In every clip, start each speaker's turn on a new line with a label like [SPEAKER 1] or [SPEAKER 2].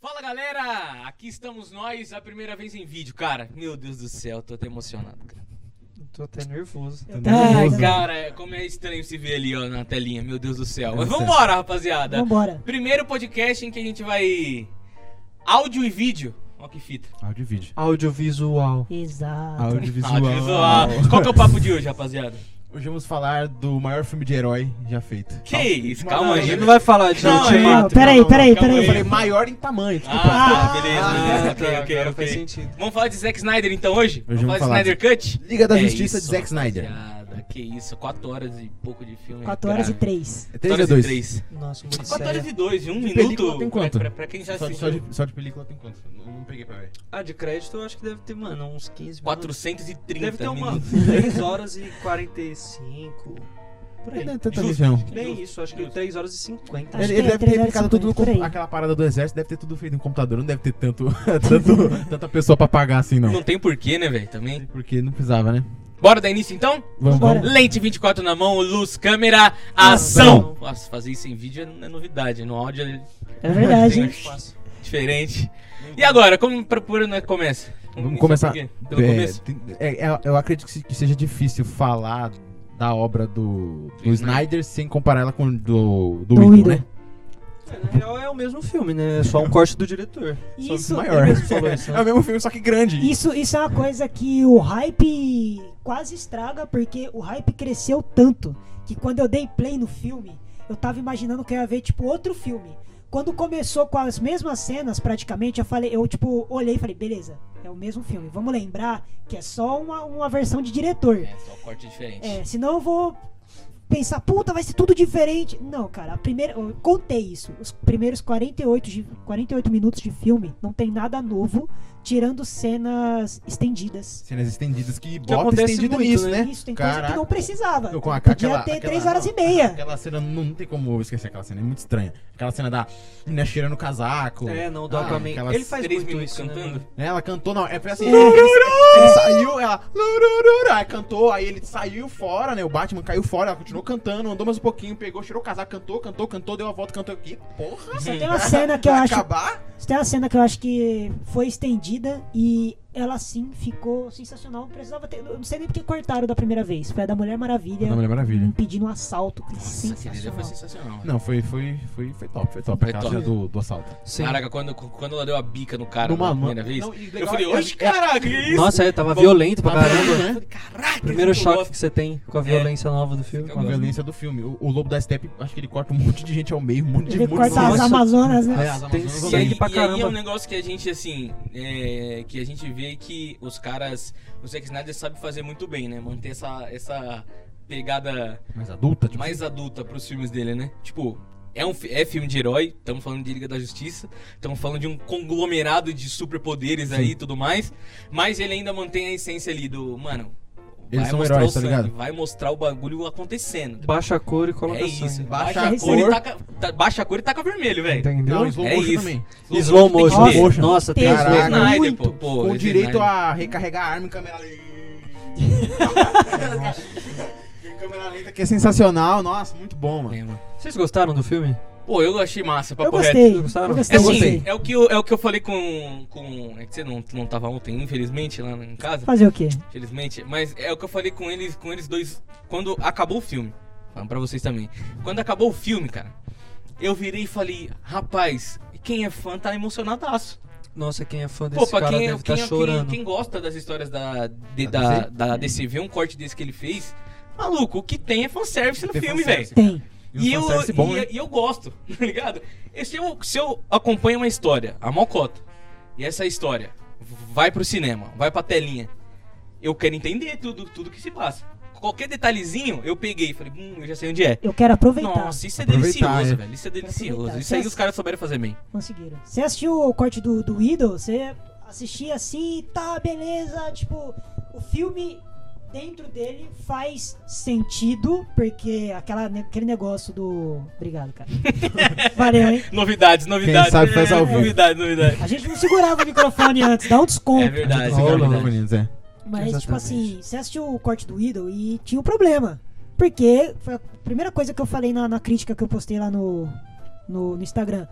[SPEAKER 1] Fala galera, aqui estamos nós a primeira vez em vídeo, cara. Meu Deus do céu, tô até emocionado, cara.
[SPEAKER 2] Tô até nervoso.
[SPEAKER 1] Ai,
[SPEAKER 3] nervoso.
[SPEAKER 1] cara, como é estranho se ver ali, ó, na telinha, meu Deus do céu. Mas vambora, rapaziada.
[SPEAKER 3] Vambora.
[SPEAKER 1] Primeiro podcast em que a gente vai. áudio e vídeo. Ó, que fita.
[SPEAKER 4] Áudio e vídeo.
[SPEAKER 2] Audiovisual.
[SPEAKER 3] Exato.
[SPEAKER 4] Ah, Audiovisual.
[SPEAKER 1] Audiovisual. Qual que é o papo de hoje, rapaziada?
[SPEAKER 4] Hoje vamos falar do maior filme de herói já feito.
[SPEAKER 1] Que isso, calma
[SPEAKER 2] A gente
[SPEAKER 1] aí. né?
[SPEAKER 2] não é, vai falar de
[SPEAKER 1] Não,
[SPEAKER 3] Não, é
[SPEAKER 2] ultimato.
[SPEAKER 3] peraí, peraí,
[SPEAKER 1] Calma aí.
[SPEAKER 4] Eu
[SPEAKER 3] peraí.
[SPEAKER 4] falei maior em tamanho, desculpa.
[SPEAKER 1] Ah, beleza.
[SPEAKER 2] Ah,
[SPEAKER 1] ok, ok,
[SPEAKER 2] agora faz
[SPEAKER 1] ok.
[SPEAKER 2] sentido.
[SPEAKER 1] Vamos falar de Zack Snyder então hoje? vamos
[SPEAKER 4] Hoje vamos
[SPEAKER 1] falar
[SPEAKER 4] falar
[SPEAKER 1] de Snyder Cut?
[SPEAKER 4] Liga da
[SPEAKER 1] É
[SPEAKER 4] Justiça
[SPEAKER 1] isso,
[SPEAKER 4] de Zack Snyder.
[SPEAKER 1] rapaziada, Que isso, 4 horas e pouco de filme.
[SPEAKER 3] 4 horas e
[SPEAKER 1] Cara,
[SPEAKER 3] 3.
[SPEAKER 4] 3 a
[SPEAKER 1] quatro horas
[SPEAKER 4] 2.
[SPEAKER 1] e três.
[SPEAKER 2] Nossa, muito
[SPEAKER 1] 4 horas
[SPEAKER 2] sério.
[SPEAKER 1] e 2, em um
[SPEAKER 4] De
[SPEAKER 1] minuto.
[SPEAKER 4] película tem quanto?
[SPEAKER 1] Pra, pra quem já
[SPEAKER 4] Só,
[SPEAKER 1] assistiu.
[SPEAKER 4] só de, só de película tem quanto? Não, não peguei pra ver.
[SPEAKER 2] Ah, de crédito eu acho que deve ter, mano, uns 15 minutos.
[SPEAKER 1] 430
[SPEAKER 2] Deve ter uma
[SPEAKER 1] minutos.
[SPEAKER 2] 3 horas e 45. Por aí.
[SPEAKER 4] Não, tanta
[SPEAKER 1] Justo.
[SPEAKER 4] gente não.
[SPEAKER 2] Nem isso, acho que 3 horas e 50.
[SPEAKER 3] Acho
[SPEAKER 4] Ele,
[SPEAKER 3] que
[SPEAKER 4] ele
[SPEAKER 3] é
[SPEAKER 4] deve
[SPEAKER 3] três
[SPEAKER 4] ter
[SPEAKER 3] horas e
[SPEAKER 4] aplicado tudo no
[SPEAKER 3] cinquenta, por
[SPEAKER 4] com-
[SPEAKER 3] aí.
[SPEAKER 4] aquela parada do exército, deve ter tudo feito no computador, não deve ter tanto, tanto tanta pessoa pra pagar assim não.
[SPEAKER 1] Não tem porquê, né, velho? Também.
[SPEAKER 4] Porque não precisava, né?
[SPEAKER 1] Bora dar início então?
[SPEAKER 4] Vamos,
[SPEAKER 3] Vambora.
[SPEAKER 4] vamos.
[SPEAKER 1] Lente 24 na mão, luz, câmera, ação! Nossa, fazer isso em vídeo é é novidade, no áudio é
[SPEAKER 3] É verdade.
[SPEAKER 1] Tem- diferente. E agora, como pra- por onde nós começa?
[SPEAKER 4] Vamos começar.
[SPEAKER 1] por quê? Pelo
[SPEAKER 4] É,
[SPEAKER 1] começo?
[SPEAKER 4] tem- é, é, eu acredito que se- que seja difícil falar da obra do, do
[SPEAKER 1] Do
[SPEAKER 4] Snyder sem comparar ela com do, do,
[SPEAKER 3] Do
[SPEAKER 4] Whedon,
[SPEAKER 3] Whedon.
[SPEAKER 4] né?
[SPEAKER 2] É, na real é o mesmo filme, né? É só um corte do diretor.
[SPEAKER 3] Isso,
[SPEAKER 2] Só um que
[SPEAKER 4] maior.
[SPEAKER 2] Ele mesmo falou isso, né?
[SPEAKER 4] É o mesmo filme, só que grande.
[SPEAKER 3] Isso, isso é uma coisa que o hype quase estraga, porque o hype cresceu tanto que quando eu dei play no filme, eu tava imaginando que eu ia ver, tipo, outro filme. Quando começou com as mesmas cenas, praticamente, eu falei, eu, tipo, olhei e falei, beleza, é o mesmo filme. Vamos lembrar que é só uma, uma versão de diretor.
[SPEAKER 1] É, só um corte diferente.
[SPEAKER 3] É, senão eu vou pensar, puta, vai ser tudo diferente. Não, cara, a primeira, eu contei isso. Os primeiros 48, de, 48 minutos de filme não tem nada novo, tirando cenas estendidas.
[SPEAKER 4] Cenas estendidas que, bota
[SPEAKER 2] acontece
[SPEAKER 4] estendido
[SPEAKER 2] muito,
[SPEAKER 4] nisso,
[SPEAKER 2] né?
[SPEAKER 4] né?
[SPEAKER 3] Isso tem coisa que
[SPEAKER 4] Caraca.
[SPEAKER 3] não precisava.
[SPEAKER 4] Eu, com a-
[SPEAKER 3] Podia
[SPEAKER 4] aquela-
[SPEAKER 3] ter
[SPEAKER 4] aquela-
[SPEAKER 3] 3 horas
[SPEAKER 4] não,
[SPEAKER 3] e meia.
[SPEAKER 4] Aquela cena, não, não tem como eu esquecer aquela cena, é muito estranha. Aquela cena da menina cheirando o casaco.
[SPEAKER 2] É, não, do
[SPEAKER 4] Ah,
[SPEAKER 2] Aquaman.
[SPEAKER 4] aquelas
[SPEAKER 2] Ele faz
[SPEAKER 1] Três
[SPEAKER 2] muito
[SPEAKER 1] minutos
[SPEAKER 2] isso,
[SPEAKER 1] cantando.
[SPEAKER 2] né?
[SPEAKER 4] Né, Ela cantou, não, é foi assim.
[SPEAKER 3] É.
[SPEAKER 4] Ele, ele saiu, ela. lurururu, Aí cantou, aí ele saiu fora, né? O Batman caiu fora, ela continuou cantando, andou mais um pouquinho, pegou, tirou o casaco, cantou, cantou, cantou, deu a volta, cantou aqui. Porra!
[SPEAKER 3] Só tem uma cena que eu
[SPEAKER 4] vai
[SPEAKER 3] acho.
[SPEAKER 4] acabar?
[SPEAKER 3] Só tem uma cena que eu acho que foi estendida e ela sim ficou sensacional. Não Precisava ter. Eu não sei nem porque cortaram da primeira vez. Foi a da Mulher Maravilha.
[SPEAKER 4] Mulher Maravilha.
[SPEAKER 3] Impedindo um assalto. que
[SPEAKER 1] Nossa, aquele dia foi
[SPEAKER 3] sensacional.
[SPEAKER 1] sensacional. né?
[SPEAKER 4] Não, foi, foi, foi, foi top, foi top.
[SPEAKER 1] Foi
[SPEAKER 4] aquela
[SPEAKER 1] top.
[SPEAKER 4] cena do, do assalalto.
[SPEAKER 2] Sim.
[SPEAKER 1] Caraca, quando, quando ela deu a bica no cara
[SPEAKER 4] Numa
[SPEAKER 1] na
[SPEAKER 4] mão.
[SPEAKER 1] primeira vez,
[SPEAKER 4] Não, e legal
[SPEAKER 1] eu falei,
[SPEAKER 4] é-
[SPEAKER 1] oxe,
[SPEAKER 4] é-
[SPEAKER 1] caraca, que isso?
[SPEAKER 2] Nossa, é, tava
[SPEAKER 1] Bom,
[SPEAKER 2] violento pra
[SPEAKER 4] tava
[SPEAKER 2] caramba.
[SPEAKER 4] violento, né?
[SPEAKER 1] Caraca, é
[SPEAKER 2] Primeiro
[SPEAKER 1] esse negócio-
[SPEAKER 2] choque que você tem com a violência
[SPEAKER 1] violência
[SPEAKER 2] nova do filme.
[SPEAKER 4] Com a violência do filme. O, o Lobo da Steppe, acho que ele corta um monte de gente ao meio, um monte de
[SPEAKER 3] Ele
[SPEAKER 4] monte de
[SPEAKER 3] corta as
[SPEAKER 2] Nossa.
[SPEAKER 3] Amazonas, né?
[SPEAKER 4] É, as
[SPEAKER 2] Tem
[SPEAKER 4] Amazonas
[SPEAKER 1] E aí,
[SPEAKER 2] sangue
[SPEAKER 4] também.
[SPEAKER 2] pra
[SPEAKER 1] e aí é
[SPEAKER 2] caramba.
[SPEAKER 1] um negócio que a gente, assim, é, que a gente vê que os caras, o Zack Snyder sabe fazer muito bem, né? Manter essa, essa pegada
[SPEAKER 4] Mais adulta, tipo.
[SPEAKER 1] mais adulta pros filmes dele, né? Tipo, é, um, fi- é filme de herói, estamos falando de Liga da Justiça, estamos falando de um conglomerado de superpoderes aí e tudo mais, mas ele ainda mantém a essência ali do, mano,
[SPEAKER 4] Eles
[SPEAKER 1] vai
[SPEAKER 4] são
[SPEAKER 1] mostrar
[SPEAKER 4] heróis,
[SPEAKER 1] o
[SPEAKER 4] tá
[SPEAKER 1] sangue,
[SPEAKER 4] ligado?
[SPEAKER 1] vai mostrar o bagulho acontecendo.
[SPEAKER 2] Baixa a cor e coloca
[SPEAKER 1] É isso,
[SPEAKER 2] sangue.
[SPEAKER 1] baixa,
[SPEAKER 4] Baixa
[SPEAKER 1] a
[SPEAKER 3] a
[SPEAKER 1] cor e
[SPEAKER 4] cor.
[SPEAKER 1] taca, ta- baixa a cor e taca vermelho, velho.
[SPEAKER 2] Entendeu?
[SPEAKER 4] Não, slow
[SPEAKER 1] É
[SPEAKER 4] motion
[SPEAKER 1] isso.
[SPEAKER 4] também.
[SPEAKER 2] Slow
[SPEAKER 1] tem que
[SPEAKER 2] motion.
[SPEAKER 1] ter.
[SPEAKER 3] Nossa,
[SPEAKER 2] Nossa, tem
[SPEAKER 3] tem.
[SPEAKER 2] slow
[SPEAKER 4] Caraca.
[SPEAKER 2] motion.
[SPEAKER 1] Snyder,
[SPEAKER 3] muito.
[SPEAKER 1] pô, pô,
[SPEAKER 4] Com
[SPEAKER 1] esse
[SPEAKER 4] direito
[SPEAKER 1] Snyder.
[SPEAKER 4] a recarregar a arma em câmera lenta. Em câmera lenta, que é sensacional. Nossa, muito bom, mano.
[SPEAKER 1] É, mano.
[SPEAKER 2] Vocês gostaram do filme?
[SPEAKER 1] Pô, eu achei massa,
[SPEAKER 3] Eu
[SPEAKER 1] papo reto.
[SPEAKER 3] gostei.
[SPEAKER 2] Vocês gostaram?
[SPEAKER 3] Eu
[SPEAKER 1] É
[SPEAKER 3] gostei.
[SPEAKER 2] Eu
[SPEAKER 1] assim,
[SPEAKER 2] gostei.
[SPEAKER 1] é o que eu, é o que eu falei com, com. É que você não, não tava ontem, infelizmente, lá em casa.
[SPEAKER 3] Fazer o quê?
[SPEAKER 1] Infelizmente. Mas é o que eu falei com eles, com eles dois quando acabou o filme. Falando pra vocês também. Quando acabou o filme, cara, eu virei e falei, rapaz, quem é fã tá emocionadaço.
[SPEAKER 2] Nossa, quem é fã desse
[SPEAKER 1] Pô, pra
[SPEAKER 2] cara
[SPEAKER 1] quem,
[SPEAKER 2] deve
[SPEAKER 1] quem,
[SPEAKER 2] tá
[SPEAKER 1] quem-
[SPEAKER 2] chorando.
[SPEAKER 1] quem gosta das histórias da, de-
[SPEAKER 4] Da
[SPEAKER 1] da,
[SPEAKER 4] DC?
[SPEAKER 1] da DC, vê um corte desse que ele fez. Maluco, o que tem é fanservice no
[SPEAKER 4] Tem
[SPEAKER 1] filme, velho.
[SPEAKER 4] fanservice.
[SPEAKER 3] Tem.
[SPEAKER 1] E eu,
[SPEAKER 4] fanservice bom,
[SPEAKER 1] e,
[SPEAKER 4] né?
[SPEAKER 1] e eu gosto, tá ligado? E se, eu, se eu acompanho uma história, a Malcota, e essa história vai pro cinema, vai pra telinha, eu quero entender tudo, tudo que se passa. Qualquer detalhezinho, eu peguei e falei, hum, eu já sei onde é.
[SPEAKER 3] Eu quero aproveitar.
[SPEAKER 1] Nossa, isso é
[SPEAKER 4] Aproveitar,
[SPEAKER 1] delicioso,
[SPEAKER 4] é.
[SPEAKER 1] velho. Isso é delicioso.
[SPEAKER 3] Aproveitar.
[SPEAKER 1] Isso aí os caras souberam fazer bem.
[SPEAKER 3] Conseguiram. Você assistiu o corte do, do Idol? Você assistia assim, tá, beleza. Tipo, o filme dentro dele faz sentido, porque aquela, ne- aquele negócio do. Obrigado, cara. Valeu, hein?
[SPEAKER 1] Novidades, novidades.
[SPEAKER 4] sabe faz ao
[SPEAKER 1] É,
[SPEAKER 4] vivo.
[SPEAKER 1] Novidades, novidades.
[SPEAKER 3] A gente não segurava o microfone antes, dá um desconto.
[SPEAKER 1] É verdade,
[SPEAKER 4] Esse cara
[SPEAKER 1] é
[SPEAKER 4] é muito
[SPEAKER 1] verdade.
[SPEAKER 4] bonito, Zé.
[SPEAKER 3] Mas, tipo
[SPEAKER 2] Exatamente.
[SPEAKER 3] assim, você assistiu o corte do Idol e tinha um problema. Porque foi a primeira coisa que eu falei na, na crítica que eu postei lá no, no, no Instagram.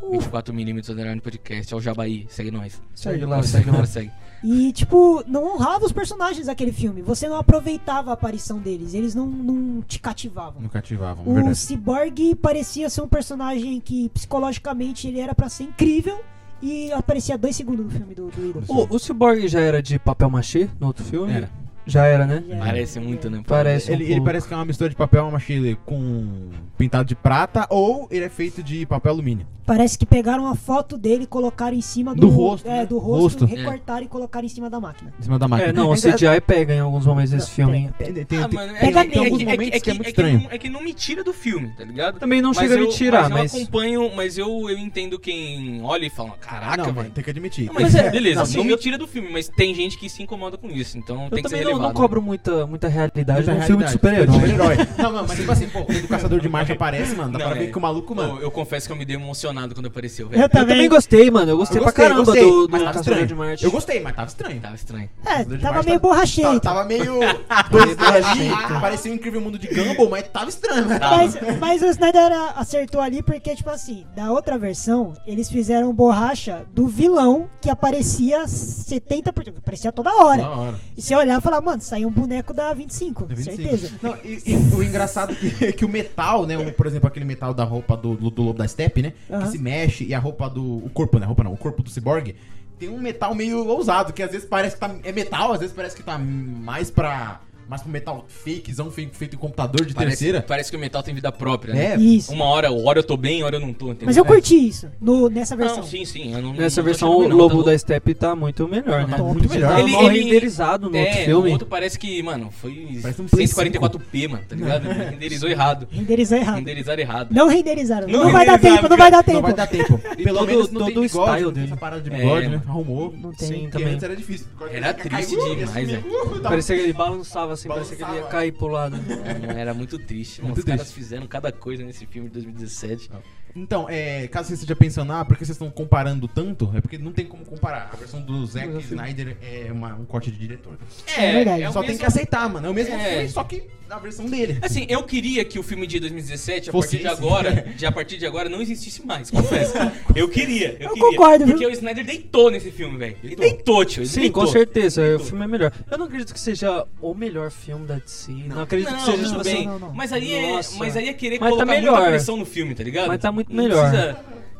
[SPEAKER 3] O-
[SPEAKER 1] 24mm Underground Podcast, é o Jabaí, segue nós.
[SPEAKER 2] Segue lá,
[SPEAKER 1] Agora
[SPEAKER 2] segue lá.
[SPEAKER 1] agora segue.
[SPEAKER 3] E, tipo, não honrava os personagens daquele filme. Você não aproveitava a aparição deles. Eles não, não te cativavam.
[SPEAKER 4] Não cativavam, é
[SPEAKER 3] O
[SPEAKER 4] verdade.
[SPEAKER 3] Cyborg parecia ser um personagem que psicologicamente ele era pra ser incrível e aparecia dois segundos no filme do, do Idol.
[SPEAKER 2] O, o Cyborg já era de papel machê no outro filme?
[SPEAKER 1] Era.
[SPEAKER 2] Já é- era, né?
[SPEAKER 3] É.
[SPEAKER 1] Parece muito, né?
[SPEAKER 2] Parece.
[SPEAKER 4] Ele,
[SPEAKER 2] um
[SPEAKER 4] ele
[SPEAKER 2] pouco.
[SPEAKER 4] parece que é uma mistura de papel machê com pintado de prata ou ele é feito de papel alumínio.
[SPEAKER 3] Parece que pegaram a foto dele e colocaram em cima do,
[SPEAKER 4] Do rosto,
[SPEAKER 3] é,
[SPEAKER 4] né?
[SPEAKER 3] do rosto,
[SPEAKER 4] Rosto.
[SPEAKER 3] recortaram e colocaram em cima da máquina.
[SPEAKER 4] Em cima da máquina.
[SPEAKER 2] É, não, o CGI pega em alguns momentos desse
[SPEAKER 3] Não,
[SPEAKER 2] filme. hein?
[SPEAKER 4] Tem, tem,
[SPEAKER 1] Ah,
[SPEAKER 4] tem-
[SPEAKER 1] mano, é,
[SPEAKER 3] Pega
[SPEAKER 1] é que- é
[SPEAKER 4] alguns
[SPEAKER 1] que- é
[SPEAKER 4] momentos que é muito
[SPEAKER 1] que- é que não-
[SPEAKER 4] estranho.
[SPEAKER 1] É que não me tira do filme, tá ligado?
[SPEAKER 2] Também não chega a me
[SPEAKER 1] eu-
[SPEAKER 2] tirar,
[SPEAKER 1] mas
[SPEAKER 2] mas.
[SPEAKER 1] eu acompanho, mas eu, eu entendo quem olha e fala, caraca,
[SPEAKER 4] não,
[SPEAKER 1] velho.
[SPEAKER 4] mano, tem que admitir.
[SPEAKER 1] Não, Mas,
[SPEAKER 2] Mas é,
[SPEAKER 1] beleza,
[SPEAKER 2] assim,
[SPEAKER 1] não me
[SPEAKER 2] eu-
[SPEAKER 1] tira do filme, mas tem gente que se incomoda com isso, então
[SPEAKER 2] Eu
[SPEAKER 1] tem que ser
[SPEAKER 2] também não,
[SPEAKER 1] relevado.
[SPEAKER 2] não cobro muita, né? muita realidade
[SPEAKER 4] Muita
[SPEAKER 2] num filme de
[SPEAKER 4] realidade.
[SPEAKER 2] super-herói.
[SPEAKER 4] Super-herói. não, não, mas tipo assim, pô, quando o caçador de Marte aparece, mano, dá
[SPEAKER 1] Não,
[SPEAKER 4] pra
[SPEAKER 1] é.
[SPEAKER 4] ver que o maluco,
[SPEAKER 1] Mano,
[SPEAKER 4] mano.
[SPEAKER 1] eu, eu confesso que eu me dei emocionado quando apareceu, velho.
[SPEAKER 3] Eu
[SPEAKER 2] Eu também
[SPEAKER 3] também.
[SPEAKER 2] gostei, mano. Eu gostei,
[SPEAKER 4] eu
[SPEAKER 2] pra caramba
[SPEAKER 4] gostei,
[SPEAKER 2] do, do
[SPEAKER 4] mas tava
[SPEAKER 2] Caçador
[SPEAKER 4] estranho.
[SPEAKER 2] de Marte.
[SPEAKER 4] Eu gostei, mas tava estranho.
[SPEAKER 1] Tava estranho.
[SPEAKER 3] É,
[SPEAKER 4] Caçador de
[SPEAKER 3] tava
[SPEAKER 4] Marte
[SPEAKER 3] meio
[SPEAKER 4] tava-
[SPEAKER 3] borracheiro.
[SPEAKER 4] Tava, tava meio.
[SPEAKER 2] Meio
[SPEAKER 4] ali,
[SPEAKER 2] borracheiro.
[SPEAKER 4] parecia um incrível mundo de Gumball, mas tava estranho, né?
[SPEAKER 1] Tava.
[SPEAKER 3] Mas, mas o Snyder a- acertou ali porque, tipo assim, da outra versão, eles fizeram borracha do vilão que aparecia 70%. Aparecia toda hora.
[SPEAKER 4] hora.
[SPEAKER 3] E você olhar e falar, mano, saiu um boneco da 25,
[SPEAKER 4] É 25.
[SPEAKER 3] certeza.
[SPEAKER 4] Não, e, e o engraçado é que, que o metal, né? o- por exemplo, aquele metal da roupa do, do, do lobo da steppe, né?
[SPEAKER 3] Aham.
[SPEAKER 4] Que se mexe e a roupa do. O corpo, né? a Roupa não, o corpo do cyborg. Tem um metal meio ousado, que às vezes parece que tá. É metal, às vezes parece que tá mais pra. Mais pro metal fakezão fe- feito em computador de
[SPEAKER 1] Parece,
[SPEAKER 4] terceira.
[SPEAKER 1] parece que o metal tem vida própria, né?
[SPEAKER 4] É,
[SPEAKER 3] Isso.
[SPEAKER 1] Uma hora, hora eu tô bem, hora eu não tô, entendeu?
[SPEAKER 3] Mas eu curti isso no, nessa versão.
[SPEAKER 1] Não, sim, sim. eu não-
[SPEAKER 2] Nessa
[SPEAKER 1] não tô
[SPEAKER 2] versão,
[SPEAKER 1] achando
[SPEAKER 2] o
[SPEAKER 1] ruim, não,
[SPEAKER 2] Lobo
[SPEAKER 1] tá
[SPEAKER 2] da Steppe tá muito melhor, né?
[SPEAKER 4] Tá muito melhor.
[SPEAKER 2] Tá
[SPEAKER 1] Ele-
[SPEAKER 2] mal
[SPEAKER 1] ele-
[SPEAKER 2] renderizado no
[SPEAKER 1] é,
[SPEAKER 2] outro filme.
[SPEAKER 1] O outro parece que, mano, foi
[SPEAKER 4] Parece um Play
[SPEAKER 1] 144p, mano, tá ligado? Ele renderizou errado.
[SPEAKER 3] Renderizar errado.
[SPEAKER 1] Renderizaram errado.
[SPEAKER 3] Não renderizaram. Não,
[SPEAKER 1] Não
[SPEAKER 3] vai dar
[SPEAKER 1] renderizaram,
[SPEAKER 3] tempo, não vai dar
[SPEAKER 4] Não
[SPEAKER 3] tempo.
[SPEAKER 4] vai dar tempo. Pelo
[SPEAKER 2] todo-
[SPEAKER 4] menos não
[SPEAKER 2] todo
[SPEAKER 4] tem
[SPEAKER 2] o
[SPEAKER 4] bigode,
[SPEAKER 2] style
[SPEAKER 4] não tem
[SPEAKER 2] dele.
[SPEAKER 4] essa parada de
[SPEAKER 1] É,
[SPEAKER 4] bigode, né?
[SPEAKER 1] mano.
[SPEAKER 4] Arrumou.
[SPEAKER 2] Não tem
[SPEAKER 4] Sim, porque
[SPEAKER 2] também.
[SPEAKER 4] antes era difícil. Bigode
[SPEAKER 1] Era
[SPEAKER 4] fica
[SPEAKER 1] triste
[SPEAKER 4] caindo,
[SPEAKER 1] demais,
[SPEAKER 4] ia sumir. Uh, dá um-
[SPEAKER 2] né? Parecia que ele balançava assim, parecia que ele ia
[SPEAKER 4] Balançava.
[SPEAKER 2] cair pro lado. né?
[SPEAKER 1] Mano, era muito triste. mano.
[SPEAKER 4] Muito
[SPEAKER 1] Os caras fizeram cada coisa nesse filme de 2017.
[SPEAKER 4] Então, é, caso você esteja pensando, ah, por que vocês estão comparando tanto? É porque não tem como comparar. A versão do Zack
[SPEAKER 2] Mas assim-
[SPEAKER 4] Snyder é uma- um corte de diretor.
[SPEAKER 3] É verdade.
[SPEAKER 1] o
[SPEAKER 4] Só tem
[SPEAKER 1] mesmo-
[SPEAKER 4] que aceitar, mano. É o mesmo
[SPEAKER 1] É.
[SPEAKER 4] filme, só que na versão dele.
[SPEAKER 1] Assim, eu queria que o filme de 2017, a
[SPEAKER 4] Fosse
[SPEAKER 1] partir de
[SPEAKER 4] esse.
[SPEAKER 1] agora, de, a partir de agora, não existisse mais, confesso. Eu queria, eu,
[SPEAKER 3] Eu
[SPEAKER 1] queria.
[SPEAKER 3] concordo, viu?
[SPEAKER 1] Porque o Snyder deitou nesse filme, velho. Ele deitou, tio. Ele
[SPEAKER 2] Sim,
[SPEAKER 1] deitou.
[SPEAKER 2] com certeza. O
[SPEAKER 1] Deitou.
[SPEAKER 2] filme é melhor. Eu não acredito que seja o melhor filme da DC. Não, acredito
[SPEAKER 1] Não,
[SPEAKER 2] que seja
[SPEAKER 1] tudo
[SPEAKER 2] tipo
[SPEAKER 1] bem.
[SPEAKER 2] assim.
[SPEAKER 3] não, não.
[SPEAKER 1] Mas, aí é,
[SPEAKER 2] Nossa.
[SPEAKER 1] mas aí é querer
[SPEAKER 2] Mas tá
[SPEAKER 1] colocar
[SPEAKER 2] melhor.
[SPEAKER 1] muita pressão no filme, tá ligado?
[SPEAKER 2] Mas tá muito
[SPEAKER 1] Não
[SPEAKER 2] melhor.
[SPEAKER 1] precisa-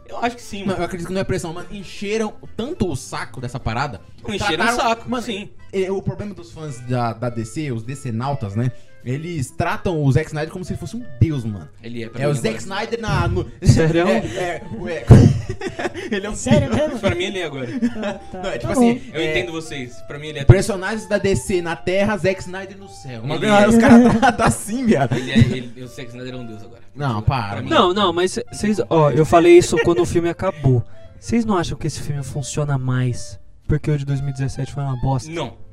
[SPEAKER 1] Eu acho que sim,
[SPEAKER 4] Não,
[SPEAKER 1] mano.
[SPEAKER 4] eu acredito que não é pressão, mano. Encheram tanto o saco dessa parada.
[SPEAKER 1] Não encheram o saco,
[SPEAKER 4] Mano,
[SPEAKER 1] sim.
[SPEAKER 4] é, o problema dos fãs da, da DC, os DC nautas, né? Eles tratam o Zack Snyder como se ele fosse um deus, mano.
[SPEAKER 1] Ele é pra
[SPEAKER 4] É o
[SPEAKER 1] mim
[SPEAKER 4] Zack
[SPEAKER 1] agora.
[SPEAKER 4] Snyder na. No...
[SPEAKER 2] Sério?
[SPEAKER 4] É, é, ué. ele é um
[SPEAKER 3] Sério mesmo?
[SPEAKER 1] Pra mim ele é agora.
[SPEAKER 3] Ah, tá.
[SPEAKER 4] Não, é tipo
[SPEAKER 3] Tá bom.
[SPEAKER 4] assim.
[SPEAKER 1] Eu
[SPEAKER 4] é,
[SPEAKER 1] entendo vocês. Pra mim ele é...
[SPEAKER 4] Personagens da DC na Terra, Zack Snyder no céu. Uma
[SPEAKER 1] Ele-
[SPEAKER 4] galera, os caras tá, tá assim, viado.
[SPEAKER 1] Ele é ele, o Zack Snyder é um deus agora.
[SPEAKER 4] Não, para.
[SPEAKER 1] Pra mim.
[SPEAKER 2] Não, não, mas vocês. Ó, eu falei isso quando o filme acabou. Vocês não acham que esse filme funciona mais? Porque o de 2017 foi uma bosta.
[SPEAKER 1] Não.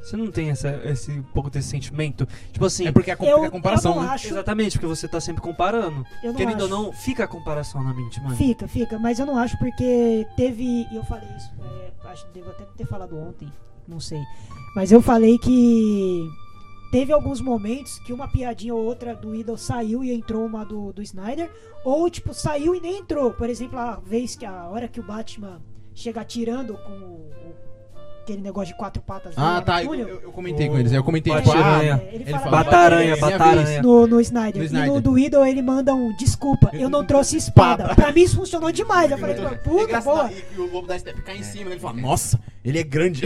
[SPEAKER 2] Você não tem essa, esse um pouco desse sentimento? Tipo assim.
[SPEAKER 4] É porque é, com-
[SPEAKER 3] Eu,
[SPEAKER 4] é a comparação.
[SPEAKER 3] eu não
[SPEAKER 4] né?
[SPEAKER 3] acho.
[SPEAKER 2] Exatamente, porque você tá sempre comparando.
[SPEAKER 3] Eu não
[SPEAKER 2] Querendo
[SPEAKER 3] acho.
[SPEAKER 2] ou não, fica a comparação na mente, mano.
[SPEAKER 3] Fica, fica, mas eu não acho porque teve. e Eu falei isso, é, acho que devo até ter falado ontem, não sei. Mas eu falei que teve alguns momentos que uma piadinha ou outra do Idol saiu e entrou uma do, do Snyder, ou tipo, saiu e nem entrou. Por exemplo, a vez que a hora que o Batman chega atirando com o- o- aquele negócio de quatro patas dele lá
[SPEAKER 4] Ah,
[SPEAKER 3] no
[SPEAKER 4] tá. Eu,
[SPEAKER 3] túnel,
[SPEAKER 4] eu- eu comentei com eles. Eu comentei
[SPEAKER 2] Bate
[SPEAKER 4] tipo, ah,
[SPEAKER 2] aranha.
[SPEAKER 3] é, ele
[SPEAKER 4] ele
[SPEAKER 3] fala
[SPEAKER 4] fala-
[SPEAKER 2] Bataranha,
[SPEAKER 4] Minha
[SPEAKER 2] bataranha.
[SPEAKER 3] no, no Snyder. E
[SPEAKER 4] No
[SPEAKER 3] no
[SPEAKER 4] Snyder.
[SPEAKER 3] do Idol ele manda um desculpa, eu não trouxe espada. pra mim isso funcionou demais. Eu falei, pô,
[SPEAKER 4] É
[SPEAKER 3] puta,
[SPEAKER 4] engraçado,
[SPEAKER 3] boa.
[SPEAKER 4] e, e o lobo da Step cai em cima. Ele fala, nossa, ele é grande.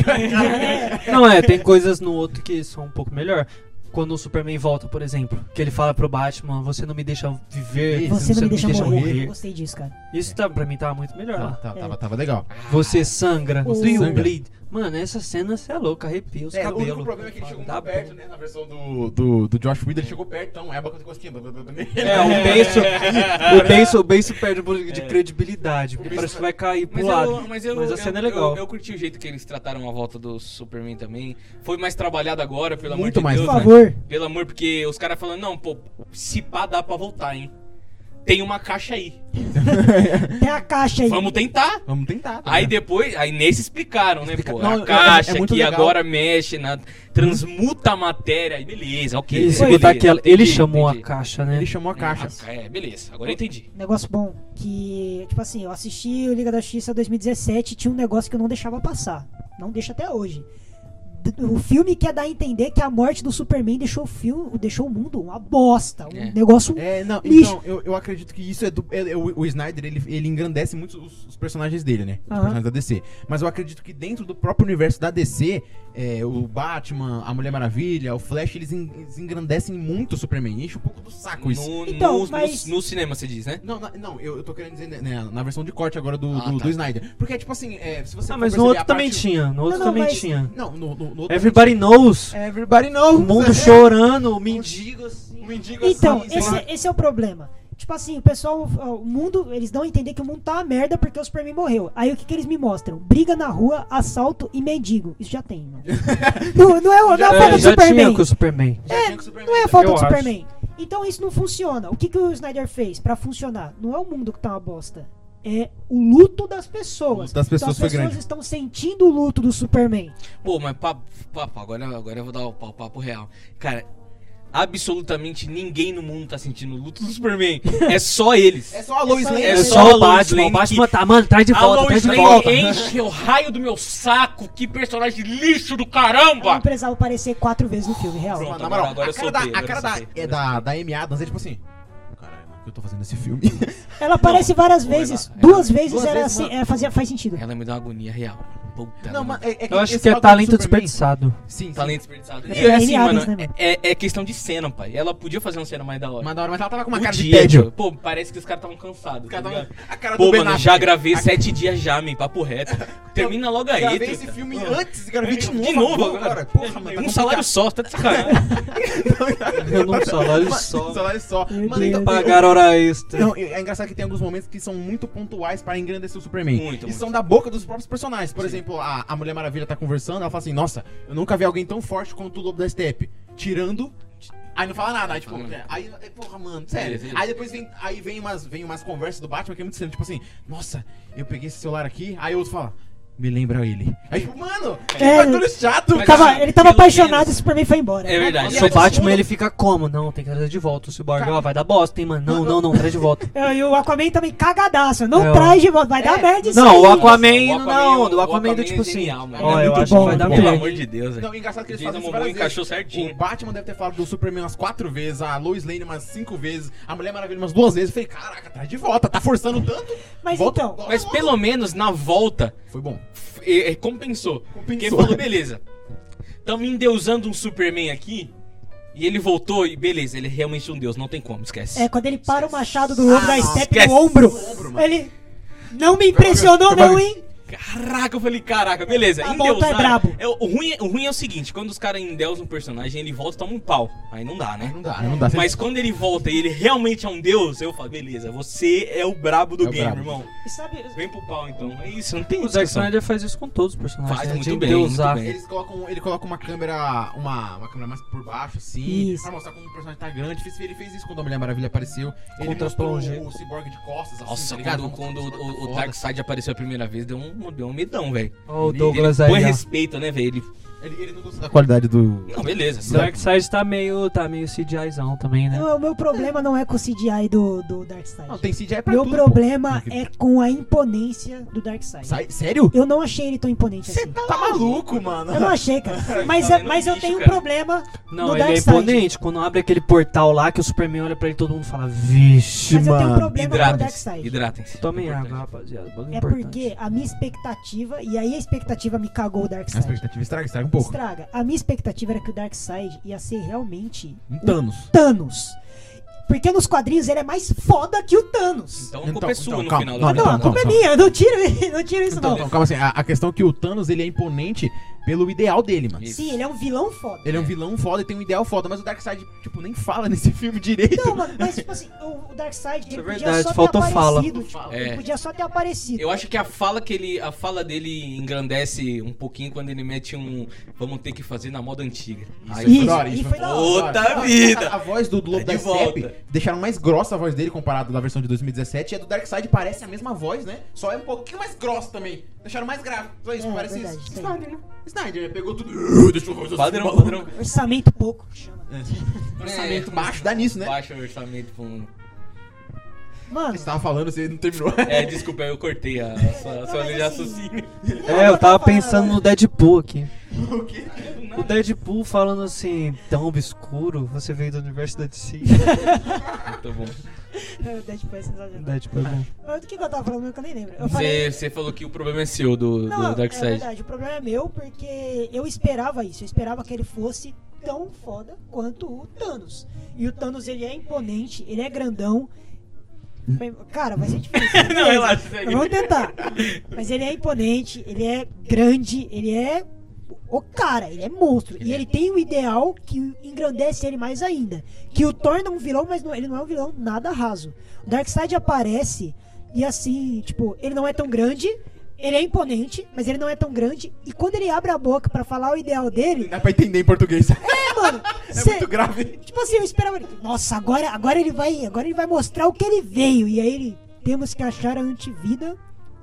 [SPEAKER 2] Não, é, tem coisas no outro que são um pouco melhor. Quando o Superman volta, por exemplo, que ele fala pro Batman, você não me deixa viver,
[SPEAKER 4] Isso,
[SPEAKER 3] Você não me deixa morrer.
[SPEAKER 4] morrer.
[SPEAKER 3] Eu Gostei disso, cara.
[SPEAKER 2] Isso tá, pra mim tava muito melhor
[SPEAKER 4] Tá,
[SPEAKER 2] lá.
[SPEAKER 4] tá, tava, tava legal.
[SPEAKER 2] Você sangra,
[SPEAKER 3] Você
[SPEAKER 2] do you
[SPEAKER 4] sangra.
[SPEAKER 2] bleed. Mano, essa cena você é louca, arrepia os
[SPEAKER 4] É, o único
[SPEAKER 2] cabelos.
[SPEAKER 4] problema é que ele chegou
[SPEAKER 2] Dá
[SPEAKER 4] muito
[SPEAKER 2] bom.
[SPEAKER 4] perto, né? Na versão do, do, do Josh Whedon, ele chegou perto, então é a boca de cosquinha.
[SPEAKER 2] É, o beiço, o beiço, o beiço perde um pouco
[SPEAKER 1] É.
[SPEAKER 2] de credibilidade, porque parece que vai cair pro
[SPEAKER 1] Mas,
[SPEAKER 2] lado.
[SPEAKER 1] eu, mas, eu,
[SPEAKER 2] Mas a
[SPEAKER 1] eu-
[SPEAKER 2] cena é
[SPEAKER 1] eu-
[SPEAKER 2] legal.
[SPEAKER 1] Eu, curti o jeito que eles trataram a volta do Superman também. Foi mais trabalhado agora, pelo amor
[SPEAKER 4] Muito
[SPEAKER 1] de
[SPEAKER 4] mais
[SPEAKER 1] Deus. né?
[SPEAKER 3] Por favor.
[SPEAKER 1] Pelo amor, porque os caras falando, não, pô, se pá dá pra voltar, hein? Tem uma caixa aí.
[SPEAKER 3] Tem a caixa aí.
[SPEAKER 1] Vamos tentar.
[SPEAKER 4] Vamos tentar. tá
[SPEAKER 1] Aí
[SPEAKER 4] ligado?
[SPEAKER 1] depois, aí nesse explicaram, né, pô?
[SPEAKER 4] Não,
[SPEAKER 1] a
[SPEAKER 4] é-
[SPEAKER 1] caixa
[SPEAKER 4] é muito
[SPEAKER 1] que
[SPEAKER 4] legal.
[SPEAKER 1] agora mexe na transmuta a matéria, aí beleza, OK.
[SPEAKER 2] Ele, se
[SPEAKER 1] beleza,
[SPEAKER 2] botar que ela- ele
[SPEAKER 1] entendi,
[SPEAKER 2] chamou a
[SPEAKER 1] entendi.
[SPEAKER 2] caixa, né?
[SPEAKER 4] Ele chamou a caixa.
[SPEAKER 1] Ah, É, beleza. Agora eu entendi.
[SPEAKER 3] Um Negócio bom, que, tipo assim, eu assisti o Liga da Justiça 2017 tinha um negócio que eu não deixava passar. Não deixa até hoje. D- O filme quer dar a entender que a morte do Superman deixou o, filme, deixou o mundo uma bosta. Um
[SPEAKER 1] É.
[SPEAKER 3] negócio.
[SPEAKER 4] É, não,
[SPEAKER 3] Lixo.
[SPEAKER 4] então, eu, eu acredito que isso é do. é- é o, o Snyder, ele, ele engrandece muito os, os personagens dele, né? Os
[SPEAKER 3] Aham.
[SPEAKER 4] personagens da DC. Mas eu acredito que dentro do próprio universo da DC, é, o Batman, a Mulher Maravilha, o Flash, eles, en- eles engrandecem muito o Superman. Enche um pouco do saco isso.
[SPEAKER 1] No,
[SPEAKER 3] Então,
[SPEAKER 1] no-
[SPEAKER 3] mas-
[SPEAKER 1] no, no cinema você diz, né?
[SPEAKER 4] Não, na- não, eu, eu tô querendo dizer né, na versão de corte agora do,
[SPEAKER 1] Ah,
[SPEAKER 4] do,
[SPEAKER 1] tá.
[SPEAKER 4] do Snyder. Porque, tipo assim, é, se você.
[SPEAKER 2] Ah,
[SPEAKER 4] for
[SPEAKER 2] mas no
[SPEAKER 4] perceber
[SPEAKER 2] outro
[SPEAKER 4] a
[SPEAKER 2] também
[SPEAKER 4] parte-
[SPEAKER 2] tinha. No outro
[SPEAKER 3] não,
[SPEAKER 2] também
[SPEAKER 3] mas-
[SPEAKER 2] tinha.
[SPEAKER 4] Não, no, É, no, no outro
[SPEAKER 2] Everybody knows.
[SPEAKER 4] também- Everybody
[SPEAKER 2] O
[SPEAKER 4] knows!
[SPEAKER 2] mundo
[SPEAKER 4] É.
[SPEAKER 2] chorando,
[SPEAKER 1] Um
[SPEAKER 2] o mendigo assim.
[SPEAKER 4] O mendigo
[SPEAKER 3] Então,
[SPEAKER 4] assim, sei lá.
[SPEAKER 3] esse, esse é o problema. Tipo assim, o pessoal, ó, o mundo, eles dão a entender que o mundo tá uma merda porque o Superman morreu. Aí o que que eles me mostram? Briga na rua, assalto e mendigo. Isso já tem, mano. não, não é, não é a falta do
[SPEAKER 2] já tinha
[SPEAKER 3] Superman.
[SPEAKER 2] com o Superman.
[SPEAKER 4] Já tinha com o Superman,
[SPEAKER 3] Não é a
[SPEAKER 4] tá
[SPEAKER 3] falta
[SPEAKER 2] Eu
[SPEAKER 3] do
[SPEAKER 2] acho.
[SPEAKER 3] Superman. Então isso não funciona. O que, que o Snyder fez pra funcionar? Não é o mundo que tá uma bosta. É o luto das pessoas.
[SPEAKER 4] O luto das pessoas
[SPEAKER 3] então,
[SPEAKER 4] foi
[SPEAKER 3] as pessoas
[SPEAKER 4] grande.
[SPEAKER 3] estão sentindo o luto do Superman.
[SPEAKER 1] Pô, mas papo, papo, agora, agora eu vou dar o papo, papo real. Cara, absolutamente ninguém no mundo tá sentindo o luto do Superman. É só eles.
[SPEAKER 4] É só a Lois
[SPEAKER 3] só
[SPEAKER 4] Lane.
[SPEAKER 1] É
[SPEAKER 4] né?
[SPEAKER 1] só a
[SPEAKER 2] o
[SPEAKER 1] Lois
[SPEAKER 2] Batman. O
[SPEAKER 1] Lane
[SPEAKER 2] Batman
[SPEAKER 1] que-
[SPEAKER 2] tá, mano, traz de
[SPEAKER 1] A
[SPEAKER 2] volta, traz
[SPEAKER 1] Lois
[SPEAKER 2] de
[SPEAKER 1] Lane
[SPEAKER 2] volta.
[SPEAKER 1] enche o raio do meu saco. Que personagem lixo do
[SPEAKER 3] Ela não
[SPEAKER 1] caramba!
[SPEAKER 3] precisava aparecer quatro vezes no filme, real.
[SPEAKER 1] Pronto,
[SPEAKER 4] na moral,
[SPEAKER 1] agora eu
[SPEAKER 4] a cara da,
[SPEAKER 1] soltei,
[SPEAKER 4] a
[SPEAKER 1] agora
[SPEAKER 4] cara
[SPEAKER 1] eu
[SPEAKER 4] da,
[SPEAKER 1] soltei.
[SPEAKER 4] é da, da Amy Adams é tipo assim. Caralho, mano, o que eu tô fazendo nesse filme?
[SPEAKER 3] Ela aparece várias
[SPEAKER 1] Pô, ela-
[SPEAKER 3] vezes.
[SPEAKER 1] ela-
[SPEAKER 3] duas vezes
[SPEAKER 4] duas
[SPEAKER 3] era
[SPEAKER 4] vezes,
[SPEAKER 3] assim,
[SPEAKER 4] mano.
[SPEAKER 3] é, fazia, faz sentido.
[SPEAKER 1] Ela me dá uma agonia real. mano. Puta
[SPEAKER 4] Não,
[SPEAKER 1] merda.
[SPEAKER 4] mano, é,
[SPEAKER 2] Eu acho
[SPEAKER 4] esse
[SPEAKER 2] que é
[SPEAKER 4] bagulho do
[SPEAKER 2] talento
[SPEAKER 4] Superman-
[SPEAKER 2] desperdiçado.
[SPEAKER 4] Sim,
[SPEAKER 1] Talento
[SPEAKER 4] talento.
[SPEAKER 1] desperdiçado.
[SPEAKER 3] É,
[SPEAKER 1] E é assim,
[SPEAKER 3] Amy Adams,
[SPEAKER 1] mano,
[SPEAKER 3] né, mano?
[SPEAKER 1] é, é questão de cena, pai. Ela podia fazer uma cena mais da hora.
[SPEAKER 4] Mas da hora, mas ela tava com uma
[SPEAKER 1] O
[SPEAKER 4] cara de
[SPEAKER 1] dia, tipo,
[SPEAKER 4] tédio. um é
[SPEAKER 1] Pô, parece que os caras estavam cansados.
[SPEAKER 4] Cara,
[SPEAKER 1] tá
[SPEAKER 4] tava-
[SPEAKER 1] ligado?
[SPEAKER 4] A cara
[SPEAKER 1] Pô,
[SPEAKER 4] Ben
[SPEAKER 1] mano,
[SPEAKER 4] Affleck.
[SPEAKER 1] já gravei
[SPEAKER 4] A-
[SPEAKER 1] sete dias já, man, papo reto. Termina logo aí.
[SPEAKER 4] Gravei
[SPEAKER 1] tá
[SPEAKER 4] esse
[SPEAKER 1] ligado?
[SPEAKER 4] filme
[SPEAKER 1] Pô,
[SPEAKER 4] antes, gravei de novo.
[SPEAKER 1] De novo agora.
[SPEAKER 4] Porra, mano. tá
[SPEAKER 1] um salário só, tá de sacanagem.
[SPEAKER 2] Eu não salário
[SPEAKER 4] complicado. Um
[SPEAKER 2] só.
[SPEAKER 4] salário só.
[SPEAKER 3] Meu
[SPEAKER 4] Mano, então,
[SPEAKER 3] Deus.
[SPEAKER 2] Pagar hora extra.
[SPEAKER 4] Não, é engraçado que tem alguns momentos que são muito pontuais para engrandecer o Superman.
[SPEAKER 1] Muito,
[SPEAKER 4] e
[SPEAKER 1] muito.
[SPEAKER 4] são da boca dos próprios personagens. Por exemplo, a, a Mulher Maravilha tá conversando, ela fala assim, nossa, eu nunca vi alguém tão forte quanto o Lobo da Steppe. Tirando... Aí não fala nada, aí tipo,
[SPEAKER 1] Hum.
[SPEAKER 4] é, aí, é, porra, mano, sério.
[SPEAKER 1] Sim, sim.
[SPEAKER 4] Aí depois vem, aí vem umas, vem umas conversas do Batman que é muito sério, tipo assim, nossa, eu peguei esse celular aqui, aí o outro fala, me lembra ele. Aí, tipo, mano, que
[SPEAKER 3] É.
[SPEAKER 4] bagulho chato,
[SPEAKER 1] Mas
[SPEAKER 4] cara.
[SPEAKER 3] Tava-
[SPEAKER 1] assim,
[SPEAKER 3] ele tava
[SPEAKER 1] pelo
[SPEAKER 3] apaixonado e
[SPEAKER 1] menos-
[SPEAKER 3] o Superman foi embora.
[SPEAKER 1] É verdade.
[SPEAKER 2] Se o
[SPEAKER 4] Mas
[SPEAKER 2] Batman
[SPEAKER 4] tudo-
[SPEAKER 2] ele fica como? Não, tem que trazer de volta. O Cyborg,
[SPEAKER 4] Cara-
[SPEAKER 2] ó, vai dar bosta, hein, mano. Não, não, não, traz de volta.
[SPEAKER 3] É, E o Aquaman também cagadaço. Não
[SPEAKER 2] É, ó.
[SPEAKER 3] traz de volta. Vai dar
[SPEAKER 4] É.
[SPEAKER 3] merda isso
[SPEAKER 2] Não,
[SPEAKER 3] aí.
[SPEAKER 2] o Aquaman
[SPEAKER 1] Nossa,
[SPEAKER 2] não dá onda. O Aquaman
[SPEAKER 1] é
[SPEAKER 2] do tipo assim.
[SPEAKER 1] genial, mano.
[SPEAKER 2] Ó, eu
[SPEAKER 3] É muito
[SPEAKER 2] acho que
[SPEAKER 3] bom,
[SPEAKER 2] vai dar
[SPEAKER 3] muito
[SPEAKER 1] Pelo
[SPEAKER 3] bom.
[SPEAKER 2] merda.
[SPEAKER 1] amor de Deus, velho.
[SPEAKER 4] Não, engraçado que eles
[SPEAKER 1] Jason
[SPEAKER 4] fazem isso
[SPEAKER 1] Momoa
[SPEAKER 4] várias vezes.
[SPEAKER 1] encaixou certinho.
[SPEAKER 4] O Batman deve ter falado do Superman umas quatro vezes, a Lois Lane umas cinco vezes, a Mulher Maravilha umas duas vezes. Eu falei, caraca, traz de volta, tá forçando tanto.
[SPEAKER 3] Mas
[SPEAKER 4] Volta-
[SPEAKER 3] então,
[SPEAKER 4] volta,
[SPEAKER 1] Mas
[SPEAKER 4] volta.
[SPEAKER 1] pelo menos na volta,
[SPEAKER 4] Foi bom.
[SPEAKER 1] f- é, é, compensou. Porque
[SPEAKER 4] Compensou.
[SPEAKER 1] falou, beleza. Tamo endeusando um Superman aqui. E ele voltou e beleza, ele é realmente um deus, não tem como, esquece.
[SPEAKER 3] É, quando ele para o machado do ombro da
[SPEAKER 4] não,
[SPEAKER 3] Step
[SPEAKER 1] esquece.
[SPEAKER 3] no ombro,
[SPEAKER 4] ombro, mano.
[SPEAKER 3] ele não me impressionou não, hein?
[SPEAKER 1] Caraca, eu falei, caraca, beleza.
[SPEAKER 3] A volta
[SPEAKER 1] endeusaram.
[SPEAKER 3] é brabo.
[SPEAKER 1] o, ruim, é- o ruim é o seguinte, quando os caras endeusam um personagem, ele volta e toma um pau. Aí não dá, né?
[SPEAKER 4] Não dá, não dá.
[SPEAKER 1] Mas quando ele volta e ele realmente é um deus, eu falo, beleza, você é o brabo do
[SPEAKER 4] É o
[SPEAKER 1] game,
[SPEAKER 4] brabo.
[SPEAKER 1] irmão.
[SPEAKER 3] E sabe,
[SPEAKER 1] Vem pro pau então. É isso, não tem
[SPEAKER 2] O Zack
[SPEAKER 1] discussão.
[SPEAKER 2] Snyder faz isso com todos os personagens.
[SPEAKER 1] Faz
[SPEAKER 2] né?
[SPEAKER 1] muito
[SPEAKER 2] De
[SPEAKER 1] bem, muito
[SPEAKER 2] endeusar.
[SPEAKER 1] bem.
[SPEAKER 4] Eles colocam, ele coloca uma câmera, uma, uma câmera mais por baixo, assim,
[SPEAKER 3] Isso.
[SPEAKER 4] pra mostrar como o personagem tá grande. Fez- Ele fez isso quando a Mulher Maravilha apareceu. Ele
[SPEAKER 2] Contra
[SPEAKER 4] mostrou
[SPEAKER 2] plonge.
[SPEAKER 4] o, o Cyborg de costas, assim,
[SPEAKER 1] Nossa,
[SPEAKER 4] tá ligado?
[SPEAKER 1] quando, quando
[SPEAKER 4] Mostrou
[SPEAKER 1] o, o, o
[SPEAKER 4] foda.
[SPEAKER 1] Darkseid apareceu a primeira vez, deu um, deu um medão, velho.
[SPEAKER 2] Ó, o
[SPEAKER 4] Ele-
[SPEAKER 2] Douglas
[SPEAKER 1] ele põe
[SPEAKER 2] aí. ó.
[SPEAKER 1] respeito, né, velho? Ele...
[SPEAKER 4] Ele, ele não gostou da qualidade do...
[SPEAKER 1] Não, beleza.
[SPEAKER 2] O
[SPEAKER 3] é
[SPEAKER 1] sabe?
[SPEAKER 2] Darkseid tá meio, tá meio CGIzão também, né?
[SPEAKER 3] o meu problema não é com o CGI do, do Darkseid.
[SPEAKER 4] Não, tem CGI pra
[SPEAKER 3] meu
[SPEAKER 4] tudo, pô.
[SPEAKER 3] problema
[SPEAKER 4] Não,
[SPEAKER 3] é com a imponência do Darkseid.
[SPEAKER 4] Sai- Sério?
[SPEAKER 3] Eu não achei ele tão imponente assim.
[SPEAKER 4] Tá maluco, mano.
[SPEAKER 3] Eu não achei, cara. Mas,
[SPEAKER 1] Tá vendo
[SPEAKER 3] mas eu
[SPEAKER 1] lixo,
[SPEAKER 3] tenho um
[SPEAKER 1] cara.
[SPEAKER 3] problema
[SPEAKER 2] Não,
[SPEAKER 3] no
[SPEAKER 2] ele é
[SPEAKER 3] Darkseid.
[SPEAKER 2] imponente. Quando abre aquele portal lá que o Superman olha pra ele todo mundo fala, vixe,
[SPEAKER 3] mas eu tenho um
[SPEAKER 2] mano.
[SPEAKER 3] problema com o
[SPEAKER 1] Hidratem-se.
[SPEAKER 3] Darkseid.
[SPEAKER 1] Hidratem-se.
[SPEAKER 2] Tomem
[SPEAKER 1] Importante.
[SPEAKER 2] água, rapaziada. bagulho
[SPEAKER 3] É
[SPEAKER 2] importante.
[SPEAKER 3] porque a minha expectativa, e aí a expectativa me cagou o
[SPEAKER 4] A
[SPEAKER 3] Darkseid.
[SPEAKER 4] expectativa estraga, estraga um pouco.
[SPEAKER 3] Estraga. A minha expectativa era que o Darkseid ia ser realmente
[SPEAKER 4] Um Thanos.
[SPEAKER 3] Thanos. Porque nos quadrinhos ele é mais foda que o Thanos.
[SPEAKER 1] Então, a
[SPEAKER 4] Então,
[SPEAKER 1] culpa é sua
[SPEAKER 4] então,
[SPEAKER 1] no
[SPEAKER 4] calma.
[SPEAKER 1] final
[SPEAKER 4] Não,
[SPEAKER 1] da
[SPEAKER 3] Não, a
[SPEAKER 1] vida.
[SPEAKER 4] então,
[SPEAKER 3] culpa é
[SPEAKER 4] então.
[SPEAKER 3] minha, eu não tiro, eu não tiro isso
[SPEAKER 4] Então,
[SPEAKER 3] não.
[SPEAKER 4] então, calma assim, a, a questão é que o Thanos ele é imponente pelo ideal dele, mano.
[SPEAKER 1] Isso.
[SPEAKER 3] Sim, ele é um vilão foda.
[SPEAKER 4] Ele é um vilão foda e tem um ideal foda, mas o Darkseid, tipo, nem fala nesse filme direito.
[SPEAKER 3] Não, mano, mas tipo assim, o, o Darkseid, ele
[SPEAKER 2] Isso é
[SPEAKER 3] podia
[SPEAKER 2] verdade,
[SPEAKER 3] só
[SPEAKER 2] faltou
[SPEAKER 3] ter
[SPEAKER 2] fala.
[SPEAKER 3] aparecido. Tipo,
[SPEAKER 1] É.
[SPEAKER 3] Ele podia só ter aparecido.
[SPEAKER 1] Eu acho que a fala que ele, a fala dele engrandece um pouquinho quando ele mete um vamos ter que fazer na moda antiga.
[SPEAKER 4] Isso,
[SPEAKER 3] Isso,
[SPEAKER 4] foi da hora,
[SPEAKER 3] e
[SPEAKER 4] isso
[SPEAKER 3] foi da hora.
[SPEAKER 1] Puta
[SPEAKER 4] da hora.
[SPEAKER 1] vida! É
[SPEAKER 4] A, a voz do Lobo
[SPEAKER 1] De
[SPEAKER 4] da
[SPEAKER 1] volta.
[SPEAKER 4] Steppe deixaram mais grossa a voz dele comparado da versão de 2017. E a do Darkseid parece a mesma voz, né? Só é um pouquinho mais grossa também. Deixaram mais grave. Só isso,
[SPEAKER 3] É,
[SPEAKER 4] parece
[SPEAKER 3] verdade,
[SPEAKER 4] isso.
[SPEAKER 3] sim.
[SPEAKER 4] Snyder, né? Snyder, né? pegou tudo. Deixa eu fazer
[SPEAKER 1] Padrão,
[SPEAKER 4] assim,
[SPEAKER 1] padrão.
[SPEAKER 3] Orçamento pouco. chama.
[SPEAKER 4] Orçamento baixo, É, dá nisso, né?
[SPEAKER 1] Baixo orçamento. com-
[SPEAKER 3] Mano,
[SPEAKER 4] Você tava falando, você não terminou.
[SPEAKER 1] É, desculpa, eu cortei a, a sua, a sua
[SPEAKER 3] mas
[SPEAKER 1] linha de
[SPEAKER 3] assim-
[SPEAKER 1] raciocínio.
[SPEAKER 2] É, eu tava pensando no Deadpool aqui.
[SPEAKER 1] tipo,
[SPEAKER 4] o quê?
[SPEAKER 2] O Deadpool falando assim, tão obscuro, você veio do universo da DC.
[SPEAKER 1] Muito bom.
[SPEAKER 3] É, Deadpool é sensacional.
[SPEAKER 2] Deadpool é bom.
[SPEAKER 3] Mas do que que eu tava falando mesmo que eu nem lembro. Eu falei-
[SPEAKER 1] Você, você falou que o problema é seu, do,
[SPEAKER 3] Não,
[SPEAKER 1] do
[SPEAKER 3] é
[SPEAKER 1] Darkseid.
[SPEAKER 3] verdade, o problema é meu, porque eu esperava isso, eu esperava que ele fosse tão foda quanto o Thanos. E o Thanos, ele é imponente, ele é grandão. Mas, Cara, vai ser difícil.
[SPEAKER 1] Não,
[SPEAKER 3] beleza.
[SPEAKER 1] relaxa, segue.
[SPEAKER 3] Mas Vamos tentar. Mas ele é imponente, ele é grande, ele é o cara, ele é monstro. E ele tem um ideal que engrandece ele mais ainda. Que o torna um vilão, mas não- ele não é um vilão nada raso. O Darkseid aparece e assim, tipo, ele não é tão grande, ele é imponente, mas ele não é tão grande. E quando ele abre a boca pra falar o ideal
[SPEAKER 4] Não
[SPEAKER 3] dele,
[SPEAKER 4] dá pra entender em português.
[SPEAKER 3] é, mano,
[SPEAKER 4] É
[SPEAKER 3] cê-
[SPEAKER 4] muito grave.
[SPEAKER 3] Tipo assim, eu esperava ele. Nossa, agora, agora ele vai, agora ele vai mostrar o que ele veio. E aí ele temos que achar a antivida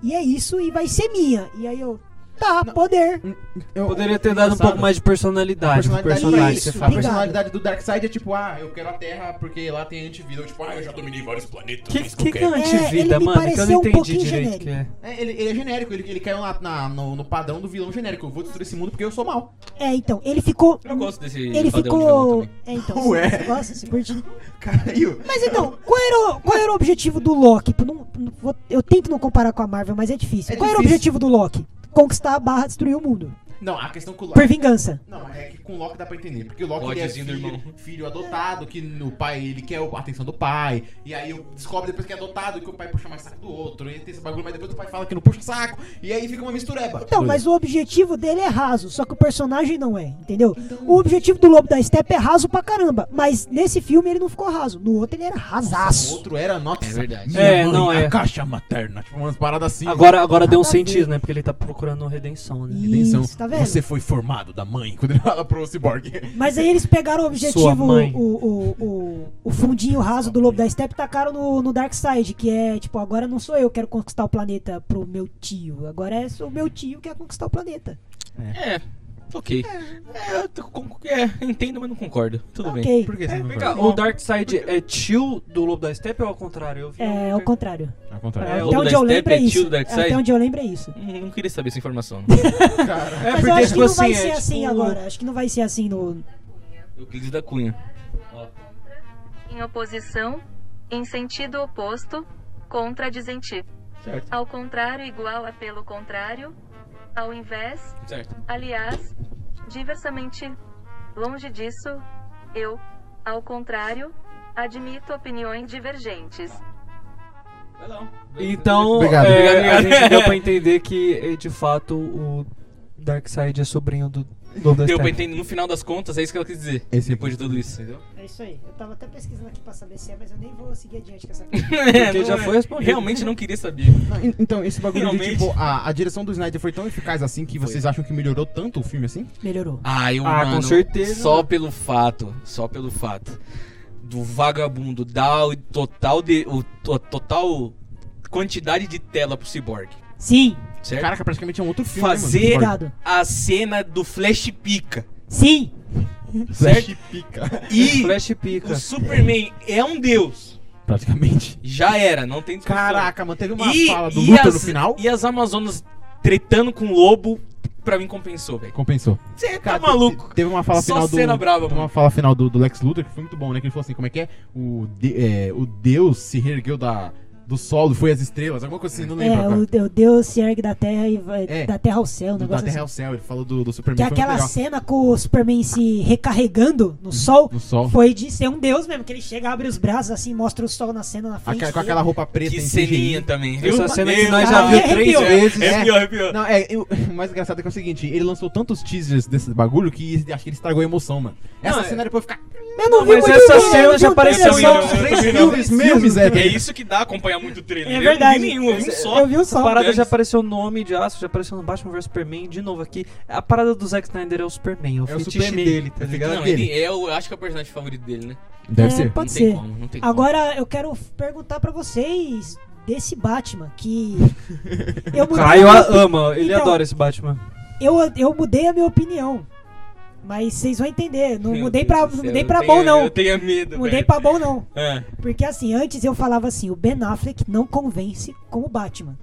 [SPEAKER 3] e é isso e vai ser minha. E aí eu tá, poder.
[SPEAKER 4] Hum. Eu
[SPEAKER 2] Poderia ter dado um pouco mais de personalidade pro
[SPEAKER 4] personalidade,
[SPEAKER 2] personagem,
[SPEAKER 3] Isso,
[SPEAKER 2] você
[SPEAKER 4] a
[SPEAKER 2] fala.
[SPEAKER 3] obrigado.
[SPEAKER 4] personalidade do Darkseid é tipo, ah, eu quero a Terra porque lá tem antivida. Ou tipo, ah, eu já dominei vários planetas.
[SPEAKER 2] Que,
[SPEAKER 4] mas
[SPEAKER 2] que, que é
[SPEAKER 4] qualquer-
[SPEAKER 3] É, ele
[SPEAKER 2] antivida,
[SPEAKER 3] me
[SPEAKER 2] mano? Que eu
[SPEAKER 3] pareceu
[SPEAKER 2] não
[SPEAKER 3] um
[SPEAKER 2] entendi
[SPEAKER 3] pouquinho
[SPEAKER 2] direito o que é.
[SPEAKER 4] É, ele, ele é genérico, ele, ele caiu na, na- no, no padrão do vilão genérico. Eu vou destruir esse mundo porque eu sou mal.
[SPEAKER 3] É, então, ele ficou
[SPEAKER 1] Eu gosto desse padrão de
[SPEAKER 3] ele
[SPEAKER 1] vilão
[SPEAKER 3] ficou
[SPEAKER 1] também.
[SPEAKER 3] É, então.
[SPEAKER 4] Ué.
[SPEAKER 3] Você gosta, você curte?
[SPEAKER 4] Caralho.
[SPEAKER 3] Mas então, qual era, o- qual era o objetivo do Loki? Tipo, não- não vou- eu tento não comparar com a Marvel, mas é difícil.
[SPEAKER 4] É
[SPEAKER 3] qual era o
[SPEAKER 4] difícil.
[SPEAKER 3] objetivo do Loki? Conquistar a barra, destruir o mundo.
[SPEAKER 4] Não, a questão com o Loki.
[SPEAKER 3] Por vingança.
[SPEAKER 4] Não, é que com o Loki dá pra entender. Porque o Loki ele é
[SPEAKER 1] Ódiozinho do
[SPEAKER 4] filho,
[SPEAKER 1] irmão.
[SPEAKER 4] filho adotado, que no pai ele quer a atenção do pai. E aí eu descobre depois que é adotado que o pai puxa mais saco do outro. E tem esse bagulho, mas depois o pai fala que não puxa saco. E aí fica uma mistureba.
[SPEAKER 3] Então, mas o objetivo dele é raso, só que o personagem não é, entendeu? O objetivo do Lobo da Steppe é raso pra caramba, mas nesse filme ele não ficou raso, no outro ele era
[SPEAKER 4] O
[SPEAKER 3] rasaço.
[SPEAKER 4] outro era, nossa,
[SPEAKER 1] É verdade.
[SPEAKER 4] minha
[SPEAKER 2] É,
[SPEAKER 4] mãe,
[SPEAKER 2] não
[SPEAKER 4] a
[SPEAKER 2] é.
[SPEAKER 4] caixa materna. Tipo, umas paradas assim.
[SPEAKER 2] Agora, agora deu um
[SPEAKER 3] Nada a ver.
[SPEAKER 2] sentido, né? Porque ele tá procurando redenção, né?
[SPEAKER 3] Ih.
[SPEAKER 4] Atenção,
[SPEAKER 3] Isso, tá vendo?
[SPEAKER 4] Você foi formado da mãe quando ele fala pro Cyborg.
[SPEAKER 3] Mas aí eles pegaram o
[SPEAKER 2] Sua
[SPEAKER 3] objetivo,
[SPEAKER 2] mãe.
[SPEAKER 3] o, o, o, o fundinho raso do Lobo da Steppe e tacaram no, no Darkseid, que é tipo, agora não sou eu que quero conquistar o planeta pro meu tio, agora é o meu tio que quer conquistar o planeta.
[SPEAKER 1] É, ok. É, eu tô com- é, entendo, mas não concordo. Tudo bem.
[SPEAKER 3] Ok,
[SPEAKER 4] que você não
[SPEAKER 1] Fica-
[SPEAKER 2] O Darkseid é tio do Lobo da Steppe ou ao contrário? Eu vi
[SPEAKER 3] é
[SPEAKER 2] um-
[SPEAKER 3] o contrário.
[SPEAKER 4] Ao
[SPEAKER 2] É,
[SPEAKER 4] contrário.
[SPEAKER 2] o
[SPEAKER 3] até
[SPEAKER 1] Lobo
[SPEAKER 3] onde
[SPEAKER 1] da
[SPEAKER 3] eu
[SPEAKER 1] Steppe
[SPEAKER 3] lembro é
[SPEAKER 1] é tio
[SPEAKER 3] isso.
[SPEAKER 1] do Darkseid?
[SPEAKER 3] Até onde eu lembro é isso.
[SPEAKER 1] Não, não queria saber essa informação.
[SPEAKER 2] É,
[SPEAKER 3] Mas
[SPEAKER 2] porque,
[SPEAKER 3] eu acho que
[SPEAKER 2] tipo
[SPEAKER 3] não
[SPEAKER 2] assim,
[SPEAKER 3] vai
[SPEAKER 2] é,
[SPEAKER 3] ser assim
[SPEAKER 2] tipo,
[SPEAKER 3] agora, acho que não vai ser assim no,
[SPEAKER 1] Euclides da Cunha. Ó,
[SPEAKER 5] Em oposição, em sentido oposto, contradizente.
[SPEAKER 1] certo,
[SPEAKER 5] Ao contrário igual a pelo contrário, ao invés,
[SPEAKER 1] certo.
[SPEAKER 5] aliás, diversamente. Longe disso, eu, ao contrário, admito opiniões divergentes.
[SPEAKER 1] Vai lá.
[SPEAKER 2] Então,
[SPEAKER 4] Obrigado.
[SPEAKER 2] é,
[SPEAKER 1] Obrigado,
[SPEAKER 2] a
[SPEAKER 1] obrigado.
[SPEAKER 2] gente deu pra entender que, eh, de fato, o Darkseid é sobrinho do Lobo da
[SPEAKER 1] Deu pra
[SPEAKER 2] Steppe.
[SPEAKER 1] entender, no final das contas, é isso que ela quis dizer.
[SPEAKER 4] Esse-
[SPEAKER 1] Depois de tudo isso, entendeu?
[SPEAKER 3] É isso aí. Eu tava até pesquisando aqui pra saber se é, mas eu nem vou seguir adiante com essa coisa.
[SPEAKER 1] Porque
[SPEAKER 2] já foi respondido.
[SPEAKER 1] É, Realmente não queria saber.
[SPEAKER 4] Não, en- Então, esse bagulho
[SPEAKER 1] Finalmente.
[SPEAKER 4] de, tipo, a, a direção do Snyder foi tão eficaz assim que vocês acham que melhorou tanto o filme assim?
[SPEAKER 3] Melhorou.
[SPEAKER 1] Ah, eu,
[SPEAKER 2] Ah, com
[SPEAKER 1] mano,
[SPEAKER 2] certeza,
[SPEAKER 1] só
[SPEAKER 2] né?
[SPEAKER 1] pelo fato, só pelo fato do vagabundo dar o total de o to- total quantidade de tela pro Cyborg,
[SPEAKER 3] Sim,
[SPEAKER 1] certo?
[SPEAKER 4] Caraca, praticamente é um outro filme,
[SPEAKER 1] Fazer
[SPEAKER 4] né, mano?
[SPEAKER 3] obrigado.
[SPEAKER 1] a cena do Flash pica,
[SPEAKER 3] Sim,
[SPEAKER 1] certo?
[SPEAKER 4] Flash pica.
[SPEAKER 1] E
[SPEAKER 2] Flash pica.
[SPEAKER 1] o Superman é um deus.
[SPEAKER 4] Praticamente.
[SPEAKER 1] Já era, não tem discussão.
[SPEAKER 4] Caraca, mano, teve uma
[SPEAKER 1] E,
[SPEAKER 4] fala do
[SPEAKER 1] e
[SPEAKER 4] Luthor
[SPEAKER 1] as,
[SPEAKER 4] no final.
[SPEAKER 1] E as Amazonas tretando com o lobo, pra mim compensou, velho.
[SPEAKER 4] Compensou.
[SPEAKER 1] Você tá
[SPEAKER 4] Cara, te-
[SPEAKER 1] maluco?
[SPEAKER 4] te- Teve uma fala
[SPEAKER 1] Só
[SPEAKER 4] final do.
[SPEAKER 1] cena brava,
[SPEAKER 4] teve uma
[SPEAKER 1] mano.
[SPEAKER 4] fala final do, do Lex Luthor que foi muito bom, né? Que ele falou assim: como é que é? O, de- é, o Deus se reergueu da. do sol, do foi as estrelas, alguma coisa assim, não lembro.
[SPEAKER 3] É,
[SPEAKER 4] agora.
[SPEAKER 1] um
[SPEAKER 3] o, o Deus se ergue da terra e vai.
[SPEAKER 4] É.
[SPEAKER 3] Da terra ao céu, um
[SPEAKER 4] Do
[SPEAKER 3] negócio
[SPEAKER 4] da
[SPEAKER 3] assim.
[SPEAKER 4] Terra ao Céu, ele falou do, do Superman.
[SPEAKER 3] Que
[SPEAKER 4] foi muito
[SPEAKER 3] aquela
[SPEAKER 4] legal.
[SPEAKER 3] cena com o Superman se recarregando no sol
[SPEAKER 4] No sol.
[SPEAKER 3] foi de ser um deus mesmo, que ele chega, abre os braços assim, mostra o sol nascendo na frente.
[SPEAKER 4] Aquela- com
[SPEAKER 3] dele.
[SPEAKER 4] aquela roupa preta
[SPEAKER 1] né? Que
[SPEAKER 4] em
[SPEAKER 1] ceninha então.
[SPEAKER 4] CGI.
[SPEAKER 1] também. viu?
[SPEAKER 2] Essa cena que
[SPEAKER 1] Meu
[SPEAKER 2] nós já
[SPEAKER 1] Deus.
[SPEAKER 2] viu três
[SPEAKER 3] Arrepiou.
[SPEAKER 2] vezes.
[SPEAKER 1] É pior, é pior.
[SPEAKER 4] Não, é, eu- o mais engraçado é que é o seguinte, ele lançou tantos teasers desse bagulho que acho que ele estragou a emoção, mano. Essa
[SPEAKER 2] Não, é-
[SPEAKER 4] cena depois fica.
[SPEAKER 3] Eu não vi
[SPEAKER 2] Mas
[SPEAKER 3] muito
[SPEAKER 2] essa
[SPEAKER 3] bem,
[SPEAKER 2] cena
[SPEAKER 3] eu
[SPEAKER 2] já
[SPEAKER 3] vi um
[SPEAKER 2] apareceu
[SPEAKER 3] trailer
[SPEAKER 2] em
[SPEAKER 3] só.
[SPEAKER 1] outros
[SPEAKER 4] Três
[SPEAKER 1] Não,
[SPEAKER 4] filmes mesmo, Zé.
[SPEAKER 1] É isso que dá acompanhar muito o trailer.
[SPEAKER 3] É
[SPEAKER 1] Eu
[SPEAKER 3] verdade.
[SPEAKER 1] não vi nenhum, eu vi um só.
[SPEAKER 3] Eu vi um
[SPEAKER 2] Essa
[SPEAKER 3] só.
[SPEAKER 2] parada já
[SPEAKER 1] Antes.
[SPEAKER 2] apareceu no Homem de Aço, já apareceu no Batman vs Superman, de novo aqui. A parada do Zack Snyder é o Superman, é o
[SPEAKER 4] É o
[SPEAKER 2] fetiche
[SPEAKER 4] Superman.
[SPEAKER 2] dele, tá
[SPEAKER 4] É o
[SPEAKER 2] ligado?
[SPEAKER 4] Cara
[SPEAKER 1] Não,
[SPEAKER 4] dele.
[SPEAKER 1] ele é, o- eu acho que é o personagem favorito dele, né?
[SPEAKER 4] Deve
[SPEAKER 3] É,
[SPEAKER 4] ser.
[SPEAKER 3] Pode
[SPEAKER 1] não
[SPEAKER 3] ser.
[SPEAKER 1] tem como, não tem como.
[SPEAKER 3] Agora eu quero perguntar pra vocês desse Batman que eu
[SPEAKER 2] O
[SPEAKER 3] mudei,
[SPEAKER 2] Caio a ama, ele
[SPEAKER 3] Então-
[SPEAKER 2] adora esse Batman.
[SPEAKER 3] eu, eu mudei a minha opinião. Mas vocês vão entender, não
[SPEAKER 1] Meu
[SPEAKER 3] mudei
[SPEAKER 1] Deus
[SPEAKER 3] pra
[SPEAKER 1] do
[SPEAKER 3] não
[SPEAKER 1] céu,
[SPEAKER 3] mudei
[SPEAKER 1] eu
[SPEAKER 3] para
[SPEAKER 1] tenho-
[SPEAKER 3] bom não.
[SPEAKER 1] Eu tenho medo.
[SPEAKER 3] Mudei
[SPEAKER 1] velho.
[SPEAKER 3] pra bom não.
[SPEAKER 1] É.
[SPEAKER 3] Porque assim, antes eu falava assim, o Ben Affleck não convence como Batman.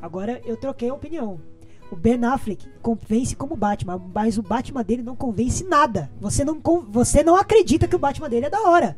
[SPEAKER 3] Agora eu troquei a opinião. O Ben Affleck convence como Batman, mas o Batman dele não convence nada. Você não, con- você não acredita que o Batman dele é da hora.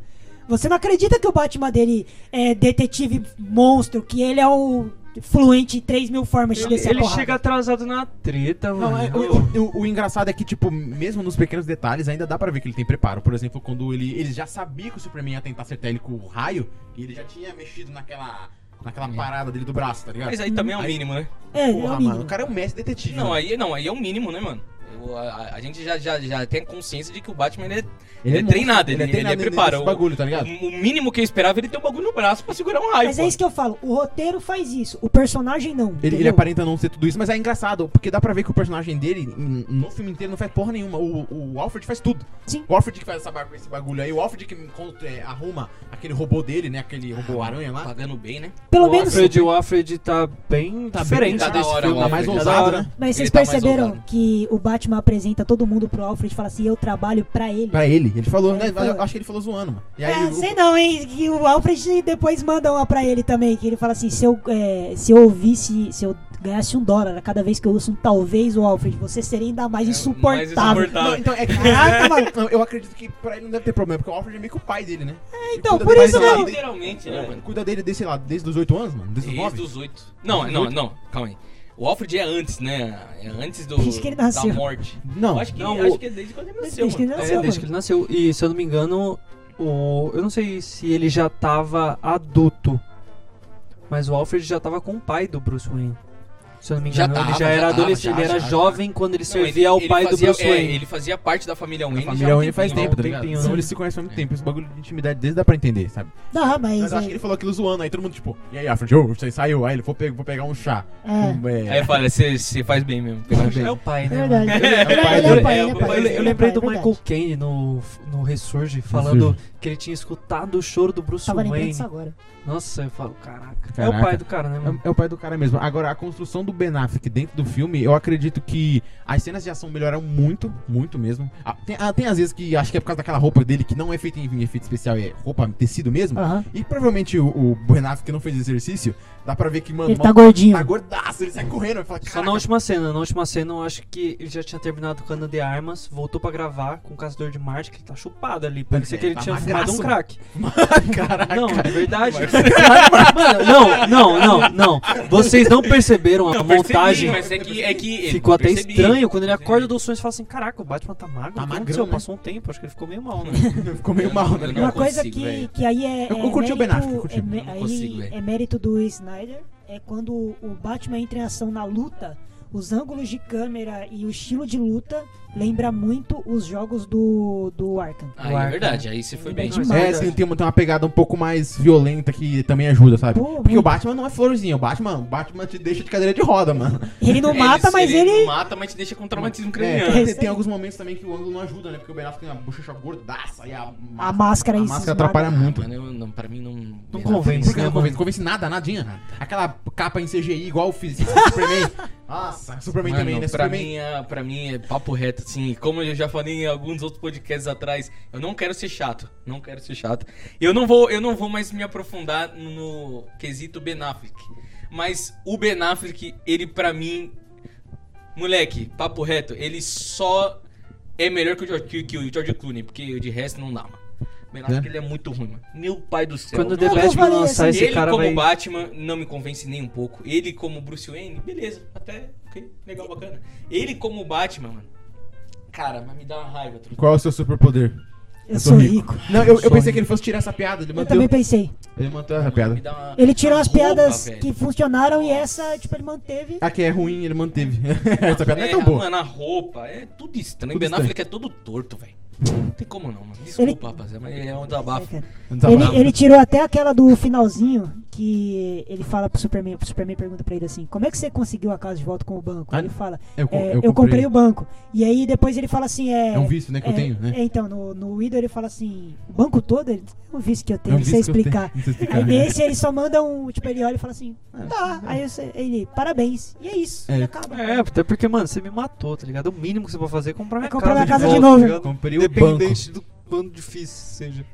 [SPEAKER 3] Você não acredita que o Batman dele é detetive monstro, que ele é um fluente em 3 mil formas de
[SPEAKER 2] Ele,
[SPEAKER 3] descer é a
[SPEAKER 2] ele
[SPEAKER 3] porrada.
[SPEAKER 2] chega atrasado na treta,
[SPEAKER 4] Não, é,
[SPEAKER 2] mano.
[SPEAKER 4] o, o- o engraçado é que, tipo, mesmo nos pequenos detalhes, ainda dá pra ver que ele tem preparo. Por exemplo, quando ele, ele já sabia que o Superman ia tentar acertar ele com o raio, e ele já tinha mexido naquela, naquela parada dele do braço, tá ligado?
[SPEAKER 1] É. Mas aí também é o mínimo, né?
[SPEAKER 3] É, ele é
[SPEAKER 4] Porra,
[SPEAKER 3] um
[SPEAKER 4] mano, o
[SPEAKER 3] mínimo.
[SPEAKER 4] cara é um mestre detetive.
[SPEAKER 1] Não,
[SPEAKER 4] mano.
[SPEAKER 1] aí, não, aí é o mínimo, né, mano? Eu- a, a gente já, já, já tem consciência de que o Batman ele é, ele é
[SPEAKER 4] monstro,
[SPEAKER 1] treinado, ele, ele,
[SPEAKER 4] treinado nesse
[SPEAKER 1] prepara. O,
[SPEAKER 4] bagulho, tá ligado?
[SPEAKER 1] o mínimo que eu esperava ele ter um bagulho no braço pra segurar um raio.
[SPEAKER 3] Mas é isso que eu falo, o roteiro faz isso, o personagem não.
[SPEAKER 4] Ele, ele
[SPEAKER 1] Então.
[SPEAKER 3] entendeu?
[SPEAKER 4] aparenta não ser tudo isso, mas é engraçado, porque dá pra ver que o personagem dele, em- no filme inteiro, não faz porra nenhuma. O, o Alfred faz tudo.
[SPEAKER 3] Sim.
[SPEAKER 4] O Alfred que faz essa bar- esse bagulho aí, o Alfred que encontra, é, arruma aquele robô dele, né? Aquele robô
[SPEAKER 1] Ah,
[SPEAKER 4] aranha lá.
[SPEAKER 1] Pagando bem, né?
[SPEAKER 3] Pelo
[SPEAKER 2] o
[SPEAKER 3] menos
[SPEAKER 2] Alfred, o Alfred tá bem
[SPEAKER 4] Tá bem
[SPEAKER 2] diferente.
[SPEAKER 1] Tá
[SPEAKER 4] nesse
[SPEAKER 1] da hora,
[SPEAKER 4] filme,
[SPEAKER 1] o
[SPEAKER 4] tá mais
[SPEAKER 1] Alfred,
[SPEAKER 2] tá da
[SPEAKER 4] ousado,
[SPEAKER 2] hora.
[SPEAKER 4] né?
[SPEAKER 3] Mas vocês
[SPEAKER 1] Ele tá mais
[SPEAKER 3] perceberam
[SPEAKER 1] ousado.
[SPEAKER 3] que o Batman apresenta todo mundo pro Alfred e fala assim: eu trabalho pra ele?
[SPEAKER 4] Pra ele, ele falou, né?
[SPEAKER 3] Ele falou.
[SPEAKER 4] Eu Acho que ele falou zoando, mano. E
[SPEAKER 3] É,
[SPEAKER 4] o-
[SPEAKER 3] sei não, hein? Que o Alfred depois manda uma pra ele também, que ele fala assim: se eu, é, se eu ouvisse, se eu ganhasse um dólar a cada vez que eu ouço um talvez o Alfred, você seria ainda mais
[SPEAKER 1] É,
[SPEAKER 3] insuportável.
[SPEAKER 1] mais insuportável.
[SPEAKER 4] Não, então é que.
[SPEAKER 3] Caraca, mano.
[SPEAKER 4] Não, eu acredito que pra ele não deve ter problema, porque o Alfred é meio que o pai dele, né? É,
[SPEAKER 3] então, por isso mesmo.
[SPEAKER 4] Ele
[SPEAKER 1] Literalmente, né, mano?
[SPEAKER 4] cuida dele, desde, sei lá, desde os 8 anos, mano? Desde os 9?
[SPEAKER 1] Desde os oito. Não, não, não, calma aí. O Alfred é antes, né? É antes do,
[SPEAKER 3] Desde que ele nasceu.
[SPEAKER 1] da morte.
[SPEAKER 4] Não.
[SPEAKER 1] Eu acho que,
[SPEAKER 2] Não,
[SPEAKER 1] acho
[SPEAKER 2] o-
[SPEAKER 1] que é desde quando ele nasceu,
[SPEAKER 3] Desde que ele
[SPEAKER 1] mano.
[SPEAKER 3] nasceu,
[SPEAKER 2] É, desde que
[SPEAKER 3] mano.
[SPEAKER 2] ele nasceu. E se eu não me engano, o. Eu não sei se ele já tava adulto. Mas o Alfred já tava com o pai do Bruce Wayne. Se eu não me
[SPEAKER 1] Já
[SPEAKER 2] engano, ele
[SPEAKER 1] tava,
[SPEAKER 2] já
[SPEAKER 1] já
[SPEAKER 2] era
[SPEAKER 1] tava,
[SPEAKER 2] adolescente,
[SPEAKER 1] já,
[SPEAKER 2] ele era
[SPEAKER 1] já, já.
[SPEAKER 2] jovem quando ele
[SPEAKER 1] Não,
[SPEAKER 2] servia
[SPEAKER 1] ele-
[SPEAKER 2] ao
[SPEAKER 1] ele
[SPEAKER 2] pai
[SPEAKER 1] fazia-
[SPEAKER 2] do Bruce
[SPEAKER 1] é,
[SPEAKER 2] Wayne.
[SPEAKER 1] ele fazia parte da família Wayne.
[SPEAKER 4] A
[SPEAKER 1] já
[SPEAKER 4] família
[SPEAKER 1] há um
[SPEAKER 4] Wayne faz
[SPEAKER 1] tempinho,
[SPEAKER 4] tempo, tá
[SPEAKER 2] tempinho,
[SPEAKER 4] ligado?
[SPEAKER 2] né?
[SPEAKER 4] Então eles se conhecem há muito
[SPEAKER 1] É.
[SPEAKER 4] tempo, esse bagulho de intimidade deles dá pra entender, sabe?
[SPEAKER 3] Não, mas.
[SPEAKER 4] Mas eu acho
[SPEAKER 3] é,
[SPEAKER 4] que ele falou aquilo zoando, aí todo mundo tipo, e aí, Alfred, ô, você saiu, aí ele, vou, pe- vou pegar um chá.
[SPEAKER 3] é,
[SPEAKER 4] Um, é,
[SPEAKER 1] né? Aí fala, você faz bem mesmo. pegar um
[SPEAKER 4] bem.
[SPEAKER 1] chá.
[SPEAKER 2] É o pai, né?
[SPEAKER 3] verdade.
[SPEAKER 2] mano?
[SPEAKER 3] Ele é- ele
[SPEAKER 4] pai
[SPEAKER 3] é
[SPEAKER 4] dele.
[SPEAKER 1] É,
[SPEAKER 3] pai, ele é
[SPEAKER 1] o
[SPEAKER 2] Eu,
[SPEAKER 1] pai
[SPEAKER 3] pai,
[SPEAKER 2] eu
[SPEAKER 3] ele é
[SPEAKER 2] lembrei
[SPEAKER 3] pai,
[SPEAKER 2] do Uhum.
[SPEAKER 3] é
[SPEAKER 2] Michael
[SPEAKER 3] verdade.
[SPEAKER 2] Caine no, no Ressurge, falando que ele tinha escutado o choro do Bruce
[SPEAKER 3] Tava lembrando
[SPEAKER 2] Wayne.
[SPEAKER 3] disso agora.
[SPEAKER 2] Nossa, eu falo, caraca. É
[SPEAKER 4] Caraca.
[SPEAKER 2] o pai do cara, né, mano?
[SPEAKER 4] É, é o pai do cara mesmo. Agora, a construção do Ben Affleck dentro do filme, eu acredito que as cenas de ação melhoraram muito, muito mesmo. Ah, tem, ah, tem às vezes que acho que é por causa daquela roupa dele que não é feita em, em efeito especial, é roupa tecido mesmo.
[SPEAKER 3] Aham.
[SPEAKER 4] E provavelmente o, o Ben Affleck não fez exercício, dá pra ver que, mano,
[SPEAKER 3] Ele
[SPEAKER 4] mal-
[SPEAKER 3] tá gordinho.
[SPEAKER 4] tá gordaço, ele sai correndo, ele fala,
[SPEAKER 2] Só
[SPEAKER 4] cara,
[SPEAKER 2] na última cena. Na última cena, eu acho que ele já tinha terminado com Ana de Armas, voltou pra gravar com o Caçador de Marte, que ele tá chupado ali. Parecia
[SPEAKER 4] É,
[SPEAKER 2] que ele
[SPEAKER 4] tá
[SPEAKER 2] tinha fumado
[SPEAKER 4] magraço,
[SPEAKER 2] um
[SPEAKER 4] mano.
[SPEAKER 2] crack.
[SPEAKER 4] caraca.
[SPEAKER 2] Não, de verdade. Mano, não, não, não, não. Vocês não perceberam a
[SPEAKER 1] Não, percebi,
[SPEAKER 2] montagem.
[SPEAKER 1] mas é que, é que
[SPEAKER 2] Ficou até
[SPEAKER 1] percebi.
[SPEAKER 2] estranho quando ele acorda dos sonhos e fala assim: Caraca, o Batman tá magro.
[SPEAKER 4] Tá
[SPEAKER 2] o que
[SPEAKER 4] magrão,
[SPEAKER 2] aconteceu?
[SPEAKER 4] né?
[SPEAKER 2] Passou um tempo, acho que ele ficou meio mal, né?
[SPEAKER 4] Ficou meio mal, né?
[SPEAKER 1] Eu
[SPEAKER 3] Uma
[SPEAKER 1] não
[SPEAKER 3] coisa
[SPEAKER 1] consigo,
[SPEAKER 3] que,
[SPEAKER 1] velho.
[SPEAKER 3] que aí é.
[SPEAKER 4] Eu- eu
[SPEAKER 3] é
[SPEAKER 4] curti o Ben
[SPEAKER 3] mérito-
[SPEAKER 4] Affleck, eu curti.
[SPEAKER 3] é mé-
[SPEAKER 1] Eu não
[SPEAKER 3] aí
[SPEAKER 1] consigo, velho.
[SPEAKER 3] é mérito do Snyder. É quando o Batman entra em ação na luta, os ângulos de câmera e o estilo de luta lembra muito os jogos do, do Arkham.
[SPEAKER 1] Aí é verdade, aí você foi bem.
[SPEAKER 3] Não,
[SPEAKER 4] É,
[SPEAKER 2] Verdade.
[SPEAKER 4] sim, tem, uma- tem uma pegada um pouco mais violenta que também ajuda, sabe?
[SPEAKER 3] Pô,
[SPEAKER 4] Porque
[SPEAKER 3] muito.
[SPEAKER 4] o Batman não é florzinha, o Batman, o Batman te deixa de cadeira de roda, mano.
[SPEAKER 3] Ele não mata, mas ele.
[SPEAKER 1] não Mata, mas te deixa com traumatismo
[SPEAKER 4] É,
[SPEAKER 1] craniano.
[SPEAKER 4] tem-
[SPEAKER 3] isso
[SPEAKER 4] tem,
[SPEAKER 3] aí.
[SPEAKER 4] alguns momentos também que o ângulo não ajuda, né? Porque o Ben Affleck tem uma bochecha gordaça e a,
[SPEAKER 3] A máscara aí
[SPEAKER 4] a máscara
[SPEAKER 3] cismada.
[SPEAKER 4] atrapalha muito.
[SPEAKER 1] Mano, eu, não, pra mim não.
[SPEAKER 2] Não convence,
[SPEAKER 4] Porque
[SPEAKER 2] né,
[SPEAKER 4] não
[SPEAKER 2] mano?
[SPEAKER 4] convence, não convence nada, nadinha. Aquela capa em CGI igual eu fiz do Superman. Nossa, Superman
[SPEAKER 1] Mano,
[SPEAKER 4] também, né?
[SPEAKER 1] pra,
[SPEAKER 4] Superman.
[SPEAKER 1] mim, é- pra mim é papo reto, assim, como eu já falei em alguns outros podcasts atrás, eu não quero ser chato, não quero ser chato. Eu não vou, eu não vou mais me aprofundar no quesito Ben Affleck, mas o Ben Affleck, ele pra mim, moleque, papo reto, ele só é melhor que o George, que, que o George Clooney, porque de resto não dá, mano. Ben Affleck,
[SPEAKER 4] É.
[SPEAKER 1] ele é muito ruim, mano. Meu pai do céu.
[SPEAKER 2] Quando o
[SPEAKER 1] não
[SPEAKER 2] The
[SPEAKER 1] dá.
[SPEAKER 3] eu
[SPEAKER 2] Batman
[SPEAKER 3] falei
[SPEAKER 2] lançar,
[SPEAKER 3] assim,
[SPEAKER 2] esse
[SPEAKER 1] ele
[SPEAKER 2] cara
[SPEAKER 1] como
[SPEAKER 2] vai...
[SPEAKER 1] Batman não me convence nem um pouco. Ele como Bruce Wayne, beleza, até ok, legal, bacana. Ele como Batman, mano. Cara, mas me dá uma raiva, truta.
[SPEAKER 4] Qual é o seu superpoder?
[SPEAKER 3] Eu sou rico.
[SPEAKER 4] Não, eu, eu
[SPEAKER 2] Sou
[SPEAKER 4] pensei
[SPEAKER 2] rico.
[SPEAKER 4] que ele fosse tirar essa piada. Ele
[SPEAKER 3] Eu
[SPEAKER 4] manteve,
[SPEAKER 3] também pensei.
[SPEAKER 4] ele manteve essa
[SPEAKER 1] Me
[SPEAKER 4] piada.
[SPEAKER 1] dá uma-
[SPEAKER 3] Ele tirou
[SPEAKER 1] uma
[SPEAKER 3] as
[SPEAKER 1] roupa,
[SPEAKER 3] piadas
[SPEAKER 1] velho.
[SPEAKER 3] que funcionaram e essa, tipo, ele manteve.
[SPEAKER 4] A que é ruim, ele manteve. essa piada não é tão
[SPEAKER 1] É,
[SPEAKER 4] boa.
[SPEAKER 1] Mano, a roupa, é tudo estranho.
[SPEAKER 4] Tudo
[SPEAKER 1] Ben
[SPEAKER 4] estranho.
[SPEAKER 1] Affleck é todo torto, velho. Não tem como não, mano. Desculpa, rapaziada, mas é um desabafo.
[SPEAKER 4] Tá
[SPEAKER 3] Ele,
[SPEAKER 4] bravo.
[SPEAKER 3] ele tirou até aquela do finalzinho que ele fala pro Superman, pro Superman pergunta pra ele assim, como é que você conseguiu a casa de volta com o banco?
[SPEAKER 4] Ah,
[SPEAKER 3] ele fala,
[SPEAKER 4] eu com-
[SPEAKER 3] é,
[SPEAKER 4] eu
[SPEAKER 3] eu comprei
[SPEAKER 4] comprei.
[SPEAKER 3] o banco. E aí depois ele fala assim, é...
[SPEAKER 4] É um vício, né, que eu
[SPEAKER 3] é,
[SPEAKER 4] tenho, né?
[SPEAKER 3] é, então, no, no Widow ele fala assim, o banco todo, ele, é um vício que eu tenho,
[SPEAKER 4] É um
[SPEAKER 3] não sei
[SPEAKER 4] vício que eu
[SPEAKER 3] explicar.
[SPEAKER 4] tenho, não sei explicar,
[SPEAKER 3] Aí
[SPEAKER 4] né?
[SPEAKER 3] nesse ele só manda um, tipo, ele olha e fala assim, tá, aí você- ele, parabéns. E é isso,
[SPEAKER 4] É.
[SPEAKER 3] e acaba.
[SPEAKER 2] É, até porque, mano, você me matou, tá ligado? O mínimo que você pode fazer é comprar minha
[SPEAKER 3] comprar minha
[SPEAKER 4] casa de
[SPEAKER 2] volta,
[SPEAKER 3] novo.
[SPEAKER 2] tá ligado?
[SPEAKER 4] Comprei o banco.
[SPEAKER 2] Independente do quanto difícil seja.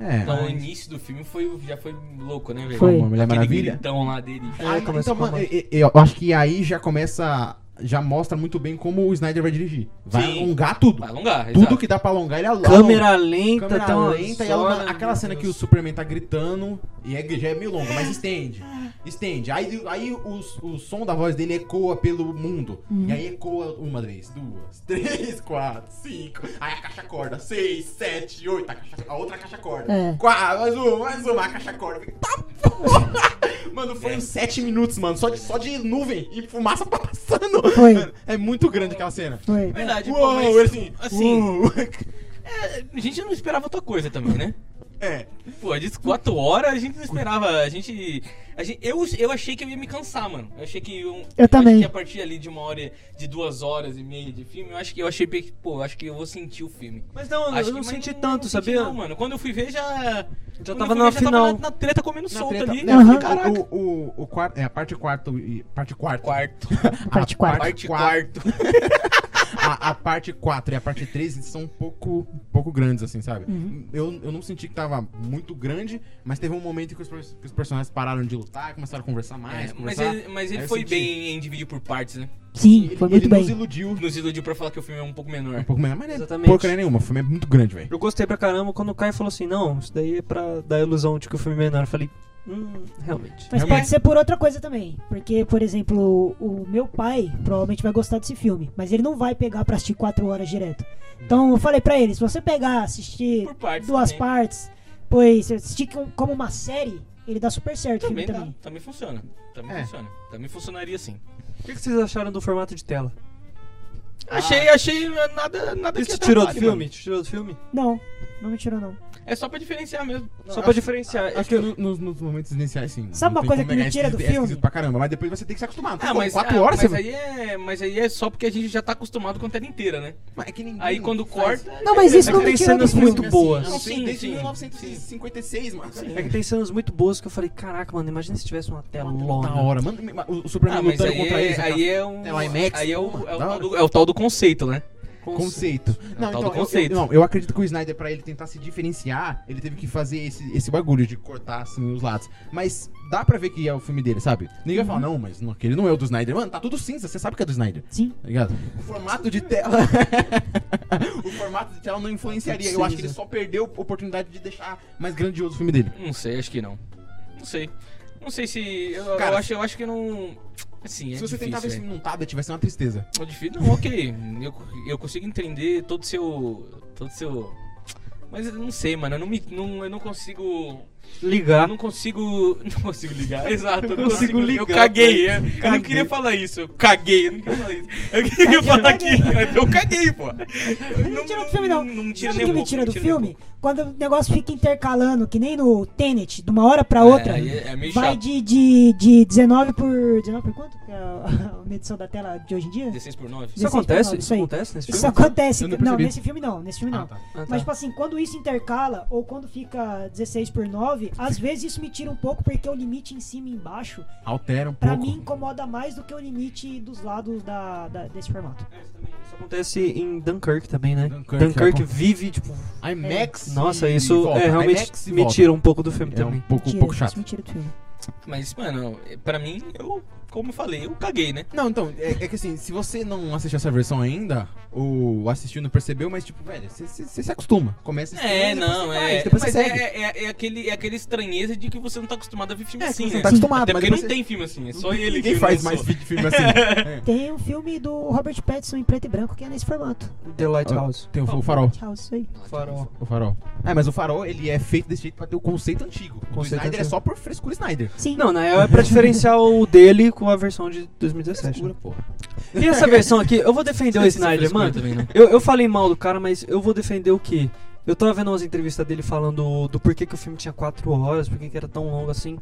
[SPEAKER 4] É.
[SPEAKER 1] Então, o início do filme foi, já foi louco, né, velho?
[SPEAKER 3] Foi.
[SPEAKER 4] Uma Mulher
[SPEAKER 1] Aquele
[SPEAKER 4] Maravilha.
[SPEAKER 1] gritão lá dele.
[SPEAKER 4] Ah,
[SPEAKER 2] É, começa
[SPEAKER 4] então,
[SPEAKER 2] com a
[SPEAKER 4] mano,
[SPEAKER 2] voz.
[SPEAKER 4] eu, eu- eu acho que aí já começa. Já mostra muito bem como o Snyder vai dirigir. Vai
[SPEAKER 1] Sim.
[SPEAKER 4] alongar tudo.
[SPEAKER 1] Vai alongar,
[SPEAKER 4] Tudo
[SPEAKER 1] exato.
[SPEAKER 4] que dá pra alongar, ele alonga.
[SPEAKER 2] Câmera lenta,
[SPEAKER 4] Câmera
[SPEAKER 1] Então,
[SPEAKER 2] tá uma
[SPEAKER 4] lenta e
[SPEAKER 2] zona,
[SPEAKER 4] alonga. Aquela
[SPEAKER 2] meu
[SPEAKER 4] cena que o
[SPEAKER 2] Deus.
[SPEAKER 4] Superman tá gritando. E é, já é meio longa, mas estende. Estende. Aí, aí os- o som da voz dele ecoa pelo mundo. E aí ecoa uma vez, duas, três, quatro, cinco. Aí a caixa acorda. Seis, sete, oito. A, caixa- a outra caixa acorda.
[SPEAKER 3] É.
[SPEAKER 4] Quatro, mais uma, mais uma. A caixa acorda. Eu falei, "Tá porra!" Mano,
[SPEAKER 1] É.
[SPEAKER 4] foi uns sete minutos, mano. Só de, só de nuvem e fumaça passando.
[SPEAKER 3] Foi.
[SPEAKER 4] Mano, É muito grande aquela cena.
[SPEAKER 3] Foi.
[SPEAKER 1] Verdade, pô,
[SPEAKER 4] Uou,
[SPEAKER 1] Tá mas,
[SPEAKER 4] ele assim,
[SPEAKER 1] assim,
[SPEAKER 4] uou.
[SPEAKER 1] é, a gente não esperava outra coisa também, né?
[SPEAKER 4] É.
[SPEAKER 1] Pô, de 4 horas a gente não esperava. A gente. A gente eu, eu achei que eu ia me cansar, mano. Eu achei que. Eu,
[SPEAKER 3] Eu também.
[SPEAKER 1] acho que a partir ali de uma hora, e- de duas horas e meia de filme, eu acho que eu achei que, pô, eu acho que eu vou sentir o filme.
[SPEAKER 2] Mas não,
[SPEAKER 1] acho
[SPEAKER 2] eu não
[SPEAKER 1] que- mas
[SPEAKER 2] senti
[SPEAKER 1] mas
[SPEAKER 2] tanto,
[SPEAKER 1] não senti
[SPEAKER 2] sabia?
[SPEAKER 1] Não, mano. Quando eu fui ver, já. quando eu
[SPEAKER 2] tava
[SPEAKER 1] fui
[SPEAKER 2] na
[SPEAKER 1] ver, já
[SPEAKER 2] final.
[SPEAKER 1] na, na treta comendo
[SPEAKER 4] Na
[SPEAKER 1] solto
[SPEAKER 4] treta-
[SPEAKER 1] ali.
[SPEAKER 4] né,
[SPEAKER 1] Eu falei,
[SPEAKER 3] Aham.
[SPEAKER 1] Caraca.
[SPEAKER 4] O, o, o quarto. É, a parte quarto e. Parte quarto.
[SPEAKER 1] Quarto.
[SPEAKER 4] A
[SPEAKER 3] Parte quarto.
[SPEAKER 1] Parte
[SPEAKER 4] quar-
[SPEAKER 1] quarto.
[SPEAKER 4] A, a parte 4 e a parte 3 são um pouco, um pouco grandes, assim, sabe?
[SPEAKER 3] Uhum.
[SPEAKER 4] Eu, eu não senti que tava muito grande, mas teve um momento que os, pers- que os personagens pararam de lutar, começaram a conversar mais,
[SPEAKER 1] É, mas
[SPEAKER 4] conversar.
[SPEAKER 1] ele, mas ele
[SPEAKER 4] Aí eu
[SPEAKER 1] foi
[SPEAKER 4] senti.
[SPEAKER 1] bem em dividir por partes, né?
[SPEAKER 3] Sim, foi
[SPEAKER 4] ele,
[SPEAKER 3] muito
[SPEAKER 4] ele nos
[SPEAKER 3] bem.
[SPEAKER 4] iludiu.
[SPEAKER 1] Nos iludiu pra falar que o filme é um pouco
[SPEAKER 4] Um
[SPEAKER 1] menor.
[SPEAKER 4] pouco melhor, mas não é
[SPEAKER 2] Exatamente.
[SPEAKER 4] porcaria nenhuma. O filme é muito grande, velho.
[SPEAKER 2] Eu gostei pra caramba quando o Caio falou assim, não, isso daí é pra dar a ilusão de que o filme é menor. Eu falei, hum, realmente.
[SPEAKER 3] Mas
[SPEAKER 4] Realmente.
[SPEAKER 3] pode ser por outra coisa também. Porque, por exemplo, o meu pai provavelmente vai gostar desse filme. Mas ele não vai pegar pra assistir 4 horas direto. Então eu falei pra ele, se você pegar, assistir
[SPEAKER 1] Por partes
[SPEAKER 3] duas
[SPEAKER 1] também.
[SPEAKER 3] partes, pois assistir com- como uma série, ele dá super certo o filme
[SPEAKER 1] Também, dá,
[SPEAKER 3] também.
[SPEAKER 1] também funciona. Também
[SPEAKER 4] É.
[SPEAKER 1] funciona. Também funcionaria sim.
[SPEAKER 2] O que que vocês acharam do formato de tela?
[SPEAKER 1] Achei, achei eh, nada, nada
[SPEAKER 2] Isso
[SPEAKER 1] que
[SPEAKER 2] te
[SPEAKER 4] é
[SPEAKER 2] tirou do
[SPEAKER 1] atrapalhe,
[SPEAKER 2] filme? Te tirou do filme?
[SPEAKER 3] Não, não me tirou não.
[SPEAKER 1] mano. É só pra diferenciar mesmo.
[SPEAKER 2] Só pra
[SPEAKER 4] acho-
[SPEAKER 2] diferenciar. é
[SPEAKER 4] Acho que no- nos, nos momentos iniciais, sim.
[SPEAKER 3] Sabe uma
[SPEAKER 4] não tem
[SPEAKER 3] coisa
[SPEAKER 4] como
[SPEAKER 3] que me
[SPEAKER 4] negar, é
[SPEAKER 3] tira do
[SPEAKER 4] esquisito- é esquisito
[SPEAKER 3] filme?
[SPEAKER 4] pra caramba, mas depois você tem que se acostumar.
[SPEAKER 1] Ah, mas,
[SPEAKER 4] 4
[SPEAKER 1] ah,
[SPEAKER 4] horas
[SPEAKER 1] mas
[SPEAKER 4] você.
[SPEAKER 1] aí é, mas aí é só porque a gente já tá acostumado com a tela inteira, né?
[SPEAKER 4] Mas é que ninguém
[SPEAKER 1] Aí quando
[SPEAKER 4] faz-
[SPEAKER 1] corta.
[SPEAKER 3] Não,
[SPEAKER 1] é
[SPEAKER 3] mas
[SPEAKER 1] beleza.
[SPEAKER 3] isso
[SPEAKER 2] que
[SPEAKER 3] não me
[SPEAKER 2] tem
[SPEAKER 3] tirou do
[SPEAKER 2] cenas
[SPEAKER 3] filme.
[SPEAKER 2] muito boas.
[SPEAKER 4] Assim, não, sim,
[SPEAKER 1] Sim,
[SPEAKER 4] desde
[SPEAKER 1] sim.
[SPEAKER 4] 1956, mano.
[SPEAKER 2] É que tem cenas muito boas que eu falei, caraca, mano, imagina se tivesse uma tela
[SPEAKER 4] Da
[SPEAKER 2] lona.
[SPEAKER 4] Tá hora, mano. O o Superman
[SPEAKER 1] Ah, mas
[SPEAKER 4] lutando
[SPEAKER 1] aí,
[SPEAKER 4] contra
[SPEAKER 1] é,
[SPEAKER 4] eles. aquela-
[SPEAKER 1] aí é um.
[SPEAKER 4] É o IMAX.
[SPEAKER 1] Aí é o, é o
[SPEAKER 4] Da hora.
[SPEAKER 1] tal do, é o tal do conceito, né?
[SPEAKER 4] Conceito. Não,
[SPEAKER 1] o tal
[SPEAKER 4] então,
[SPEAKER 1] do
[SPEAKER 4] eu-
[SPEAKER 1] conceito.
[SPEAKER 4] Eu, não, eu acredito que o Snyder, pra ele tentar se diferenciar, ele teve que fazer esse, esse bagulho de cortar, assim, os lados. Mas dá pra ver que é o filme dele, sabe? Ninguém vai falar, não, mas não, aquele não é o do Snyder. Mano, tá tudo cinza, você sabe que é do Snyder,
[SPEAKER 3] Sim.
[SPEAKER 4] tá ligado? O formato de tela... o formato de tela não influenciaria. Eu acho que ele só perdeu a oportunidade de deixar mais grandioso o filme dele.
[SPEAKER 1] Não sei, acho que não. Não sei. Não sei se. Eu, eu
[SPEAKER 4] Cara,
[SPEAKER 1] acho, eu acho que não. Assim, é
[SPEAKER 4] se você
[SPEAKER 1] difícil.
[SPEAKER 4] tentar ver esse
[SPEAKER 1] velho.
[SPEAKER 4] filme num tablet, vai ser uma tristeza.
[SPEAKER 1] É difícil. Não, ok. Eu, eu consigo entender todo seu. Todo seu. Mas eu não sei, mano. Eu não, me, não, eu não consigo. Eu
[SPEAKER 2] Ligar.
[SPEAKER 1] não consigo. Não consigo ligar. Exato, eu
[SPEAKER 2] Tá? Não
[SPEAKER 1] não consigo
[SPEAKER 2] consigo
[SPEAKER 1] ligar. Eu
[SPEAKER 2] ligar,
[SPEAKER 1] caguei. Eu,
[SPEAKER 2] cara.
[SPEAKER 1] eu não
[SPEAKER 2] Caguei.
[SPEAKER 1] queria falar isso. Eu caguei. Eu não queria falar isso. Eu queria falar aqui. Eu caguei, pô.
[SPEAKER 3] Não me tira do filme, não.
[SPEAKER 1] Não tira
[SPEAKER 3] Sabe
[SPEAKER 1] nem
[SPEAKER 3] o que
[SPEAKER 1] um
[SPEAKER 3] me
[SPEAKER 1] pouco,
[SPEAKER 3] tira
[SPEAKER 1] não
[SPEAKER 3] do
[SPEAKER 1] nem um
[SPEAKER 3] filme?
[SPEAKER 1] pouco.
[SPEAKER 3] Quando o negócio fica intercalando, que nem no Tenet, de uma hora pra outra.
[SPEAKER 1] aí é- é meio
[SPEAKER 3] vai
[SPEAKER 1] chato.
[SPEAKER 3] de, de, de 19 por. 19 por quanto? Que é a a medição da tela de hoje em dia?
[SPEAKER 1] 16 por 9.
[SPEAKER 2] Isso
[SPEAKER 3] Isso
[SPEAKER 2] acontece?
[SPEAKER 4] tá
[SPEAKER 3] aí.
[SPEAKER 2] Isso acontece nesse
[SPEAKER 3] Isso
[SPEAKER 2] filme?
[SPEAKER 3] acontece.
[SPEAKER 4] Eu não
[SPEAKER 3] Não,
[SPEAKER 4] percebi.
[SPEAKER 3] nesse filme não, nesse filme não.
[SPEAKER 2] Ah,
[SPEAKER 3] Mas,
[SPEAKER 2] tá.
[SPEAKER 3] tipo assim, quando isso intercala, ou quando fica 16 por 9, às vezes isso me tira um pouco, porque o limite em cima e embaixo,
[SPEAKER 4] Altera um
[SPEAKER 3] pra
[SPEAKER 4] pouco.
[SPEAKER 3] mim, incomoda mais do que o limite dos lados da, da- desse formato.
[SPEAKER 2] Isso acontece em Dunkirk também, né?
[SPEAKER 4] Dunkirk,
[SPEAKER 2] Dunkirk,
[SPEAKER 4] é bom.
[SPEAKER 2] vive, tipo...
[SPEAKER 4] IMAX
[SPEAKER 2] Nossa,
[SPEAKER 4] e
[SPEAKER 2] isso
[SPEAKER 4] volta.
[SPEAKER 2] é,
[SPEAKER 4] IMAX
[SPEAKER 2] realmente
[SPEAKER 4] e
[SPEAKER 2] me
[SPEAKER 4] volta.
[SPEAKER 2] tira um pouco do filme
[SPEAKER 4] É um
[SPEAKER 2] também.
[SPEAKER 4] pouco, um
[SPEAKER 3] Tira,
[SPEAKER 4] pouco
[SPEAKER 3] isso
[SPEAKER 4] chato.
[SPEAKER 3] me tira do filme.
[SPEAKER 1] Mas, mano, pra mim, eu como eu falei, eu caguei, né?
[SPEAKER 4] Não, então, é, é que assim, se você não assistiu essa versão ainda, ou assistiu e não percebeu, mas tipo, velho, você você- você se acostuma. Começa a
[SPEAKER 1] É,
[SPEAKER 4] assistir, depois
[SPEAKER 1] não,
[SPEAKER 4] você faz,
[SPEAKER 1] é.
[SPEAKER 4] Depois você
[SPEAKER 1] mas
[SPEAKER 4] segue.
[SPEAKER 1] é, é, é aquele, é aquele estranheza de que você não tá acostumado a ver filme
[SPEAKER 4] É,
[SPEAKER 1] assim,
[SPEAKER 4] que você
[SPEAKER 1] né?
[SPEAKER 4] não tá acostumado,
[SPEAKER 1] Até
[SPEAKER 4] mas
[SPEAKER 1] porque não
[SPEAKER 4] depois você-
[SPEAKER 1] tem filme assim, é só ele
[SPEAKER 4] Ninguém
[SPEAKER 1] que
[SPEAKER 4] faz
[SPEAKER 1] lançou.
[SPEAKER 4] mais fi- filme assim. É.
[SPEAKER 3] Tem um filme do Robert Pattinson em preto e branco que é nesse formato.
[SPEAKER 2] The Lighthouse.
[SPEAKER 4] Tem o, o farol.
[SPEAKER 3] Tchau, isso
[SPEAKER 1] Ah,
[SPEAKER 3] aí.
[SPEAKER 1] tá.
[SPEAKER 2] Farol.
[SPEAKER 4] O farol. É, mas o farol, ele é feito desse jeito pra ter o conceito antigo. O
[SPEAKER 2] Conceito
[SPEAKER 4] Snyder é
[SPEAKER 2] antigo.
[SPEAKER 4] só por frescura Snyder.
[SPEAKER 3] Sim.
[SPEAKER 2] Não, né? É pra diferenciar o dele com a versão de 2017. né?
[SPEAKER 4] Frescura, porra.
[SPEAKER 2] E essa versão aqui, eu vou defender o Então, Snyder, mano.
[SPEAKER 1] Também, né?
[SPEAKER 2] Eu, eu falei mal do cara, mas eu vou defender o quê? Eu tava vendo umas entrevistas dele falando do porquê que o filme tinha 4 horas, porquê que era tão longo assim.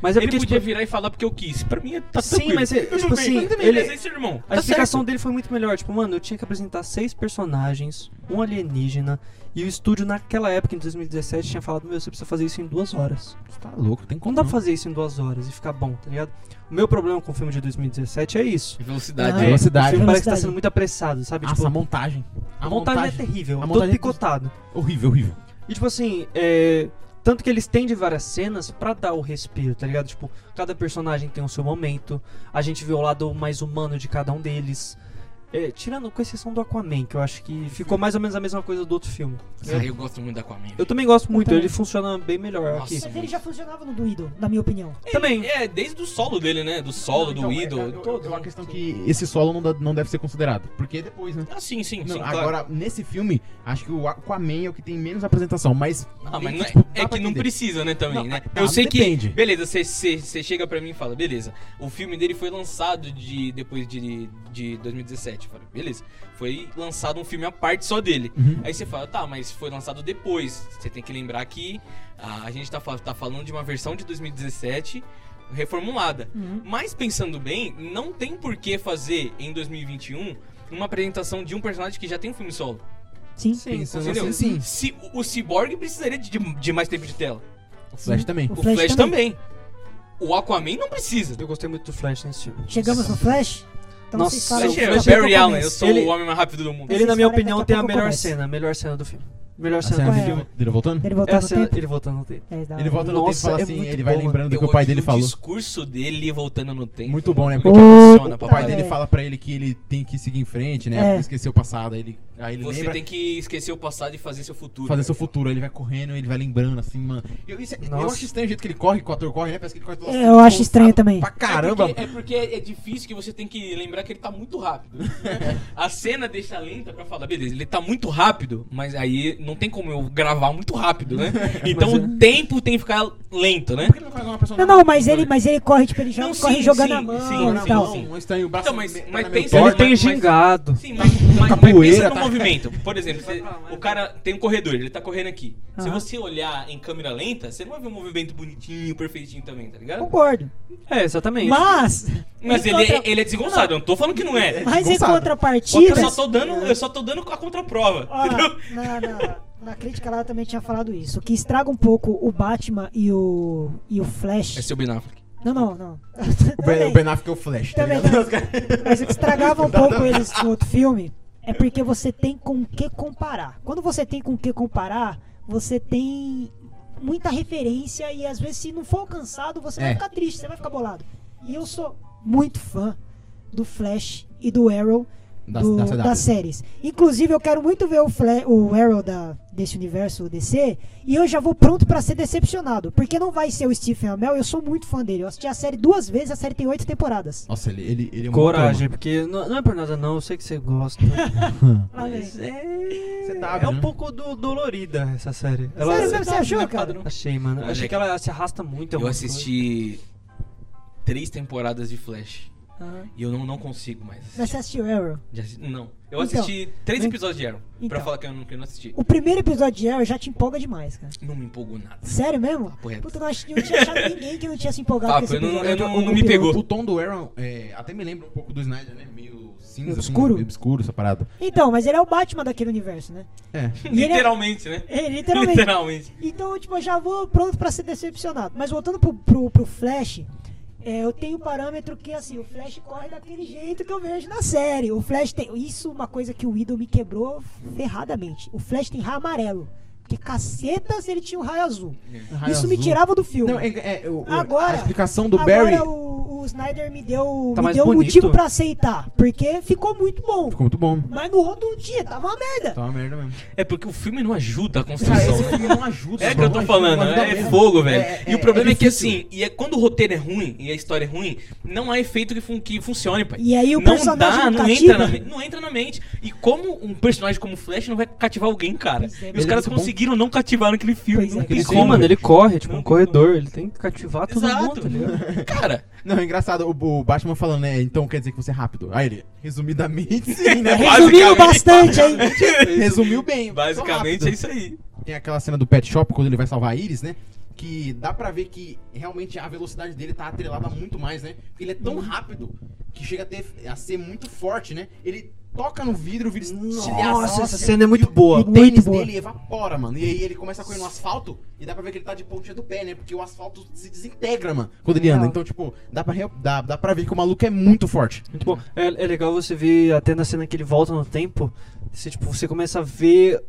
[SPEAKER 2] Mas é
[SPEAKER 1] ele
[SPEAKER 2] porque,
[SPEAKER 1] podia
[SPEAKER 2] tipo,
[SPEAKER 1] virar e falar porque eu quis. Pra mim, tá
[SPEAKER 2] Sim,
[SPEAKER 1] tranquilo.
[SPEAKER 2] mas é,
[SPEAKER 1] Tudo
[SPEAKER 2] tipo
[SPEAKER 1] bem,
[SPEAKER 2] assim,
[SPEAKER 1] tudo bem,
[SPEAKER 2] ele-
[SPEAKER 1] mas é seu irmão.
[SPEAKER 2] a explicação dele foi muito melhor. Tipo, mano, eu tinha que apresentar seis personagens, um alienígena, e o estúdio naquela época, em 2017, tinha falado, meu, você precisa fazer isso em duas horas.
[SPEAKER 4] Você tá louco, tem
[SPEAKER 2] Não
[SPEAKER 4] como
[SPEAKER 2] dá pra fazer isso em duas horas e ficar bom, tá ligado? O meu problema com o filme de 2017 é isso.
[SPEAKER 1] Velocidade.
[SPEAKER 3] Ah,
[SPEAKER 2] É, O
[SPEAKER 4] velocidade.
[SPEAKER 2] filme parece que tá
[SPEAKER 3] Velocidade.
[SPEAKER 2] sendo muito apressado, sabe?
[SPEAKER 4] Nossa,
[SPEAKER 2] tipo,
[SPEAKER 4] a montagem.
[SPEAKER 2] a montagem, é terrível,
[SPEAKER 4] a
[SPEAKER 2] é todo
[SPEAKER 4] montagem é-
[SPEAKER 2] picotado.
[SPEAKER 4] Horrível, horrível.
[SPEAKER 2] E tipo assim, é. Tanto que ele estende várias cenas pra dar o respiro, tá ligado? Tipo, cada personagem tem o seu momento. A gente vê o lado mais humano de cada um deles. É, tirando com exceção do Aquaman, que eu acho que ficou mais ou menos a mesma coisa do outro filme.
[SPEAKER 1] Ah, eu gosto muito da Aquaman.
[SPEAKER 2] Eu também gosto muito,
[SPEAKER 3] também.
[SPEAKER 2] ele funciona bem melhor
[SPEAKER 1] Nossa,
[SPEAKER 2] aqui.
[SPEAKER 3] Mas ele já funcionava no do Idol, na minha opinião.
[SPEAKER 2] Também.
[SPEAKER 1] É, desde o solo dele, né? Do solo, do ídolo.
[SPEAKER 4] É, uma questão que esse solo não, dá- não deve ser considerado. Porque é depois, né?
[SPEAKER 1] Ah, sim, sim,
[SPEAKER 4] Não,
[SPEAKER 1] sim. claro.
[SPEAKER 4] agora, nesse filme, acho que o Aquaman é o que tem menos apresentação, mas.
[SPEAKER 1] Ah, mas não é,
[SPEAKER 4] tipo, dá
[SPEAKER 1] é
[SPEAKER 4] pra
[SPEAKER 1] que não
[SPEAKER 4] entender.
[SPEAKER 1] precisa, né, também,
[SPEAKER 4] Não,
[SPEAKER 1] né?
[SPEAKER 4] tá,
[SPEAKER 2] ah,
[SPEAKER 1] Eu sei
[SPEAKER 4] depende.
[SPEAKER 1] que. Beleza, você chega pra mim e fala, beleza, o filme dele foi lançado de depois de, de 2017. Eu falei, beleza. Foi lançado um filme à parte só dele.
[SPEAKER 4] Uhum.
[SPEAKER 1] Aí você fala, tá, mas foi lançado depois. Você tem que lembrar que a, a gente tá, fal- tá falando de uma versão de 2017 reformulada. Mas pensando bem, não tem por que fazer em 2021 uma apresentação de um personagem que já tem um filme solo.
[SPEAKER 3] Sim.
[SPEAKER 2] Sim,
[SPEAKER 4] Pensando
[SPEAKER 1] Entendeu?
[SPEAKER 4] assim, sim.
[SPEAKER 1] Se, o Cyborg precisaria de, de mais tempo de tela.
[SPEAKER 4] O Flash também.
[SPEAKER 3] O
[SPEAKER 1] O
[SPEAKER 3] Flash
[SPEAKER 1] Flash, também. O Aquaman não precisa.
[SPEAKER 2] Eu gostei muito do Flash nesse filme.
[SPEAKER 3] Chegamos no Flash? Então
[SPEAKER 2] Nossa,
[SPEAKER 3] vocês
[SPEAKER 1] O
[SPEAKER 3] falam
[SPEAKER 1] Flash
[SPEAKER 2] Flash
[SPEAKER 3] que
[SPEAKER 1] é
[SPEAKER 2] é
[SPEAKER 1] o
[SPEAKER 3] eu
[SPEAKER 1] Barry
[SPEAKER 3] começo.
[SPEAKER 1] Allen, eu sou
[SPEAKER 2] Ele-
[SPEAKER 1] o homem mais rápido do mundo.
[SPEAKER 2] Ele, na
[SPEAKER 3] Vocês
[SPEAKER 2] minha
[SPEAKER 3] falam que
[SPEAKER 2] opinião,
[SPEAKER 3] daqui
[SPEAKER 2] tem
[SPEAKER 3] a
[SPEAKER 2] a
[SPEAKER 3] pouco
[SPEAKER 2] melhor
[SPEAKER 3] começa.
[SPEAKER 2] cena, a melhor cena do filme. Melhor
[SPEAKER 4] A
[SPEAKER 2] cena
[SPEAKER 4] cena
[SPEAKER 2] do
[SPEAKER 3] Qual
[SPEAKER 4] do
[SPEAKER 3] é?
[SPEAKER 2] filme.
[SPEAKER 4] filme dele voltando?
[SPEAKER 3] Ele
[SPEAKER 2] É
[SPEAKER 3] voltar
[SPEAKER 2] a
[SPEAKER 3] no
[SPEAKER 2] cena-
[SPEAKER 3] tempo.
[SPEAKER 2] ele voltando no tempo.
[SPEAKER 3] É, da hora.
[SPEAKER 4] Ele volta no tempo e
[SPEAKER 2] Nossa,
[SPEAKER 4] fala
[SPEAKER 2] é
[SPEAKER 4] assim,
[SPEAKER 2] muito
[SPEAKER 4] ele vai
[SPEAKER 2] boa.
[SPEAKER 4] lembrando do que o
[SPEAKER 1] Eu
[SPEAKER 4] pai
[SPEAKER 1] odeio
[SPEAKER 4] dele falou.
[SPEAKER 1] O discurso dele voltando no tempo.
[SPEAKER 4] Muito bom, né? Porque
[SPEAKER 1] Porque funciona
[SPEAKER 4] o
[SPEAKER 1] pra
[SPEAKER 4] pai
[SPEAKER 1] pai
[SPEAKER 4] dele
[SPEAKER 3] É.
[SPEAKER 4] fala pra ele que ele tem que seguir em frente, né?
[SPEAKER 3] É.
[SPEAKER 4] Porque esqueceu o passado, aí ele, aí ele
[SPEAKER 1] Você
[SPEAKER 4] lembra
[SPEAKER 1] tem que esquecer o passado e fazer seu futuro.
[SPEAKER 4] fazer
[SPEAKER 1] cara.
[SPEAKER 4] seu futuro. né? Ele vai correndo, ele vai lembrando, assim, mano. Eu, isso é- eu
[SPEAKER 2] Nossa.
[SPEAKER 4] acho estranho o jeito que ele corre, que o ator corre, né? Parece que ele corre todo
[SPEAKER 3] É, eu acho estranho também.
[SPEAKER 4] Pra caramba!
[SPEAKER 1] É porque, é porque é difícil que você tem que lembrar que ele tá muito rápido. a cena deixa lenta pra falar, beleza, ele tá muito rápido, mas aí não tem como eu gravar muito rápido, né? Então
[SPEAKER 2] Mas é.
[SPEAKER 1] o tempo tem que ficar lento, né?
[SPEAKER 4] Por que ele não corre igual uma pessoa
[SPEAKER 3] Não, não,
[SPEAKER 4] normal?
[SPEAKER 3] mas ele, mas ele corre, tipo, ele joga,
[SPEAKER 1] Não, sim,
[SPEAKER 3] corre jogando
[SPEAKER 1] sim,
[SPEAKER 3] a mão
[SPEAKER 1] sim,
[SPEAKER 4] Na
[SPEAKER 3] e
[SPEAKER 1] sim,
[SPEAKER 3] tal.
[SPEAKER 1] sim.
[SPEAKER 4] mão, estranho, o braço
[SPEAKER 1] Então, mas-
[SPEAKER 4] me- tá
[SPEAKER 1] mas
[SPEAKER 4] na meio
[SPEAKER 1] pensa-
[SPEAKER 4] torto.
[SPEAKER 2] Ele
[SPEAKER 1] Mas-
[SPEAKER 2] tem
[SPEAKER 1] mas-
[SPEAKER 2] gingado.
[SPEAKER 1] Sim, mas, mas, mas
[SPEAKER 4] Capoeira,
[SPEAKER 1] pensa no
[SPEAKER 4] tá?
[SPEAKER 1] movimento. Por exemplo, você- o cara tem um corredor, ele tá correndo aqui. Se
[SPEAKER 3] Aham.
[SPEAKER 1] você olhar em câmera lenta, você não vai ver um movimento bonitinho, perfeitinho também, tá ligado?
[SPEAKER 3] Concordo.
[SPEAKER 2] É, exatamente.
[SPEAKER 3] Mas.
[SPEAKER 1] Mas
[SPEAKER 3] em
[SPEAKER 1] ele, é-
[SPEAKER 3] contra-
[SPEAKER 1] ele é desengonçado, eu não tô falando que não é.
[SPEAKER 3] Mas em
[SPEAKER 4] Gonçalo.
[SPEAKER 1] Eu
[SPEAKER 3] contrapartida.
[SPEAKER 1] só tô dando, eu só tô dando a contraprova,
[SPEAKER 3] Ó,
[SPEAKER 1] entendeu?
[SPEAKER 3] na, na- na crítica lá eu também tinha falado isso. O que estraga um pouco o Batman e o, e o Flash.
[SPEAKER 1] Ben
[SPEAKER 3] Não, não, não.
[SPEAKER 4] O Ben, o ben Affleck é o Flash, tá
[SPEAKER 3] Também
[SPEAKER 4] ligado?
[SPEAKER 3] não. Mas o que estragava um pouco eles no outro filme é porque você tem com o que comparar. Quando você tem com o que comparar, você tem muita referência e às vezes se não for alcançado, você
[SPEAKER 4] É.
[SPEAKER 3] vai ficar triste, você vai ficar bolado. E eu sou muito fã do Flash e do Arrow
[SPEAKER 4] Da-
[SPEAKER 3] do-
[SPEAKER 4] da CW.
[SPEAKER 3] das séries. Inclusive, eu quero muito ver o, Fla- o Arrow da- desse universo DC e eu já vou pronto pra ser decepcionado, porque não vai ser o Stephen Amell, eu sou muito fã dele. Eu assisti a série duas vezes, a série tem oito temporadas.
[SPEAKER 4] Nossa, ele, ele, ele é um
[SPEAKER 2] Coragem, porque não, não é por nada não, eu sei que você gosta. mas é.
[SPEAKER 4] Você tá,
[SPEAKER 2] é um
[SPEAKER 4] né?
[SPEAKER 2] pouco do- dolorida essa série.
[SPEAKER 3] Sério mesmo, você achou, cara?
[SPEAKER 2] Achei, mano.
[SPEAKER 1] Olha
[SPEAKER 2] Achei
[SPEAKER 1] aqui.
[SPEAKER 2] que ela se arrasta muito.
[SPEAKER 3] Então,
[SPEAKER 1] Eu
[SPEAKER 2] alguma
[SPEAKER 1] assisti três temporadas de Flash e eu não, não consigo mais.
[SPEAKER 3] Ah. Mas você assistiu Arrow?
[SPEAKER 1] Já assi- Não. Eu
[SPEAKER 3] Então.
[SPEAKER 1] assisti três episódios de Arrow pra
[SPEAKER 3] Então.
[SPEAKER 1] falar que eu não, que eu não assisti.
[SPEAKER 3] O primeiro episódio de Arrow já te empolga demais, cara.
[SPEAKER 1] Não me empolgou nada.
[SPEAKER 3] Sério mesmo?
[SPEAKER 1] correto.
[SPEAKER 3] Puta, eu não, ach- eu não tinha achado ninguém que não tinha se empolgado
[SPEAKER 1] Papo,
[SPEAKER 3] com esse
[SPEAKER 1] eu não-
[SPEAKER 3] episódio.
[SPEAKER 1] eu não-
[SPEAKER 3] O
[SPEAKER 1] não me
[SPEAKER 3] piloto.
[SPEAKER 1] pegou.
[SPEAKER 4] O tom do Aaron é, até me lembra um pouco do Snyder, né? Meio cinza, assim,
[SPEAKER 3] Obscuro.
[SPEAKER 4] meio obscuro essa parada.
[SPEAKER 3] Então, mas ele é o Batman daquele universo, né?
[SPEAKER 4] É.
[SPEAKER 3] E ele é-
[SPEAKER 1] Literalmente, né?
[SPEAKER 3] É, literalmente.
[SPEAKER 1] Literalmente.
[SPEAKER 3] Então, tipo, eu já vou pronto pra ser decepcionado. Mas voltando pro, pro, pro Flash, é, eu tenho um parâmetro que, assim, o Flash corre daquele jeito que eu vejo na série. O Flash tem. Isso é uma coisa que o Idol me quebrou ferradamente. O Flash tem raio amarelo. Porque caceta se ele tinha um raio azul.
[SPEAKER 4] Raio
[SPEAKER 3] isso me
[SPEAKER 4] azul.
[SPEAKER 3] tirava do filme.
[SPEAKER 4] Não, é, é, o- o-
[SPEAKER 3] Agora-
[SPEAKER 4] a explicação do
[SPEAKER 3] Agora
[SPEAKER 4] Barry.
[SPEAKER 3] o, o Snyder me deu,
[SPEAKER 2] Tá
[SPEAKER 3] me
[SPEAKER 2] mais
[SPEAKER 3] deu um
[SPEAKER 2] bonito.
[SPEAKER 3] motivo pra aceitar. Porque ficou muito bom.
[SPEAKER 4] Ficou muito bom.
[SPEAKER 3] Mas no outro dia tava uma merda.
[SPEAKER 4] Tá uma merda mesmo.
[SPEAKER 1] É porque o filme não ajuda a
[SPEAKER 4] Cara,
[SPEAKER 1] construção.
[SPEAKER 4] esse filme não ajuda.
[SPEAKER 1] É que eu tô falando, é, fogo, velho. e o problema é, que assim, e é quando o roteiro é ruim e a história é ruim, não há efeito que, fun que funcione, pai.
[SPEAKER 3] E aí o
[SPEAKER 1] não
[SPEAKER 3] personagem não
[SPEAKER 1] não
[SPEAKER 3] cativa?
[SPEAKER 1] entra, na, me- não entra na mente. E como um personagem como o Flash não vai cativar alguém, cara?
[SPEAKER 3] Pois é,
[SPEAKER 1] e os
[SPEAKER 4] mas
[SPEAKER 1] caras
[SPEAKER 4] é muito bom.
[SPEAKER 1] conseguiram não cativar naquele filme.
[SPEAKER 3] Pois é.
[SPEAKER 1] não tem
[SPEAKER 2] Ele,
[SPEAKER 4] Sim,
[SPEAKER 2] sim,
[SPEAKER 1] como,
[SPEAKER 2] mano, ele corre, tipo,
[SPEAKER 1] Não,
[SPEAKER 2] um corredor, ele tem que cativar todo mundo,
[SPEAKER 1] Exato.
[SPEAKER 2] tá ligado?
[SPEAKER 1] Cara,
[SPEAKER 4] Não, é engraçado, o, o Batman falando, né? Então quer dizer que você é rápido. Aí ele, resumidamente, sim, né?
[SPEAKER 3] Resumindo
[SPEAKER 1] basicamente-
[SPEAKER 3] bastante, hein?
[SPEAKER 4] Resumiu bem.
[SPEAKER 1] basicamente é
[SPEAKER 4] sou rápido.
[SPEAKER 1] isso aí.
[SPEAKER 4] Tem aquela cena do Pet Shop, quando ele vai salvar a Iris, né? Que dá pra ver que realmente a velocidade dele tá atrelada muito mais, né? Porque ele é
[SPEAKER 2] Uhum.
[SPEAKER 4] tão rápido que chega a, ter, a ser muito forte, né? Ele toca no vidro, o vidro estilhaça,
[SPEAKER 2] Nossa, essa
[SPEAKER 4] assim,
[SPEAKER 2] cena é
[SPEAKER 4] e
[SPEAKER 2] muito
[SPEAKER 4] o-
[SPEAKER 2] boa.
[SPEAKER 4] E o
[SPEAKER 3] Muito
[SPEAKER 4] tênis
[SPEAKER 3] boa.
[SPEAKER 4] dele evapora, mano. E aí ele começa a correr no asfalto e dá pra ver que ele tá de pontinha do pé, né? Porque o asfalto se desintegra, mano, quando ele anda.
[SPEAKER 3] Real.
[SPEAKER 4] Então, tipo, dá pra, real- dá, dá pra ver que o maluco é muito forte.
[SPEAKER 2] Muito bom. É, é legal você ver até na cena que ele volta no tempo, você, tipo, você começa a ver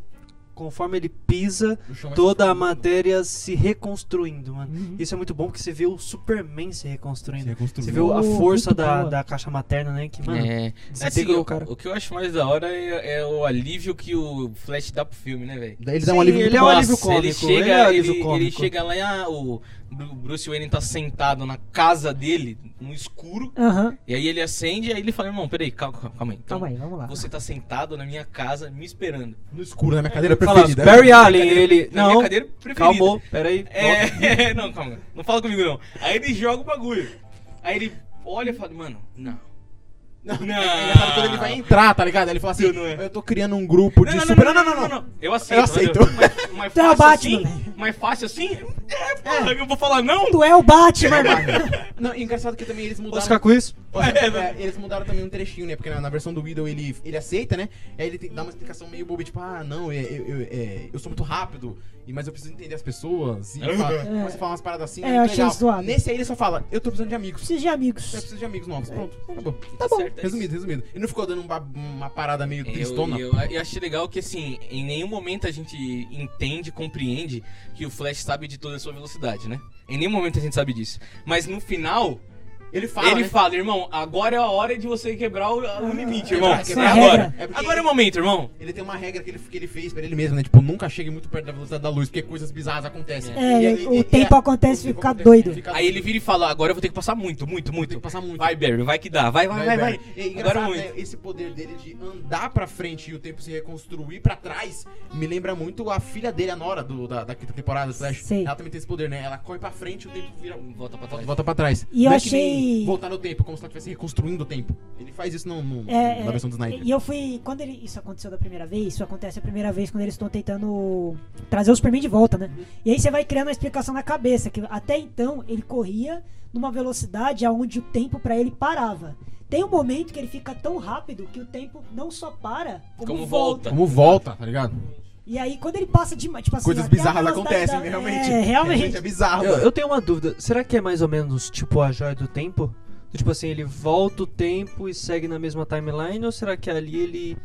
[SPEAKER 2] conforme ele pisa toda a matéria se reconstruindo, mano. Isso é muito bom porque você vê o Superman se reconstruindo. Você vê a
[SPEAKER 3] Oh,
[SPEAKER 2] força
[SPEAKER 3] muito
[SPEAKER 2] da,
[SPEAKER 3] boa.
[SPEAKER 2] da caixa materna, né? Que, mano,
[SPEAKER 1] É, assim,
[SPEAKER 2] desintegrou
[SPEAKER 1] o,
[SPEAKER 2] o cara.
[SPEAKER 1] o que eu acho mais da hora é, é o alívio que o Flash dá pro filme, né, velho?
[SPEAKER 4] Daí ele dá um
[SPEAKER 2] Sim,
[SPEAKER 4] alívio
[SPEAKER 2] ele
[SPEAKER 4] muito
[SPEAKER 2] é um
[SPEAKER 4] bom.
[SPEAKER 2] alívio
[SPEAKER 1] Nossa,
[SPEAKER 2] cômico.
[SPEAKER 1] Ele chega,
[SPEAKER 2] ele é alívio
[SPEAKER 1] ele-
[SPEAKER 2] cômico.
[SPEAKER 1] ele chega lá e ah, o Bru- Bruce Wayne tá sentado na casa dele, no escuro.
[SPEAKER 3] Aham.
[SPEAKER 1] E aí ele acende, aí ele fala, irmão, peraí, calma, calma, calma aí. Então,
[SPEAKER 3] Calma aí, vamos lá.
[SPEAKER 1] Você tá sentado na minha casa, me esperando.
[SPEAKER 4] No escuro, na minha cadeira
[SPEAKER 2] é
[SPEAKER 4] é
[SPEAKER 2] Fala,
[SPEAKER 4] preferida. né?
[SPEAKER 2] Barry Allen,
[SPEAKER 1] cadeira-
[SPEAKER 2] Ah, ele.
[SPEAKER 1] na
[SPEAKER 2] Não,
[SPEAKER 1] minha cadeira preferida.
[SPEAKER 2] calmou, peraí. volta.
[SPEAKER 1] É, não, calma. Não fala comigo, não. Aí ele joga o bagulho. Aí ele olha e fala, mano, não.
[SPEAKER 4] Não,
[SPEAKER 1] Não.
[SPEAKER 4] É engraçado quando ele vai entrar, tá ligado? Ele fala assim,
[SPEAKER 1] Ah. Não, não é.
[SPEAKER 4] eu tô criando um grupo de super...
[SPEAKER 1] Eu aceito.
[SPEAKER 4] Eu aceito.
[SPEAKER 1] valeu. Mas, mas
[SPEAKER 2] Tá
[SPEAKER 3] Tu é o
[SPEAKER 1] fácil assim?
[SPEAKER 3] Batman,
[SPEAKER 2] né?
[SPEAKER 1] Mas fácil assim? É, porra, eu vou falar não?
[SPEAKER 3] Tu é o Batman, mano.
[SPEAKER 4] Não, e engraçado que também eles
[SPEAKER 2] Posso
[SPEAKER 4] mudaram...
[SPEAKER 2] ficar com isso?
[SPEAKER 4] É, é, eles mudaram também um trechinho, né? Porque na, na versão do Widow ele, ele aceita, né? Aí ele tem, dá uma explicação meio boba, tipo, ah, não, é, eu, eu, é, eu sou muito rápido, e- mas eu preciso entender as pessoas. E fala, começa a falar umas paradas assim,
[SPEAKER 3] É,
[SPEAKER 4] é,
[SPEAKER 3] eu
[SPEAKER 4] muito
[SPEAKER 3] achei
[SPEAKER 4] legal.
[SPEAKER 3] zoado.
[SPEAKER 4] Nesse aí ele só fala, eu tô precisando de amigos.
[SPEAKER 3] Preciso de amigos.
[SPEAKER 4] Eu preciso de amigos novos. Pronto, acabou.
[SPEAKER 3] Tá bom.
[SPEAKER 1] Certo, é isso.
[SPEAKER 4] Resumido, resumido. E não ficou dando um ba- uma parada meio tristona?
[SPEAKER 1] Eu, eu, eu achei legal que, assim, em nenhum momento a gente entende, compreende que o Flash sabe de toda a sua velocidade, né? Em nenhum momento a gente sabe disso. Mas no final,
[SPEAKER 4] Ele fala,
[SPEAKER 1] ele
[SPEAKER 4] né?
[SPEAKER 1] fala, irmão, agora é a hora de você quebrar o, o limite, irmão.
[SPEAKER 4] Quebrar,
[SPEAKER 1] É
[SPEAKER 4] quebrar.
[SPEAKER 1] agora.
[SPEAKER 4] É porque-
[SPEAKER 1] Agora é o momento, irmão.
[SPEAKER 4] Ele tem uma regra que ele, que ele fez pra ele mesmo, né? Tipo, nunca chegue muito perto da velocidade da luz, porque coisas bizarras acontecem.
[SPEAKER 3] É,
[SPEAKER 4] E
[SPEAKER 3] o
[SPEAKER 4] ele- e- e-
[SPEAKER 3] tempo
[SPEAKER 4] é,
[SPEAKER 3] acontece
[SPEAKER 4] o tempo
[SPEAKER 3] fica
[SPEAKER 4] acontece,
[SPEAKER 3] doido.
[SPEAKER 4] fica
[SPEAKER 1] Aí ele vira e fala, agora eu vou ter que passar muito, muito,
[SPEAKER 4] Tem que
[SPEAKER 1] muito.
[SPEAKER 4] passar muito.
[SPEAKER 1] Vai, Barry, vai que dá. Vai, vai, vai, vai.
[SPEAKER 4] E é
[SPEAKER 1] Agora
[SPEAKER 4] engraçado,
[SPEAKER 1] muito.
[SPEAKER 4] né? Esse poder dele de andar pra frente e o tempo se reconstruir pra trás me lembra muito a filha dele, a Nora, do, da, da quinta temporada, Slash.
[SPEAKER 3] Sei.
[SPEAKER 4] Ela também tem esse poder, né? Ela corre pra frente e o tempo vira.
[SPEAKER 1] Volta pra trás.
[SPEAKER 4] Volta pra trás.
[SPEAKER 3] E eu
[SPEAKER 4] Não é que nem
[SPEAKER 3] achei-
[SPEAKER 4] Voltar no tempo, como se ela estivesse reconstruindo o tempo. Ele faz isso no, no-
[SPEAKER 3] É,
[SPEAKER 4] na
[SPEAKER 3] é,
[SPEAKER 4] versão do Snyder.
[SPEAKER 3] E eu fui. Quando ele, isso aconteceu da primeira vez, isso acontece a primeira vez quando eles estão tentando trazer o Superman de volta, né? E aí você vai criando uma explicação na cabeça, que até então ele corria numa velocidade aonde o tempo pra ele parava. Tem um momento que ele fica tão rápido que o tempo não só para, como,
[SPEAKER 1] Como
[SPEAKER 3] volta.
[SPEAKER 1] volta.
[SPEAKER 4] Como volta, tá ligado?
[SPEAKER 3] E aí quando ele passa demais, tipo assim,
[SPEAKER 4] Coisas
[SPEAKER 3] até a
[SPEAKER 4] bizarras
[SPEAKER 3] velocidade
[SPEAKER 4] acontecem,
[SPEAKER 3] da-
[SPEAKER 4] realmente.
[SPEAKER 3] É, realmente.
[SPEAKER 4] Realmente é bizarro.
[SPEAKER 2] Eu, eu tenho uma dúvida. Será que é mais ou menos tipo a joia do tempo? Do Tipo assim, ele volta o tempo e segue na mesma timeline? Ou será que ali ele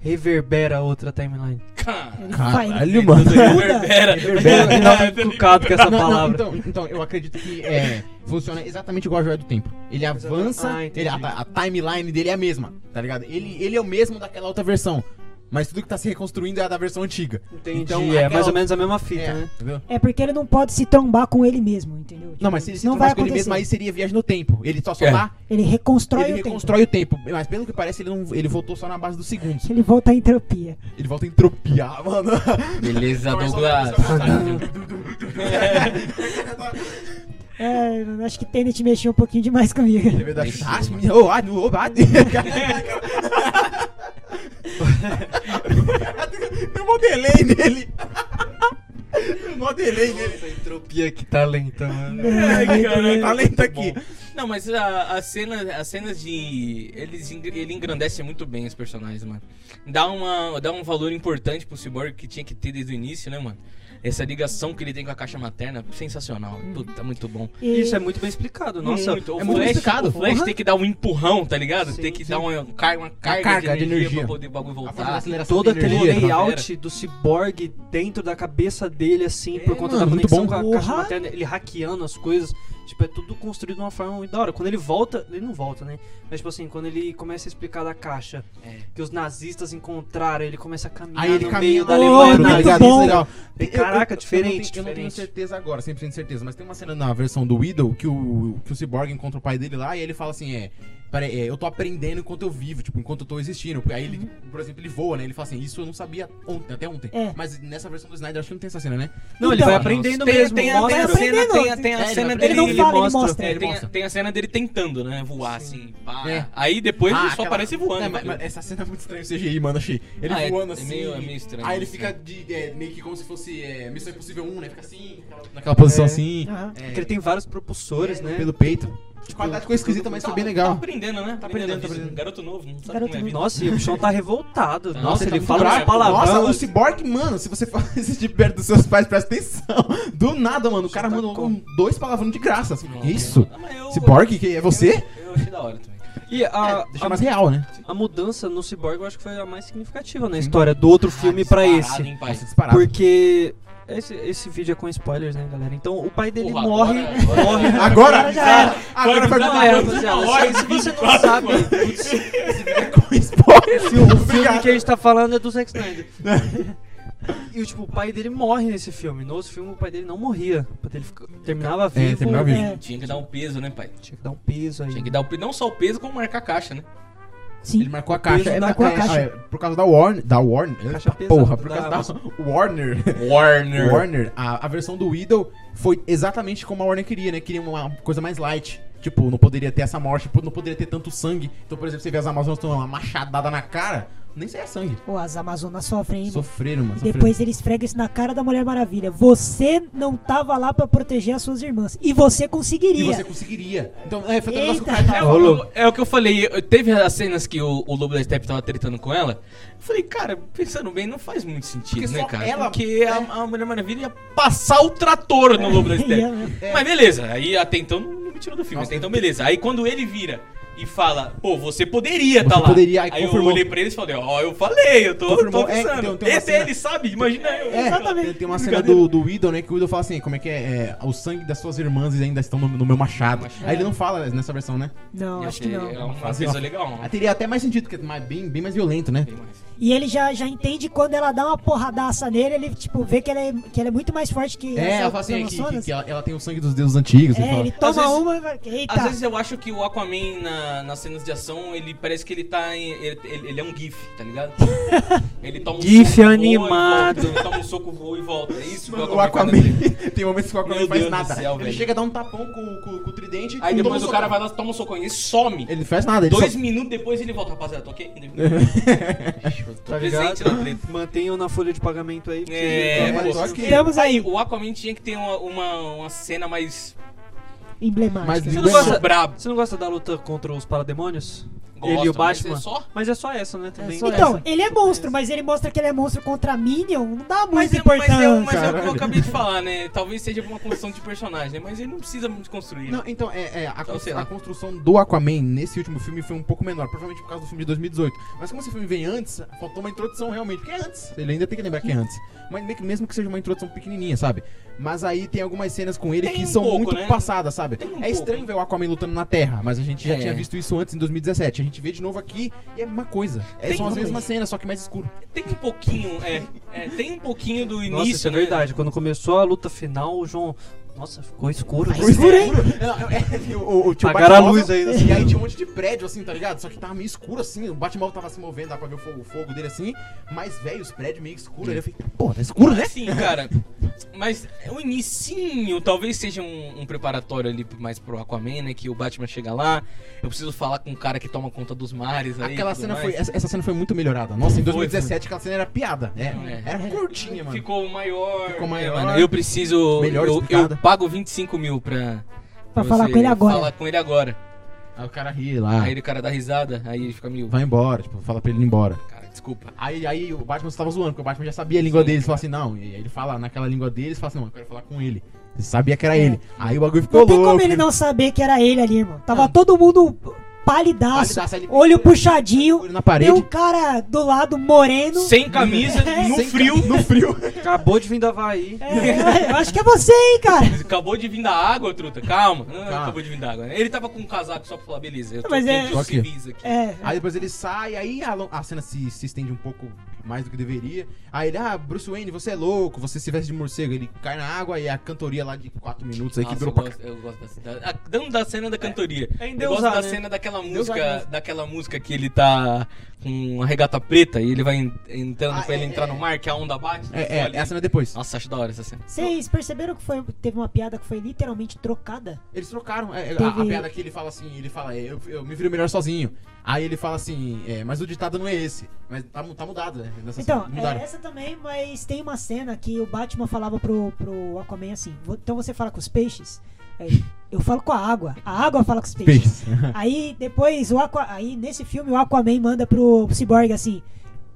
[SPEAKER 2] reverbera outra timeline?
[SPEAKER 1] Cara,
[SPEAKER 3] Ele vai-
[SPEAKER 4] Caralho,
[SPEAKER 1] tudo
[SPEAKER 4] mano.
[SPEAKER 1] reverbera. É,
[SPEAKER 2] Reverbera. é Eu tava encucado com essa
[SPEAKER 4] Não, não,
[SPEAKER 2] palavra.
[SPEAKER 4] então, então, eu acredito que é, funciona exatamente igual a joia do tempo. Ele avança,
[SPEAKER 2] Ah, entendi.
[SPEAKER 4] ele- a, a timeline dele é a mesma, tá ligado? Ele, ele é o mesmo daquela outra versão. Mas tudo que tá se reconstruindo é a da versão antiga.
[SPEAKER 2] Entendi.
[SPEAKER 4] Então,
[SPEAKER 2] é
[SPEAKER 4] aquela-
[SPEAKER 2] mais ou menos a mesma fita,
[SPEAKER 4] É,
[SPEAKER 2] né?
[SPEAKER 4] entendeu?
[SPEAKER 3] É porque ele não pode se trombar com ele mesmo, entendeu?
[SPEAKER 4] Não,
[SPEAKER 3] Tipo,
[SPEAKER 4] mas se ele se
[SPEAKER 3] não
[SPEAKER 4] tornasse
[SPEAKER 3] vai
[SPEAKER 4] com ele
[SPEAKER 3] acontecer.
[SPEAKER 4] mesmo, aí seria viagem no tempo. Ele só, só
[SPEAKER 1] É.
[SPEAKER 4] lá,
[SPEAKER 3] Ele reconstrói
[SPEAKER 4] ele
[SPEAKER 3] o tempo.
[SPEAKER 4] reconstrói o tempo. Mas pelo que parece, ele, não, ele voltou só na base dos segundos.
[SPEAKER 3] Ele volta à entropia.
[SPEAKER 4] Ele volta a entropiar, mano.
[SPEAKER 1] Beleza, Douglas.
[SPEAKER 3] É, eu acho que Tenet mexeu um pouquinho demais comigo.
[SPEAKER 4] TV da Churrasco,
[SPEAKER 2] é
[SPEAKER 4] menino. Ô, ai, ô, ai. Eu modelei um nele. Eu modelei nele.
[SPEAKER 2] Essa entropia que tá lenta,
[SPEAKER 4] né?
[SPEAKER 2] mano.
[SPEAKER 1] Ai, caralho,
[SPEAKER 4] Tá lento aqui.
[SPEAKER 1] Bom. Não, mas a, a cena, as cenas de. Eles, engr- ele engrandece muito bem os personagens, mano. Dá, uma, dá um valor importante pro Cyborg que tinha que ter desde o início, né, mano? Essa ligação que ele tem com a caixa materna, sensacional.
[SPEAKER 4] Hum.
[SPEAKER 1] Puta, muito bom.
[SPEAKER 3] E-
[SPEAKER 2] Isso é muito bem explicado. Nossa,
[SPEAKER 1] Muito. O
[SPEAKER 2] é muito
[SPEAKER 1] Flash,
[SPEAKER 2] explicado.
[SPEAKER 1] O Flash tem que dar um empurrão, tá ligado?
[SPEAKER 2] Sim,
[SPEAKER 1] tem que
[SPEAKER 2] sim.
[SPEAKER 1] dar uma, car- uma carga,
[SPEAKER 4] carga de
[SPEAKER 1] de, energia
[SPEAKER 4] energia.
[SPEAKER 1] pra poder o bagulho
[SPEAKER 4] A forma de
[SPEAKER 1] voltar.
[SPEAKER 4] aceleração
[SPEAKER 2] Todo
[SPEAKER 4] da
[SPEAKER 2] aquele
[SPEAKER 4] energia, tá?
[SPEAKER 2] layout do cyborg dentro da cabeça dele, assim,
[SPEAKER 1] É,
[SPEAKER 2] por conta
[SPEAKER 4] mano,
[SPEAKER 2] da
[SPEAKER 4] muito
[SPEAKER 2] conexão
[SPEAKER 4] bom.
[SPEAKER 2] com a caixa
[SPEAKER 3] Porra.
[SPEAKER 2] materna, ele hackeando as coisas. Tipo, é tudo construído de uma forma muito da hora. Quando ele volta, ele não volta, né? Mas, tipo assim, quando ele começa a explicar da caixa
[SPEAKER 1] É.
[SPEAKER 2] que os nazistas encontraram, ele começa a caminhar
[SPEAKER 4] Aí ele
[SPEAKER 2] no
[SPEAKER 4] caminha
[SPEAKER 2] meio da
[SPEAKER 4] no
[SPEAKER 2] Alemanha,
[SPEAKER 4] outro,
[SPEAKER 2] tá
[SPEAKER 4] tá
[SPEAKER 2] ligado?
[SPEAKER 4] ligado? Isso é legal.
[SPEAKER 2] E-
[SPEAKER 4] Eu- eu-
[SPEAKER 2] Caraca,
[SPEAKER 4] eu não
[SPEAKER 2] diferente,
[SPEAKER 4] tenho- Eu não tenho
[SPEAKER 2] diferente.
[SPEAKER 4] certeza agora, 100% certeza, mas tem uma cena na versão do Widow que o, que o Cyborg encontra o pai dele lá e ele fala assim, é... Peraí, é, eu tô aprendendo enquanto eu vivo, tipo, enquanto eu tô existindo. Aí ele,
[SPEAKER 1] Uhum.
[SPEAKER 4] por exemplo, ele voa, né? Ele fala assim, isso eu não sabia ontem, até ontem.
[SPEAKER 3] É.
[SPEAKER 4] Mas nessa versão do Snyder, acho que não tem essa cena, né?
[SPEAKER 2] Não, ele
[SPEAKER 3] Então,
[SPEAKER 2] vai aprendendo
[SPEAKER 1] tem,
[SPEAKER 2] mesmo.
[SPEAKER 1] Tem, a- tem a
[SPEAKER 2] mostra.
[SPEAKER 3] Vai
[SPEAKER 1] cena,
[SPEAKER 3] aprendendo.
[SPEAKER 1] tem, a- tem a
[SPEAKER 4] É, ele
[SPEAKER 1] cena
[SPEAKER 4] vai
[SPEAKER 1] dele.
[SPEAKER 3] Ele não
[SPEAKER 2] ele
[SPEAKER 3] fala, ele
[SPEAKER 2] mostra,
[SPEAKER 3] mostra.
[SPEAKER 1] É, tem, a,
[SPEAKER 4] mostra.
[SPEAKER 1] tem a cena dele tentando, né? Voar assim. pá.
[SPEAKER 4] É.
[SPEAKER 1] Aí depois
[SPEAKER 4] Ah,
[SPEAKER 1] ele só
[SPEAKER 4] aquela-
[SPEAKER 1] aparece voando.
[SPEAKER 4] É, mas, mas essa cena é muito estranha o CGI, mano, achei. Ele
[SPEAKER 1] Ah, é-
[SPEAKER 4] voando
[SPEAKER 1] é
[SPEAKER 4] assim.
[SPEAKER 1] meio- é meio estranho,
[SPEAKER 4] Aí ele
[SPEAKER 1] assim.
[SPEAKER 4] fica de, é, meio que como se fosse é, Missão Impossível 1, né? Fica assim, naquela- naquela posição
[SPEAKER 2] É.
[SPEAKER 4] assim.
[SPEAKER 1] Ah,
[SPEAKER 3] Aham.
[SPEAKER 4] é,
[SPEAKER 2] Porque ele tem vários propulsores,
[SPEAKER 4] é,
[SPEAKER 2] né?
[SPEAKER 4] Pelo peito. A qualidade ficou esquisita, mas foi é bem
[SPEAKER 1] Tá
[SPEAKER 4] legal.
[SPEAKER 1] aprendendo, né? Tá
[SPEAKER 4] aprendendo, tá
[SPEAKER 1] isso.
[SPEAKER 4] aprendendo.
[SPEAKER 1] Garoto novo, não sabe
[SPEAKER 3] Garoto
[SPEAKER 1] como é a vida.
[SPEAKER 2] Nossa, e o bichão tá revoltado. Nossa,
[SPEAKER 1] Nossa,
[SPEAKER 2] ele,
[SPEAKER 1] tá
[SPEAKER 2] fala
[SPEAKER 1] muito
[SPEAKER 2] uns
[SPEAKER 1] bravo.
[SPEAKER 2] palavrão.
[SPEAKER 4] um Nossa, o
[SPEAKER 2] assim.
[SPEAKER 4] Cyborg, mano, se você for assistir perto dos seus pais, presta atenção. Do nada, mano, o cara
[SPEAKER 2] tá
[SPEAKER 4] mandou
[SPEAKER 2] com-
[SPEAKER 4] um- dois palavrões de graça. Assim,
[SPEAKER 1] Não,
[SPEAKER 4] que isso?
[SPEAKER 1] não, Ah, mas eu-
[SPEAKER 4] Cyborg, que é você?
[SPEAKER 1] Eu, eu achei da hora também.
[SPEAKER 2] E a,
[SPEAKER 4] Deixa
[SPEAKER 2] a-
[SPEAKER 4] mais real, né?
[SPEAKER 2] a mudança no Cyborg eu acho que foi a mais significativa na história do outro filme pra
[SPEAKER 1] Ah, Disparado,
[SPEAKER 2] esse.
[SPEAKER 1] hein, pai?
[SPEAKER 4] Nossa, disparado.
[SPEAKER 2] Porque esse, esse vídeo é com spoilers, né, galera? Então o pai dele
[SPEAKER 1] Porra,
[SPEAKER 2] morre.
[SPEAKER 1] agora-
[SPEAKER 2] morre.
[SPEAKER 4] Agora,
[SPEAKER 3] já era.
[SPEAKER 4] agora vai
[SPEAKER 1] Foi
[SPEAKER 2] Não
[SPEAKER 1] bizarro.
[SPEAKER 4] mudar.
[SPEAKER 2] é, rapaziada.
[SPEAKER 1] Agora,
[SPEAKER 2] Se, se você não
[SPEAKER 1] 24,
[SPEAKER 2] sabe,
[SPEAKER 1] mano.
[SPEAKER 2] o
[SPEAKER 4] com spoiler.
[SPEAKER 2] filme
[SPEAKER 4] Obrigado.
[SPEAKER 2] que a gente tá falando é do Zack Snyder. E tipo, o pai dele morre nesse filme. No outro filme o pai dele não morria. O pai dele fica- terminava vivo.
[SPEAKER 4] terminava vivo.
[SPEAKER 3] É,
[SPEAKER 1] Tinha que dar um peso, né, pai?
[SPEAKER 2] Tinha que dar um peso aí.
[SPEAKER 1] Tinha que dar o peso, não só o peso, como marcar a caixa, né?
[SPEAKER 3] sim.
[SPEAKER 4] Ele marcou a
[SPEAKER 2] peso
[SPEAKER 4] caixa. É,
[SPEAKER 3] da
[SPEAKER 4] na-
[SPEAKER 3] caixa.
[SPEAKER 4] é, é, por causa da Warner. Da Warner?
[SPEAKER 2] Caixa
[SPEAKER 4] Eita, porra,
[SPEAKER 2] pesada,
[SPEAKER 4] por
[SPEAKER 2] da-
[SPEAKER 4] causa da Warner.
[SPEAKER 1] Warner.
[SPEAKER 4] Warner, a, a versão do Widow foi exatamente como a Warner queria, né? Queria uma coisa mais light. Tipo, não poderia ter essa morte, tipo, não poderia ter tanto sangue. Então, por exemplo, você vê as Amazonas tomando uma machadada na cara, nem sai sangue.
[SPEAKER 3] Pô, as Amazonas sofrem, hein? mano?
[SPEAKER 4] Sofreram, mano.
[SPEAKER 3] E
[SPEAKER 4] Sofreram.
[SPEAKER 3] depois ele esfrega isso na cara da Mulher Maravilha. Você não tava lá pra proteger as suas irmãs. E você
[SPEAKER 4] E
[SPEAKER 3] conseguiria.
[SPEAKER 4] você conseguiria. Então, é, foi um negócio que o
[SPEAKER 3] Eita.
[SPEAKER 4] cara
[SPEAKER 1] É,
[SPEAKER 4] tava-
[SPEAKER 2] Ô, louco.
[SPEAKER 1] o- é o que eu falei, eu- teve as cenas que o, o Lobo da Steppe tava tretando com ela. Eu falei, cara, pensando bem, não faz muito sentido,
[SPEAKER 4] Porque
[SPEAKER 1] né,
[SPEAKER 4] só
[SPEAKER 1] cara?
[SPEAKER 4] ela- é.
[SPEAKER 1] Porque a, a Mulher Maravilha ia passar o trator no Lobo da
[SPEAKER 3] E
[SPEAKER 1] Steppe.
[SPEAKER 3] ela-
[SPEAKER 1] Mas beleza, aí até então não, não me tirou do filme.
[SPEAKER 4] né? É. Nossa,
[SPEAKER 1] até então, beleza. Aí quando ele vira e fala, pô, você poderia tá
[SPEAKER 4] Você
[SPEAKER 1] lá.
[SPEAKER 4] poderia, aí
[SPEAKER 1] aí eu
[SPEAKER 4] confirmou.
[SPEAKER 1] olhei pra eles e falei, ó, eu falei, eu tô, tô
[SPEAKER 4] Confirmou. É,
[SPEAKER 1] avisando.
[SPEAKER 4] tem- tem uma
[SPEAKER 1] Esse
[SPEAKER 4] cena-
[SPEAKER 1] ele sabe, imagina eu.
[SPEAKER 4] É, tem, tem uma cena do, do Widow, né? Que o Widow fala assim: como é que é? é, o sangue das suas irmãs ainda estão no, no meu machado. Aí ele não fala nessa versão, né?
[SPEAKER 3] Não,
[SPEAKER 1] Eu
[SPEAKER 3] acho que
[SPEAKER 1] achei,
[SPEAKER 3] não.
[SPEAKER 1] é uma
[SPEAKER 4] Fazer
[SPEAKER 1] coisa
[SPEAKER 4] uma-
[SPEAKER 1] legal.
[SPEAKER 4] Aí teria até mais sentido, porque é mais- bem, bem mais violento, né?
[SPEAKER 3] E ele já, já entende quando ela dá uma porradaça nele, ele tipo, vê que ela é, que ela é muito mais forte que
[SPEAKER 4] É,
[SPEAKER 3] as
[SPEAKER 4] ela fala assim: é que, que-
[SPEAKER 3] Amazonas.
[SPEAKER 4] que ela, ela tem o sangue dos deuses antigos. ele
[SPEAKER 3] É,
[SPEAKER 4] fala.
[SPEAKER 3] ele toma
[SPEAKER 1] vezes-
[SPEAKER 3] uma e tá. vai. Eita!
[SPEAKER 1] Às vezes eu acho que o Aquaman na- nas cenas de ação, ele parece que ele tá em. Ele, ele- ele é um GIF, tá ligado? Ele toma um
[SPEAKER 2] GIF
[SPEAKER 1] soco, voa e
[SPEAKER 2] animado.
[SPEAKER 1] volta, ele toma um soco, voa e volta. É isso que
[SPEAKER 4] Mano, o Aquaman.
[SPEAKER 1] faz na tela.
[SPEAKER 4] tem momentos que o Aquaman
[SPEAKER 1] Meu
[SPEAKER 4] não faz
[SPEAKER 1] Deus do
[SPEAKER 4] nada.
[SPEAKER 1] céu,
[SPEAKER 4] ele
[SPEAKER 1] velho.
[SPEAKER 4] chega a dar um tapão com, com- com o tridente.
[SPEAKER 1] Aí
[SPEAKER 4] e
[SPEAKER 1] depois
[SPEAKER 4] toma
[SPEAKER 1] o
[SPEAKER 4] um
[SPEAKER 1] cara
[SPEAKER 4] socão.
[SPEAKER 1] vai lá, toma um soco e some.
[SPEAKER 4] Ele Tá não faz nada, ele
[SPEAKER 1] Dois
[SPEAKER 4] só...
[SPEAKER 1] minutos depois ele volta, rapaziada, tô aqui ainda. Tô
[SPEAKER 2] Tá
[SPEAKER 1] presente
[SPEAKER 2] ligado?
[SPEAKER 1] na treta.
[SPEAKER 2] Mantenham na folha de pagamento aí. porque-
[SPEAKER 1] É,
[SPEAKER 4] tá mas
[SPEAKER 1] pô.
[SPEAKER 4] só que-
[SPEAKER 3] Estamos aí,
[SPEAKER 1] O Aquaman tinha que ter uma, uma, uma cena mais.
[SPEAKER 4] Mas
[SPEAKER 3] emblemática.
[SPEAKER 2] Você
[SPEAKER 4] viu
[SPEAKER 2] não
[SPEAKER 4] bem-
[SPEAKER 2] gosta-
[SPEAKER 1] brabo.
[SPEAKER 2] você não gosta da luta contra os parademônios?
[SPEAKER 1] Gosto,
[SPEAKER 2] ele e o
[SPEAKER 1] mas
[SPEAKER 2] Batman?
[SPEAKER 1] é só-
[SPEAKER 2] Mas é só essa, né? Também.
[SPEAKER 3] Então, ele é monstro, mas ele mostra que ele é monstro contra Minion, não dá muita
[SPEAKER 1] Mas é, mas,
[SPEAKER 3] importância.
[SPEAKER 1] é, o- mas é o que eu
[SPEAKER 4] Caralho.
[SPEAKER 1] acabei de falar, né? Talvez seja uma construção de personagem, né? Mas ele não precisa muito construir. né?
[SPEAKER 4] Não, então, é, é, a,
[SPEAKER 1] Então,
[SPEAKER 4] con-
[SPEAKER 1] sei lá.
[SPEAKER 4] a construção do Aquaman nesse último filme foi um pouco menor, provavelmente por causa do filme de 2018. Mas como esse filme vem antes, faltou uma introdução realmente, porque é antes. Ele ainda tem que lembrar que é antes. Mas meio que- mesmo que seja uma introdução pequenininha, sabe? Mas aí tem algumas cenas com ele
[SPEAKER 1] Tem
[SPEAKER 4] que
[SPEAKER 1] um
[SPEAKER 4] são
[SPEAKER 1] pouco,
[SPEAKER 4] muito
[SPEAKER 1] né?
[SPEAKER 4] passadas, sabe?
[SPEAKER 1] Tem um
[SPEAKER 4] é
[SPEAKER 1] pouco.
[SPEAKER 4] estranho ver o Aquaman lutando na Terra, mas a gente já
[SPEAKER 1] É.
[SPEAKER 4] tinha visto isso antes em 2017. A gente vê de novo aqui e é a mesma coisa. É,
[SPEAKER 1] Tem
[SPEAKER 4] são as
[SPEAKER 1] uma
[SPEAKER 4] mesmas cenas, só que mais escuro.
[SPEAKER 1] Tem um pouquinho, é, é, Tem um pouquinho do início,
[SPEAKER 2] Nossa, isso é
[SPEAKER 1] né?
[SPEAKER 2] verdade. Quando começou a luta final, o João. Nossa, ficou escuro.
[SPEAKER 3] Ficou escuro, hein?
[SPEAKER 4] É, o, o, o tio
[SPEAKER 2] Apagaram a
[SPEAKER 4] Batmóvel,
[SPEAKER 2] luz aí, assim.
[SPEAKER 4] E aí tinha um monte de prédio, assim, tá ligado? Só que tava meio escuro, assim. O Batmóvel tava se movendo, dá pra ver o fogo, o fogo dele, assim. Mas, velho, os prédios meio escuros. Aí eu falei, pô, tá escuro, né?
[SPEAKER 1] Sim, cara. Mas o inicinho talvez seja um, um preparatório ali mais pro Aquaman, né? Que o Batman chega lá, eu preciso falar com o cara que toma conta dos mares aí. e
[SPEAKER 4] Aquela
[SPEAKER 1] tudo
[SPEAKER 4] cena
[SPEAKER 1] mais.
[SPEAKER 4] foi, essa, essa cena foi muito melhorada. Nossa, em
[SPEAKER 1] Foi,
[SPEAKER 4] 2017 aquela cena era piada. É,
[SPEAKER 1] É.
[SPEAKER 4] Era curtinha, mano.
[SPEAKER 1] Ficou maior.
[SPEAKER 4] Ficou maior.
[SPEAKER 1] É, mano, eu preciso.
[SPEAKER 4] Melhor
[SPEAKER 1] eu,
[SPEAKER 4] explicada.
[SPEAKER 1] eu pago 25 mil pra.
[SPEAKER 3] Pra falar
[SPEAKER 1] você
[SPEAKER 3] com ele agora.
[SPEAKER 1] Falar com ele agora.
[SPEAKER 4] Aí o cara ri lá.
[SPEAKER 1] Aí o cara dá risada, aí ele fica meio.
[SPEAKER 4] Vai embora, tipo, fala pra ele ir embora.
[SPEAKER 1] Cara, desculpa.
[SPEAKER 4] Aí, aí o Batman só tava zoando, porque o Batman já sabia a língua deles. Fala assim, não. E aí ele fala naquela língua deles, fala assim, não, eu quero falar com ele. É. Você sabia que era ele. Aí o bagulho ficou
[SPEAKER 3] Não tem
[SPEAKER 4] louco.
[SPEAKER 3] como ele não saber que era ele ali, irmão. Tava todo mundo palidaço,
[SPEAKER 4] Palidaço, ele-
[SPEAKER 3] olho puxadinho,
[SPEAKER 4] Olho na
[SPEAKER 3] tem
[SPEAKER 4] parede.
[SPEAKER 3] um cara do lado moreno.
[SPEAKER 1] Sem camisa, no
[SPEAKER 4] Sem
[SPEAKER 1] frio.
[SPEAKER 4] ca- No frio.
[SPEAKER 2] Acabou de vir da Havaí.
[SPEAKER 3] É, eu acho que é você, hein, cara.
[SPEAKER 1] Acabou de vir da água, truta. Calma. Ah,
[SPEAKER 4] Calma.
[SPEAKER 1] Acabou de vir da água. Ele tava com um casaco só pra falar, beleza. Eu tô
[SPEAKER 3] Mas é-
[SPEAKER 1] entre os
[SPEAKER 4] Aqui.
[SPEAKER 1] civis aqui.
[SPEAKER 3] É,
[SPEAKER 4] Aí depois ele sai, aí a, lo- a cena se, se estende um pouco mais do que deveria. Aí ele, ah, Bruce Wayne, você é louco, você se veste de morcego. Ele cai na água e a cantoria lá de 4 minutos aí que
[SPEAKER 1] Nossa,
[SPEAKER 4] durou
[SPEAKER 1] eu,
[SPEAKER 4] pra
[SPEAKER 1] gosto, eu gosto da, da, dando da cena da cantoria. eu
[SPEAKER 2] É
[SPEAKER 1] gosto
[SPEAKER 2] endeusar,
[SPEAKER 1] da
[SPEAKER 2] né?
[SPEAKER 1] cena daquela
[SPEAKER 4] Endeusar
[SPEAKER 1] música,
[SPEAKER 4] mesmo.
[SPEAKER 1] daquela música que ele tá com a regata preta e ele vai en- entrando
[SPEAKER 4] Ah,
[SPEAKER 1] pra ele
[SPEAKER 4] é,
[SPEAKER 1] entrar
[SPEAKER 4] é.
[SPEAKER 1] no mar, que a onda bate. né?
[SPEAKER 4] É,
[SPEAKER 1] Olha
[SPEAKER 4] é,
[SPEAKER 1] ali.
[SPEAKER 4] é a cena depois.
[SPEAKER 1] Nossa, acho da hora essa cena.
[SPEAKER 3] vocês perceberam que foi, teve uma piada que foi literalmente trocada?
[SPEAKER 4] Eles trocaram. é, é, a,
[SPEAKER 3] Teve-
[SPEAKER 4] a piada que ele fala assim, ele fala, é, eu, eu me viro melhor sozinho. Aí ele fala assim, é, mas o ditado não é esse. Mas tá, mu- tá mudado, né? Nessa
[SPEAKER 3] Então,
[SPEAKER 4] cena,
[SPEAKER 3] é
[SPEAKER 4] mudaram.
[SPEAKER 3] essa também, mas tem uma cena que o Batman falava pro, pro Aquaman assim: "Vo- então você fala com os peixes? Aí, eu falo com a água, a água fala com os peixes.
[SPEAKER 4] Peixes.
[SPEAKER 3] Aí depois, o Aqua, aí nesse filme, o Aquaman manda pro Cyborg assim: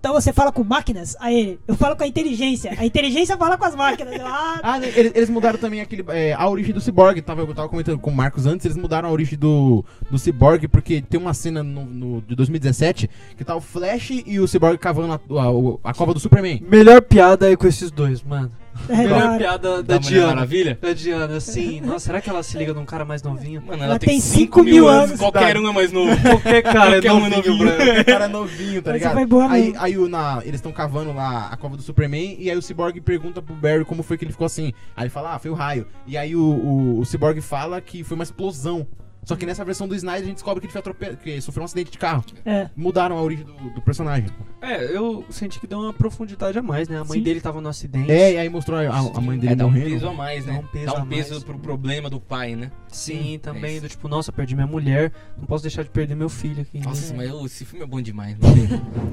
[SPEAKER 3] então você fala com máquinas? Aí ele: eu falo com a inteligência, a inteligência fala com as máquinas. Eu, ah,
[SPEAKER 4] Ah, né, eles, eles mudaram também aquele, é, a origem do Cyborg. Tava, eu tava comentando com o Marcos antes, eles mudaram a origem do, do Cyborg, porque tem uma cena no, no- de 2017 que tá o Flash e o Cyborg cavando a, a, o- a cova do Superman.
[SPEAKER 2] Melhor piada aí com esses dois, mano.
[SPEAKER 3] é, da
[SPEAKER 2] Melhor
[SPEAKER 3] hora.
[SPEAKER 2] piada da,
[SPEAKER 1] Da Mulher
[SPEAKER 2] Diana.
[SPEAKER 1] Maravilha?
[SPEAKER 2] Da Diana, sim. Nossa, será que ela se liga num cara mais novinho?
[SPEAKER 1] Mano,
[SPEAKER 3] Ela
[SPEAKER 1] ela tem
[SPEAKER 3] tem
[SPEAKER 1] 5
[SPEAKER 3] mil
[SPEAKER 1] mil anos.
[SPEAKER 3] anos.
[SPEAKER 1] Qualquer um é mais novo.
[SPEAKER 2] Qualquer cara
[SPEAKER 1] Qualquer
[SPEAKER 2] é
[SPEAKER 1] um
[SPEAKER 2] novinho,
[SPEAKER 1] novinho.
[SPEAKER 2] branco.
[SPEAKER 4] O cara novinho, tá
[SPEAKER 3] Essa
[SPEAKER 4] ligado?
[SPEAKER 3] foi boa
[SPEAKER 4] aí
[SPEAKER 3] mesmo.
[SPEAKER 4] aí o, na, eles estão cavando lá a cova do Superman e aí o Cyborg pergunta pro Barry como foi que ele ficou assim. Aí ele fala, ah, foi o raio. E aí o, o, o Cyborg fala que foi uma explosão. Só que nessa versão do Snyder a gente descobre que ele foi atropelado, que sofreu um acidente de carro.
[SPEAKER 3] É.
[SPEAKER 4] Mudaram a origem do, do personagem.
[SPEAKER 2] É, eu senti que deu uma profundidade a mais, né? A mãe
[SPEAKER 3] Sim.
[SPEAKER 2] dele tava no acidente.
[SPEAKER 4] É, e aí mostrou a, a mãe dele
[SPEAKER 1] É, dá um
[SPEAKER 4] morrendo.
[SPEAKER 1] peso a mais, né?
[SPEAKER 2] Dá um peso
[SPEAKER 1] Dá
[SPEAKER 2] a
[SPEAKER 1] um
[SPEAKER 2] mais.
[SPEAKER 1] peso pro problema do pai, né?
[SPEAKER 2] Sim, também.
[SPEAKER 1] isso.
[SPEAKER 2] do tipo, nossa, perdi minha mulher. Não posso deixar de perder meu filho aqui. Né?
[SPEAKER 1] Nossa, mas eu- esse filme é bom demais. Não, tem.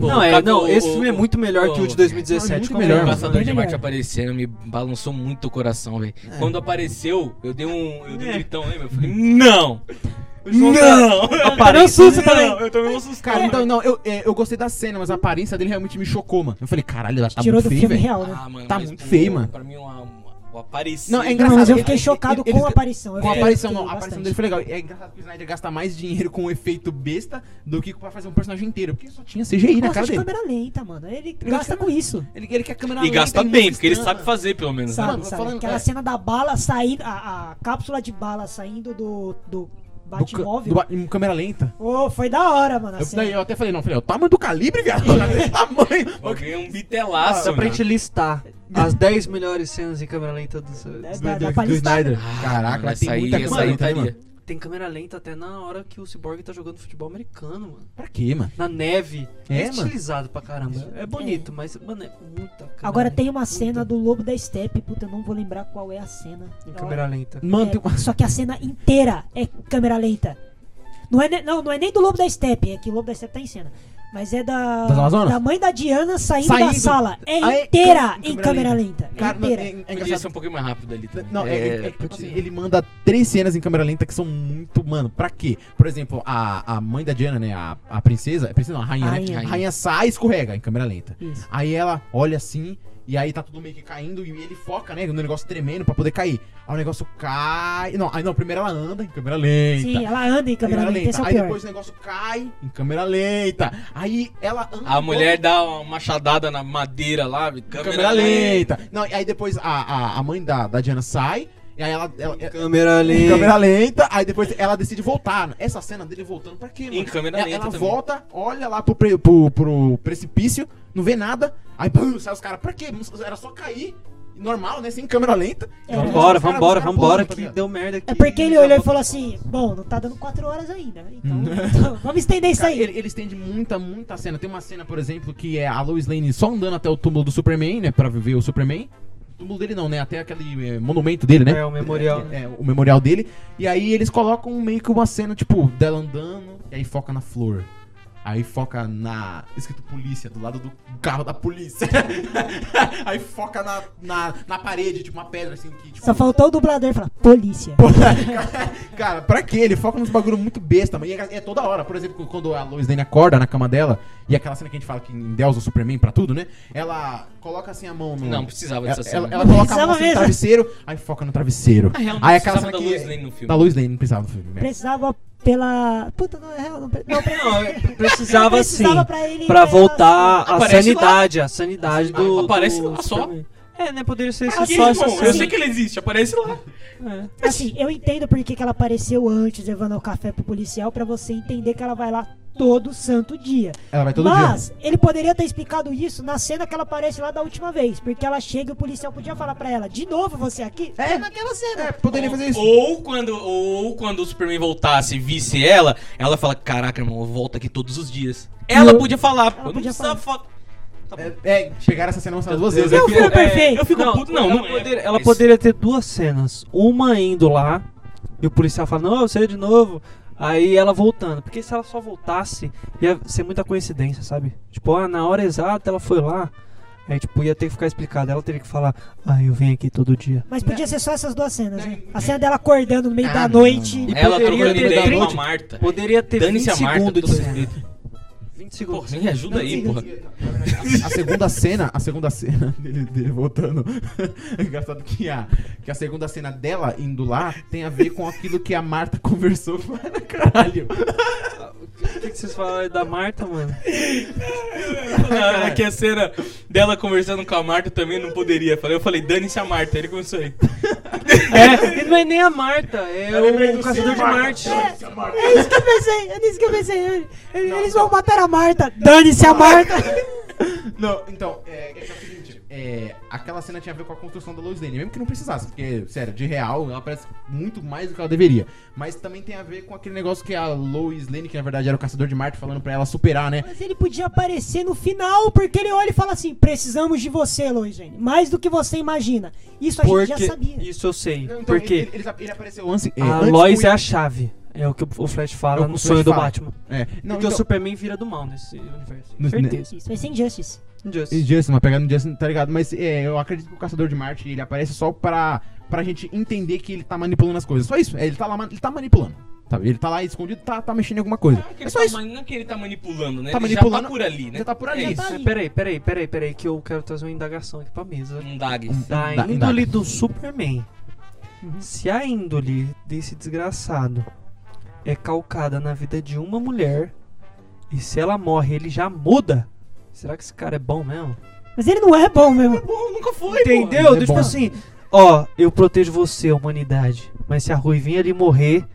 [SPEAKER 2] Não,
[SPEAKER 1] Ô,
[SPEAKER 2] é,
[SPEAKER 1] Caco,
[SPEAKER 2] não,
[SPEAKER 1] ô,
[SPEAKER 2] esse
[SPEAKER 1] ô,
[SPEAKER 2] filme é
[SPEAKER 1] ô,
[SPEAKER 2] muito melhor que o de
[SPEAKER 1] ô,
[SPEAKER 2] 2017.
[SPEAKER 4] Não, é muito
[SPEAKER 2] como
[SPEAKER 4] melhor.
[SPEAKER 1] O
[SPEAKER 2] eu-
[SPEAKER 1] Caçador de
[SPEAKER 3] Melhor.
[SPEAKER 1] Marte aparecendo me balançou muito o coração, velho.
[SPEAKER 4] É.
[SPEAKER 1] Quando apareceu, eu dei um, eu dei um gritão, lembra? Eu falei, não! Não!
[SPEAKER 3] Parei um susto também.
[SPEAKER 1] Não, eu tomei um susto,
[SPEAKER 4] Cara,
[SPEAKER 1] cara.
[SPEAKER 4] então, não, eu, é, eu gostei da cena, mas a aparência dele realmente me chocou, mano. Eu falei, caralho, ela tá
[SPEAKER 3] Tirou
[SPEAKER 4] muito
[SPEAKER 3] do
[SPEAKER 4] feia,
[SPEAKER 3] filme
[SPEAKER 4] velho.
[SPEAKER 3] real, né?
[SPEAKER 1] Ah, mano,
[SPEAKER 4] Tá
[SPEAKER 1] mas,
[SPEAKER 4] muito
[SPEAKER 1] pô,
[SPEAKER 4] feio, mano.
[SPEAKER 1] Pra mim, uma, uma, o aparecido.
[SPEAKER 4] Não, é
[SPEAKER 3] Não, mas eu
[SPEAKER 4] engraçado.
[SPEAKER 3] fiquei
[SPEAKER 4] ele-
[SPEAKER 3] chocado
[SPEAKER 4] ele-
[SPEAKER 3] com
[SPEAKER 4] ele-
[SPEAKER 3] a aparição. eu
[SPEAKER 4] Com a
[SPEAKER 3] fiquei-
[SPEAKER 4] aparição,
[SPEAKER 3] fiquei
[SPEAKER 4] não, a aparição
[SPEAKER 3] bastante.
[SPEAKER 4] dele foi legal. É engraçado que o Snyder gasta mais dinheiro com um efeito besta do que pra fazer um personagem inteiro, porque só tinha CGI na
[SPEAKER 3] Gosta
[SPEAKER 4] cara
[SPEAKER 3] de
[SPEAKER 4] dele.
[SPEAKER 3] câmera lenta, mano. Ele
[SPEAKER 4] Eu
[SPEAKER 3] gasta
[SPEAKER 4] quero-
[SPEAKER 3] com isso.
[SPEAKER 4] Ele, ele quer câmera
[SPEAKER 1] E
[SPEAKER 4] lenta,
[SPEAKER 1] gasta
[SPEAKER 4] não
[SPEAKER 1] bem, porque ele
[SPEAKER 4] pistana.
[SPEAKER 1] sabe fazer, pelo menos. né?
[SPEAKER 3] Sabe,
[SPEAKER 4] Mano,
[SPEAKER 3] sabe?
[SPEAKER 4] falando-
[SPEAKER 3] Aquela
[SPEAKER 4] é.
[SPEAKER 3] cena da bala saindo, a, a cápsula de bala saindo do, do
[SPEAKER 4] Do ca-
[SPEAKER 3] Batmóvel.
[SPEAKER 4] do ba- em câmera lenta.
[SPEAKER 3] Ô, foi da hora, mano. a
[SPEAKER 4] Eu,
[SPEAKER 3] cena.
[SPEAKER 4] daí eu até falei, não, falei, o tamanho do calibre, viado, olha esse tamanho.
[SPEAKER 1] Eu ganhei um
[SPEAKER 2] Nossa,
[SPEAKER 1] bitelaço,
[SPEAKER 2] pra
[SPEAKER 1] mano.
[SPEAKER 2] gente listar as 10 melhores cenas em câmera lenta do seu.
[SPEAKER 3] Dez da- da palista-
[SPEAKER 4] Caraca,
[SPEAKER 1] vai
[SPEAKER 4] mas tem
[SPEAKER 1] sair,
[SPEAKER 4] muita
[SPEAKER 1] Ah, essa
[SPEAKER 4] câmera
[SPEAKER 1] aí tá
[SPEAKER 4] lenta, né,
[SPEAKER 1] estaria.
[SPEAKER 4] mano?
[SPEAKER 2] Tem câmera lenta até na hora que o Cyborg tá jogando futebol americano, mano.
[SPEAKER 4] Pra quê, mano?
[SPEAKER 2] Na neve. É,
[SPEAKER 4] É, mano.
[SPEAKER 2] estilizado pra caramba. É bonito, mas, mano, é muita câmera
[SPEAKER 3] Agora tem uma
[SPEAKER 2] lenta,
[SPEAKER 3] cena
[SPEAKER 2] muita.
[SPEAKER 3] do Lobo da Steppe, puta, eu não vou lembrar qual é a cena.
[SPEAKER 2] Em
[SPEAKER 3] Da
[SPEAKER 2] câmera lenta.
[SPEAKER 4] Mano,
[SPEAKER 3] É,
[SPEAKER 4] tem uma-
[SPEAKER 3] Só que a cena inteira é câmera lenta. Não é, ne- não, não é nem do Lobo da Steppe, é que o Lobo da Steppe tá em cena. Mas é da,
[SPEAKER 4] Das Amazonas?
[SPEAKER 3] da mãe da Diana saindo, da
[SPEAKER 4] Saindo.
[SPEAKER 3] sala. É
[SPEAKER 4] Ah, é
[SPEAKER 3] inteira
[SPEAKER 4] câmera-
[SPEAKER 3] em
[SPEAKER 4] câmera
[SPEAKER 3] câmera
[SPEAKER 4] lenta.
[SPEAKER 3] lenta.
[SPEAKER 4] Cara,
[SPEAKER 3] É
[SPEAKER 4] não, é,
[SPEAKER 3] inteira.
[SPEAKER 4] é
[SPEAKER 1] Podia
[SPEAKER 4] engraçado.
[SPEAKER 1] ser um pouquinho mais rápido ali. também.
[SPEAKER 4] Não, é, é- é- tipo
[SPEAKER 1] podia.
[SPEAKER 4] assim, ele manda três cenas em câmera lenta que são muito, mano, pra quê? Por exemplo, a, a mãe da Diana, né, a, a princesa, a princesa não, a rainha, né?
[SPEAKER 3] Rainha.
[SPEAKER 4] A rainha sai e escorrega em câmera lenta.
[SPEAKER 3] Isso.
[SPEAKER 4] Aí ela olha assim, e aí tá tudo meio que caindo, e ele foca, né, no negócio tremendo pra poder cair. Aí o negócio cai, não, aí não, primeiro ela anda em câmera é lenta.
[SPEAKER 3] Sim, ela anda em câmera,
[SPEAKER 4] câmera
[SPEAKER 3] lenta, esse é o
[SPEAKER 4] Aí
[SPEAKER 3] pior.
[SPEAKER 4] depois o negócio cai em câmera lenta. Aí ela anda
[SPEAKER 1] A
[SPEAKER 4] um
[SPEAKER 1] mulher dá uma machadada na madeira lá, câmera,
[SPEAKER 4] câmera lenta. Não, e aí depois a, a, a mãe da, da Diana sai, e aí ela- é, ela,
[SPEAKER 2] Câmera
[SPEAKER 4] em
[SPEAKER 2] lenta.
[SPEAKER 4] câmera lenta, aí depois ela decide voltar. Essa cena dele voltando pra quê, mano?
[SPEAKER 1] Em câmera
[SPEAKER 4] ela,
[SPEAKER 1] lenta
[SPEAKER 4] Ela
[SPEAKER 1] também.
[SPEAKER 4] volta, olha lá pro, pre- pro- pro precipício, não vê nada, aí pum, sai os caras, pra quê? Era só cair, normal, né? Sem câmera lenta.
[SPEAKER 3] É.
[SPEAKER 2] Vambora,
[SPEAKER 4] Os caras-
[SPEAKER 2] vambora,
[SPEAKER 4] os caras
[SPEAKER 2] vambora,
[SPEAKER 4] pulam,
[SPEAKER 2] que
[SPEAKER 4] tá ligado?
[SPEAKER 2] deu merda aqui.
[SPEAKER 3] É porque ele olhou e falou assim: Bom, não tá dando 4 horas ainda, né? Então, então vamos estender isso
[SPEAKER 4] Cara,
[SPEAKER 3] aí.
[SPEAKER 4] ele, ele estende muita, muita cena. Tem uma cena, por exemplo, que é a Lois Lane só andando até o túmulo do Superman, né? Pra viver o Superman. O túmulo dele não, né? Até aquele eh, monumento dele, né?
[SPEAKER 2] É, o memorial.
[SPEAKER 4] É, o memorial dele. E aí eles colocam meio que uma cena, tipo, dela andando, e aí foca na flor. Aí foca na. escrito polícia, do lado do carro da polícia. aí foca na, na, na parede, tipo, uma pedra assim que, tipo.
[SPEAKER 3] Só faltou o dublador falar: Polícia.
[SPEAKER 4] Cara, pra quê? Ele foca nos bagulho muito besta, mas é, é toda hora. Por exemplo, quando a Lois Lane acorda na cama dela, e aquela cena que a gente fala que endeusa o Superman pra tudo, né? Ela coloca assim a mão no.
[SPEAKER 1] Não, precisava
[SPEAKER 4] ela,
[SPEAKER 1] dessa
[SPEAKER 4] ela,
[SPEAKER 1] cena.
[SPEAKER 4] ela coloca a
[SPEAKER 3] Precisava
[SPEAKER 4] mão assim no
[SPEAKER 3] mesmo.
[SPEAKER 4] travesseiro, aí foca no travesseiro.
[SPEAKER 1] Na real, não
[SPEAKER 4] aí é aquela
[SPEAKER 1] precisava
[SPEAKER 4] cena
[SPEAKER 1] da
[SPEAKER 4] que-
[SPEAKER 1] Lois Lane no filme.
[SPEAKER 4] Da Lois Lane, não precisava no filme. é.
[SPEAKER 3] Precisava pela. Puta, não é real, não, pre- não, pre-
[SPEAKER 2] Não, eu precisava sim.
[SPEAKER 3] pra ele.
[SPEAKER 2] Pra voltar à
[SPEAKER 1] Aparece
[SPEAKER 2] sanidade, a sanidade do.
[SPEAKER 1] Aparece
[SPEAKER 2] do
[SPEAKER 1] lá só.
[SPEAKER 2] Superman. É, né? Poderia ser
[SPEAKER 1] Aqui,
[SPEAKER 2] só essa
[SPEAKER 1] irmão, eu
[SPEAKER 2] cena.
[SPEAKER 1] sei que ele existe, aparece lá.
[SPEAKER 2] É.
[SPEAKER 3] Assim, eu entendo porque que ela apareceu antes levando o café pro policial pra você entender que ela vai lá todo santo dia.
[SPEAKER 4] Ela vai todo dia.
[SPEAKER 3] Mas ele poderia ter explicado isso na cena que ela aparece lá da última vez, porque ela chega e o policial podia falar pra ela, de novo você aqui?
[SPEAKER 4] É.
[SPEAKER 3] naquela cena.
[SPEAKER 4] É, poderia fazer isso.
[SPEAKER 1] Ou quando, ou quando o Superman voltasse e visse ela, ela fala: Caraca, irmão, eu volto aqui todos os dias. Ela
[SPEAKER 3] Eu-
[SPEAKER 1] podia falar, pô, não
[SPEAKER 3] podia
[SPEAKER 1] precisa falar. Tá bom.
[SPEAKER 4] É, é, pegaram essa cena mostrada duas vezes.
[SPEAKER 3] Meu
[SPEAKER 4] Eu
[SPEAKER 3] filho perfeito.
[SPEAKER 1] Eu fico puto, não.
[SPEAKER 2] Ela,
[SPEAKER 1] não é,
[SPEAKER 2] poderia, ela
[SPEAKER 1] mas-
[SPEAKER 2] poderia ter duas cenas. Uma indo lá, e o policial fala, não, eu sei de novo. Aí ela voltando. Porque se ela só voltasse, ia ser muita coincidência, sabe? Tipo, ah, na hora exata ela foi lá. Aí, tipo, ia ter que ficar explicado. Ela teria que falar, ah, eu venho aqui todo dia.
[SPEAKER 3] Mas podia ser só essas duas cenas, né? A cena dela acordando no meio
[SPEAKER 4] Ah,
[SPEAKER 3] da
[SPEAKER 4] não,
[SPEAKER 3] noite.
[SPEAKER 4] não,
[SPEAKER 1] Ela
[SPEAKER 2] poderia
[SPEAKER 1] trocando
[SPEAKER 2] ter
[SPEAKER 1] ideia com a
[SPEAKER 2] dado-
[SPEAKER 1] Marta.
[SPEAKER 2] Poderia ter 20
[SPEAKER 1] Dane-se a Marta.
[SPEAKER 2] segundos de
[SPEAKER 1] todo
[SPEAKER 2] cena.
[SPEAKER 1] respeito.
[SPEAKER 2] 20
[SPEAKER 1] Porra,
[SPEAKER 2] segundos.
[SPEAKER 1] me ajuda aí, porra.
[SPEAKER 4] A segunda cena, a segunda cena dele, dele voltando. É engraçado que a, que a segunda cena dela indo lá tem a ver com aquilo que a Marta conversou. Mano, caralho.
[SPEAKER 2] O que que vocês falaram aí da Marta, mano?
[SPEAKER 1] Ah, que a cena dela conversando com a Marta também não poderia. Falei, Eu falei, dane-se a Marta. Ele começou aí.
[SPEAKER 2] É, e não é nem a Marta, é o Caçador de Marte.
[SPEAKER 3] É isso que eu pensei, é nisso que eu pensei. Ele- ele- Eles vão matar a Marta. Dane-se a Marta.
[SPEAKER 4] Não, então, é, é que é o seguinte, é, aquela cena tinha a ver com a construção da Lois Lane, mesmo que não precisasse, porque, sério, de real, ela parece muito mais do que ela deveria. Mas também tem a ver com aquele negócio que a Lois Lane, que na verdade era o caçador de Marte, falando pra ela superar, né?
[SPEAKER 3] Mas ele podia aparecer no final, porque ele olha e fala assim: precisamos de você, Lois Lane. Mais do que você imagina. Isso a gente já sabia.
[SPEAKER 2] Isso eu sei.
[SPEAKER 4] Não, então,
[SPEAKER 2] porque
[SPEAKER 4] Ele, ele, ele apareceu antes... é,
[SPEAKER 2] a
[SPEAKER 4] antes
[SPEAKER 2] Lois
[SPEAKER 4] com-
[SPEAKER 2] é a chave. É o que o Flash
[SPEAKER 4] É o
[SPEAKER 2] fala
[SPEAKER 4] que o
[SPEAKER 2] no
[SPEAKER 4] Flash
[SPEAKER 2] sonho do
[SPEAKER 4] fala.
[SPEAKER 2] Batman.
[SPEAKER 4] É, não,
[SPEAKER 2] porque
[SPEAKER 4] então,
[SPEAKER 2] o Superman vira do mal nesse universo.
[SPEAKER 4] No-
[SPEAKER 2] Certeza.
[SPEAKER 3] Isso é vai ser injustice.
[SPEAKER 2] Injustice.
[SPEAKER 4] Injustice, uma pegada no Justin, tá ligado? Mas é, eu acredito que o Caçador de Marte, ele aparece só pra, pra gente entender que ele tá manipulando as coisas. Só isso, é, ele tá lá, ma- ele tá manipulando, sabe? Ele tá lá escondido, tá, tá mexendo em alguma coisa.
[SPEAKER 1] Não é que
[SPEAKER 4] É
[SPEAKER 1] ele
[SPEAKER 4] só
[SPEAKER 1] tá
[SPEAKER 4] isso.
[SPEAKER 1] ma- não é que ele tá manipulando, né?
[SPEAKER 4] Tá
[SPEAKER 1] ele já
[SPEAKER 4] manipulando-
[SPEAKER 1] tá por ali, né?
[SPEAKER 4] Já tá por
[SPEAKER 1] É
[SPEAKER 4] ali.
[SPEAKER 1] isso.
[SPEAKER 3] tá ali.
[SPEAKER 2] Peraí, peraí, peraí, peraí, que eu quero trazer uma indagação aqui pra
[SPEAKER 4] tá.
[SPEAKER 2] mesa.
[SPEAKER 1] Um Dags.
[SPEAKER 2] Da
[SPEAKER 4] Inda-
[SPEAKER 2] índole
[SPEAKER 4] indaga.
[SPEAKER 2] do Superman. Se a índole desse desgraçado é calcada na vida de uma mulher, e se ela morre ele já muda, será que esse cara é bom mesmo?
[SPEAKER 3] Mas ele não é bom mesmo.
[SPEAKER 1] Pô, nunca foi, pô.
[SPEAKER 2] Entendeu?
[SPEAKER 4] Ele é
[SPEAKER 2] tipo
[SPEAKER 4] bom.
[SPEAKER 2] assim, ó, eu protejo você, humanidade. Mas se a Ruivinha ali morrer,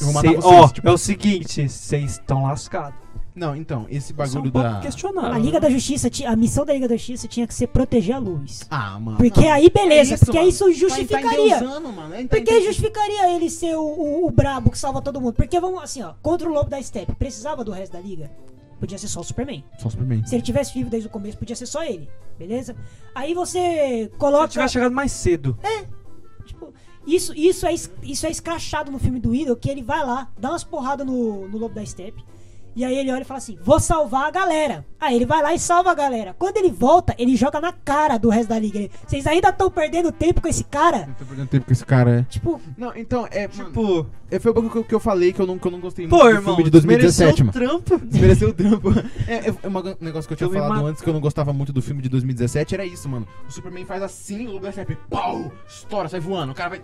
[SPEAKER 4] Eu vou
[SPEAKER 2] cê-
[SPEAKER 4] matar vocês,
[SPEAKER 2] ó,
[SPEAKER 4] tipo-
[SPEAKER 2] é o seguinte, vocês estão lascados.
[SPEAKER 4] Não, então, esse
[SPEAKER 2] Isso é
[SPEAKER 4] bagulho
[SPEAKER 2] um pouco
[SPEAKER 4] da...
[SPEAKER 2] questionável.
[SPEAKER 3] A Liga
[SPEAKER 2] né?
[SPEAKER 3] da Justiça, ti- a missão da Liga da Justiça tinha que ser proteger a luz.
[SPEAKER 4] Ah, mano.
[SPEAKER 3] Porque
[SPEAKER 4] não.
[SPEAKER 3] aí beleza,
[SPEAKER 4] É isso,
[SPEAKER 3] porque
[SPEAKER 4] mano.
[SPEAKER 3] isso justificaria.
[SPEAKER 4] Tá, tá endeusando, mano. É, tá-
[SPEAKER 3] Porque justificaria ele ser o, o, o brabo que salva todo mundo. Porque vamos assim, ó, contra o lobo da Steppe, precisava do resto da liga. Podia ser só o Superman.
[SPEAKER 4] Só o Superman.
[SPEAKER 3] Se ele tivesse vivo desde o começo, podia ser só ele, beleza? Aí você
[SPEAKER 2] Se eu
[SPEAKER 3] coloca.
[SPEAKER 2] tivesse chegado mais cedo.
[SPEAKER 3] Tipo, isso, isso, é, es- isso é escrachado no filme do Idol, que ele vai lá, dá umas porradas no, no Lobo da Steppe. E aí ele olha e fala assim, vou salvar a galera. Aí ele vai lá e salva a galera. Quando ele volta, ele joga na cara do resto da liga. Ele, Vocês ainda estão perdendo tempo com esse cara?
[SPEAKER 4] Eu tô perdendo tempo com esse cara, é.
[SPEAKER 3] Tipo,
[SPEAKER 4] Não, então, é... Tipo...
[SPEAKER 2] Pô,
[SPEAKER 4] É, foi o bagulho que eu- que eu falei que eu não, que eu não gostei
[SPEAKER 2] pô,
[SPEAKER 4] do
[SPEAKER 2] irmão,
[SPEAKER 4] filme de 2017,
[SPEAKER 2] desmereceu
[SPEAKER 4] mano.
[SPEAKER 2] o trampo.
[SPEAKER 4] Desmereceu o trampo. É, é, é uma- um negócio que eu tinha
[SPEAKER 2] Eu me
[SPEAKER 4] falado
[SPEAKER 2] ma-
[SPEAKER 4] antes que eu não gostava muito do filme de 2017, era isso, mano. O Superman faz assim, o Lobo da Steppe, pau, estoura, sai voando, o cara vai...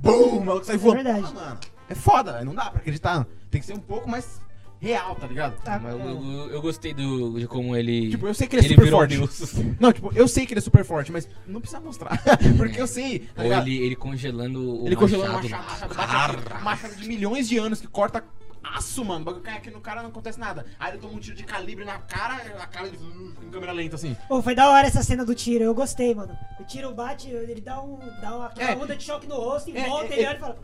[SPEAKER 4] Bum, o maluco sai voando.
[SPEAKER 3] verdade.
[SPEAKER 4] Ah, mano, é foda, velho, não dá pra acreditar. Tem que ser um pouco mais real, tá ligado?
[SPEAKER 1] Mas eu, eu- eu gostei do, de como ele.
[SPEAKER 4] Tipo, eu sei que ele é
[SPEAKER 1] ele
[SPEAKER 4] super
[SPEAKER 1] virou um
[SPEAKER 4] forte.
[SPEAKER 1] deus.
[SPEAKER 4] Não, tipo, eu sei que ele é super forte, mas não precisa mostrar. Porque eu sei, tá
[SPEAKER 1] Ou
[SPEAKER 4] ligado?
[SPEAKER 1] ele, ele congelando o
[SPEAKER 4] Ele congelou uma
[SPEAKER 1] machado.
[SPEAKER 4] machado, machado, machado, machado de milhões de anos que corta aço, mano. O bagulho cai aqui no cara não acontece nada. Aí ele toma um tiro de calibre na cara, a cara de, em câmera lenta, assim.
[SPEAKER 3] Pô, foi da hora essa cena do tiro, eu gostei, mano. O tiro bate, ele dá um. dá uma aquela
[SPEAKER 4] É.
[SPEAKER 3] onda de choque no rosto e
[SPEAKER 4] É,
[SPEAKER 3] volta,
[SPEAKER 4] é,
[SPEAKER 3] ele
[SPEAKER 4] é.
[SPEAKER 3] olha e fala.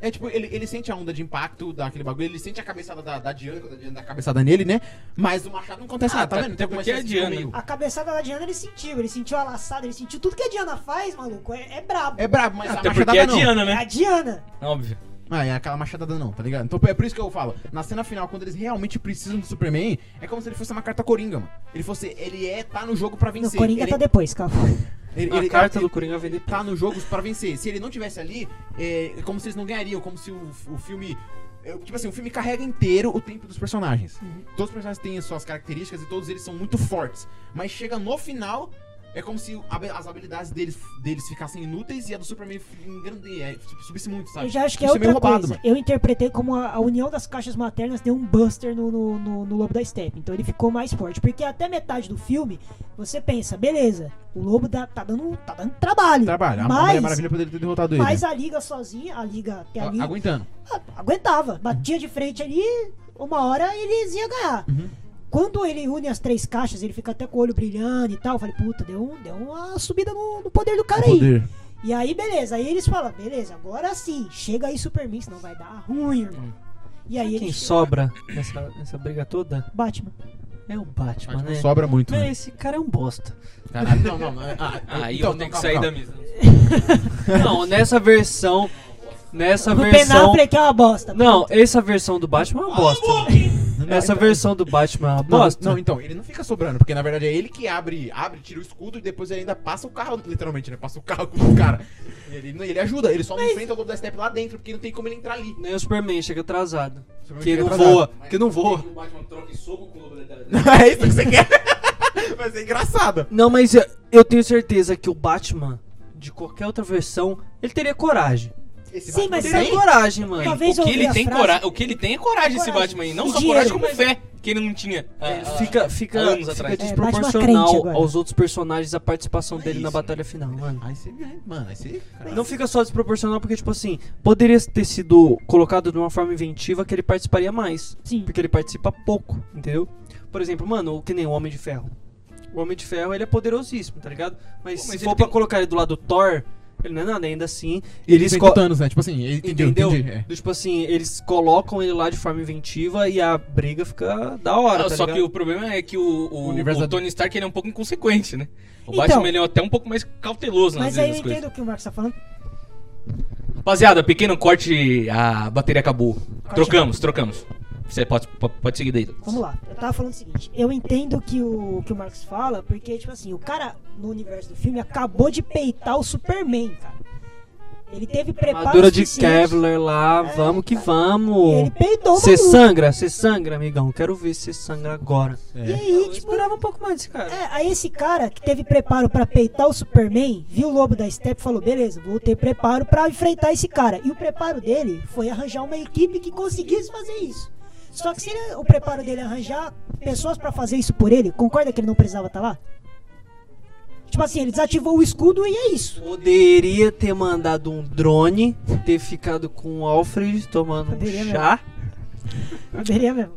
[SPEAKER 4] É tipo, ele, ele sente a onda de impacto daquele bagulho, ele sente a cabeçada da, da Diana, quando a Diana dá a cabeçada nele, né? Mas o machado não acontece
[SPEAKER 1] Ah,
[SPEAKER 4] nada, tá
[SPEAKER 1] tá-
[SPEAKER 4] vendo?
[SPEAKER 1] até porque
[SPEAKER 4] começa
[SPEAKER 1] é
[SPEAKER 4] esse filme
[SPEAKER 1] Diana.
[SPEAKER 4] meio-
[SPEAKER 3] A cabeçada da Diana ele sentiu, ele sentiu a laçada, ele sentiu tudo que a Diana faz, maluco. É, é brabo.
[SPEAKER 4] É brabo, mas
[SPEAKER 1] Até
[SPEAKER 4] a
[SPEAKER 1] porque é
[SPEAKER 4] machadada
[SPEAKER 1] a
[SPEAKER 4] não.
[SPEAKER 1] Diana,
[SPEAKER 3] É a
[SPEAKER 1] né?
[SPEAKER 3] Diana.
[SPEAKER 1] Óbvio.
[SPEAKER 4] Ah, é aquela machadada não, tá ligado? Então é por isso que eu falo, na cena final, quando eles realmente precisam do Superman, é como se ele fosse uma carta coringa, mano. Ele fosse, ele é, tá no jogo pra
[SPEAKER 3] Não,
[SPEAKER 4] vencer.
[SPEAKER 3] Coringa
[SPEAKER 4] ele,
[SPEAKER 3] tá depois, calma.
[SPEAKER 4] ele-
[SPEAKER 2] A
[SPEAKER 4] ele-
[SPEAKER 2] carta
[SPEAKER 4] ele-
[SPEAKER 2] do Coringa vem depois.
[SPEAKER 4] tá no jogo pra vencer. Se ele não tivesse ali, é é como se eles não ganhariam, como se o, o filme. é, Tipo assim, o filme carrega inteiro o tempo dos Uhum. personagens. Todos os personagens têm as suas características e todos eles são muito fortes. Mas chega no final, É como se o- a- as habilidades deles, deles ficassem inúteis e a do Superman f- engrande- é, tipo, subisse muito, sabe? Tipo,
[SPEAKER 3] Eu já acho que é
[SPEAKER 4] Isso
[SPEAKER 3] outra
[SPEAKER 4] meio roubado,
[SPEAKER 3] coisa.
[SPEAKER 4] mano.
[SPEAKER 3] Eu interpretei como a, a união das caixas maternas deu um buster no, no, no- no Lobo da Steppe. Então ele ficou mais forte. Porque até metade do filme, você pensa, beleza, o Lobo dá- tá, dando, tá dando trabalho.
[SPEAKER 4] Trabalho. A
[SPEAKER 3] mas,
[SPEAKER 4] Mulher Ah, Maravilha poderia ter derrotado ele.
[SPEAKER 3] mas a Liga sozinha, a Liga até
[SPEAKER 4] Ela-
[SPEAKER 3] ali,
[SPEAKER 4] Aguentando.
[SPEAKER 3] a- aguentava. Batia de frente ali, uma hora eles iam ganhar.
[SPEAKER 4] Uhum.
[SPEAKER 3] Quando ele une as três caixas, ele fica até com o olho brilhando e tal. Eu falei, puta, deu, um- deu uma subida no, no poder do cara aí.
[SPEAKER 4] Poder.
[SPEAKER 3] E aí, beleza. Aí eles falam, beleza, agora sim. Chega aí, Superman, senão vai dar ruim, irmão. E aí
[SPEAKER 2] Hum. Quem
[SPEAKER 3] ele chega-
[SPEAKER 2] sobra nessa, nessa briga toda
[SPEAKER 3] Batman.
[SPEAKER 2] é o Batman,
[SPEAKER 4] Batman
[SPEAKER 2] né?
[SPEAKER 4] sobra muito.
[SPEAKER 2] Meu,
[SPEAKER 4] né?
[SPEAKER 2] esse cara é um bosta.
[SPEAKER 4] Caralho, não, não. é- ah, é-
[SPEAKER 1] Aí
[SPEAKER 4] então,
[SPEAKER 1] eu tenho que
[SPEAKER 4] calma,
[SPEAKER 1] sair
[SPEAKER 4] calma.
[SPEAKER 1] da mesa.
[SPEAKER 2] Não, nessa versão. Nessa
[SPEAKER 3] O Ben
[SPEAKER 2] versão.
[SPEAKER 3] Affleck é uma bosta.
[SPEAKER 2] Não, essa versão do Batman é uma bosta.
[SPEAKER 4] Não,
[SPEAKER 2] Essa
[SPEAKER 4] então-
[SPEAKER 2] versão do Batman é uma
[SPEAKER 4] Não,
[SPEAKER 2] bosta.
[SPEAKER 4] não, então, ele não fica sobrando, porque na verdade é ele que abre, abre, tira o escudo e depois ele ainda passa o carro, literalmente, né? Passa o carro com o cara. Ele, ele ajuda, ele só não enfrenta o Lobo da Step lá dentro, porque não tem como ele entrar ali.
[SPEAKER 2] Nem o Superman chega atrasado.
[SPEAKER 4] Superman
[SPEAKER 2] Que
[SPEAKER 4] chega
[SPEAKER 2] não
[SPEAKER 4] atrasado.
[SPEAKER 2] voa. Que não voa.
[SPEAKER 1] O Batman troca e soco com o Lobo da
[SPEAKER 4] é isso que você quer? Vai ser engraçado.
[SPEAKER 2] Não, mas eu- eu tenho certeza que o Batman, de qualquer outra versão, ele teria coragem.
[SPEAKER 4] Esse é
[SPEAKER 3] Sim,
[SPEAKER 4] Batman
[SPEAKER 3] mas
[SPEAKER 2] Teria
[SPEAKER 3] Sim.
[SPEAKER 2] coragem, mano.
[SPEAKER 3] Uma vez
[SPEAKER 1] o
[SPEAKER 3] eu
[SPEAKER 1] que
[SPEAKER 3] ouvi
[SPEAKER 1] ele
[SPEAKER 3] a
[SPEAKER 1] tem
[SPEAKER 3] frase-
[SPEAKER 1] coragem, o que ele tem é coragem esse
[SPEAKER 3] Coragem.
[SPEAKER 1] Batman aí, não
[SPEAKER 3] O
[SPEAKER 1] só
[SPEAKER 3] dinheiro.
[SPEAKER 1] coragem como fé, que ele não tinha. ah, ah,
[SPEAKER 2] Fica, fica,
[SPEAKER 1] Anos
[SPEAKER 2] fica
[SPEAKER 1] atrás.
[SPEAKER 3] É, Batman
[SPEAKER 2] desproporcional
[SPEAKER 3] crente agora.
[SPEAKER 2] aos outros personagens a participação
[SPEAKER 4] É
[SPEAKER 2] dele na
[SPEAKER 4] isso,
[SPEAKER 2] batalha final, mano.
[SPEAKER 4] Aí você ganha, mano, aí você... Caralho.
[SPEAKER 2] Não fica só desproporcional porque, tipo assim, poderia ter sido colocado de uma forma inventiva que ele participaria mais.
[SPEAKER 3] Sim.
[SPEAKER 2] Porque ele participa pouco, entendeu? Por exemplo, mano, o que nem o Homem de Ferro. O Homem de Ferro, ele é poderosíssimo, tá ligado? Mas,
[SPEAKER 1] Pô, mas
[SPEAKER 2] se
[SPEAKER 1] ele
[SPEAKER 2] for pra
[SPEAKER 1] tem-
[SPEAKER 2] colocar ele do lado do Thor, ele não é nada, ainda assim.
[SPEAKER 4] E ele
[SPEAKER 2] eles co-
[SPEAKER 4] escolhe Thanos, né? Tipo assim, ele entendeu,
[SPEAKER 2] Entendeu?
[SPEAKER 4] entendi. é.
[SPEAKER 2] Do Tipo assim, eles colocam ele lá de forma inventiva e a briga fica da hora,
[SPEAKER 1] ah,
[SPEAKER 2] tá
[SPEAKER 1] só
[SPEAKER 2] ligado?
[SPEAKER 1] que o problema é que o, o-
[SPEAKER 4] O universo
[SPEAKER 1] o
[SPEAKER 4] da-
[SPEAKER 1] Tony Stark ele é um pouco inconsequente, né? O
[SPEAKER 3] Então.
[SPEAKER 1] Batman ele é até um pouco mais cauteloso nas
[SPEAKER 3] Mas
[SPEAKER 1] vezes
[SPEAKER 3] aí eu
[SPEAKER 1] das
[SPEAKER 3] entendo
[SPEAKER 1] coisas.
[SPEAKER 3] o que o Marcos tá falando.
[SPEAKER 1] Rapaziada, pequeno corte, a bateria acabou. Trocamos, trocamos. Você pode, po- pode seguir daí.
[SPEAKER 3] Vamos lá. Eu tava falando o seguinte. Eu entendo que o que o Marcos fala, porque, tipo assim, o cara no universo do filme acabou de peitar o Superman, cara. Ele teve preparo
[SPEAKER 2] Armadura de
[SPEAKER 3] suficiente.
[SPEAKER 2] Kevlar lá, vamos que vamos.
[SPEAKER 3] Ele peitou o
[SPEAKER 2] Você
[SPEAKER 3] maluco.
[SPEAKER 2] sangra, você sangra, amigão. Quero ver você sangra agora.
[SPEAKER 3] E
[SPEAKER 1] É.
[SPEAKER 3] aí,
[SPEAKER 2] Eu
[SPEAKER 3] tipo,
[SPEAKER 2] esperava um pouco mais desse cara.
[SPEAKER 3] É, aí esse cara que teve preparo pra peitar o Superman, viu o lobo da Steppe e falou: beleza, vou ter preparo pra enfrentar esse cara. E o preparo dele foi arranjar uma equipe que conseguisse fazer isso. Só que se ele- o preparo dele é arranjar pessoas pra fazer isso por ele, concorda que ele não precisava estar lá? Tipo assim, ele desativou o escudo e é isso.
[SPEAKER 2] Poderia ter mandado um drone, ter ficado com o Alfred tomando
[SPEAKER 3] Poderia
[SPEAKER 2] um chá.
[SPEAKER 3] Poderia mesmo.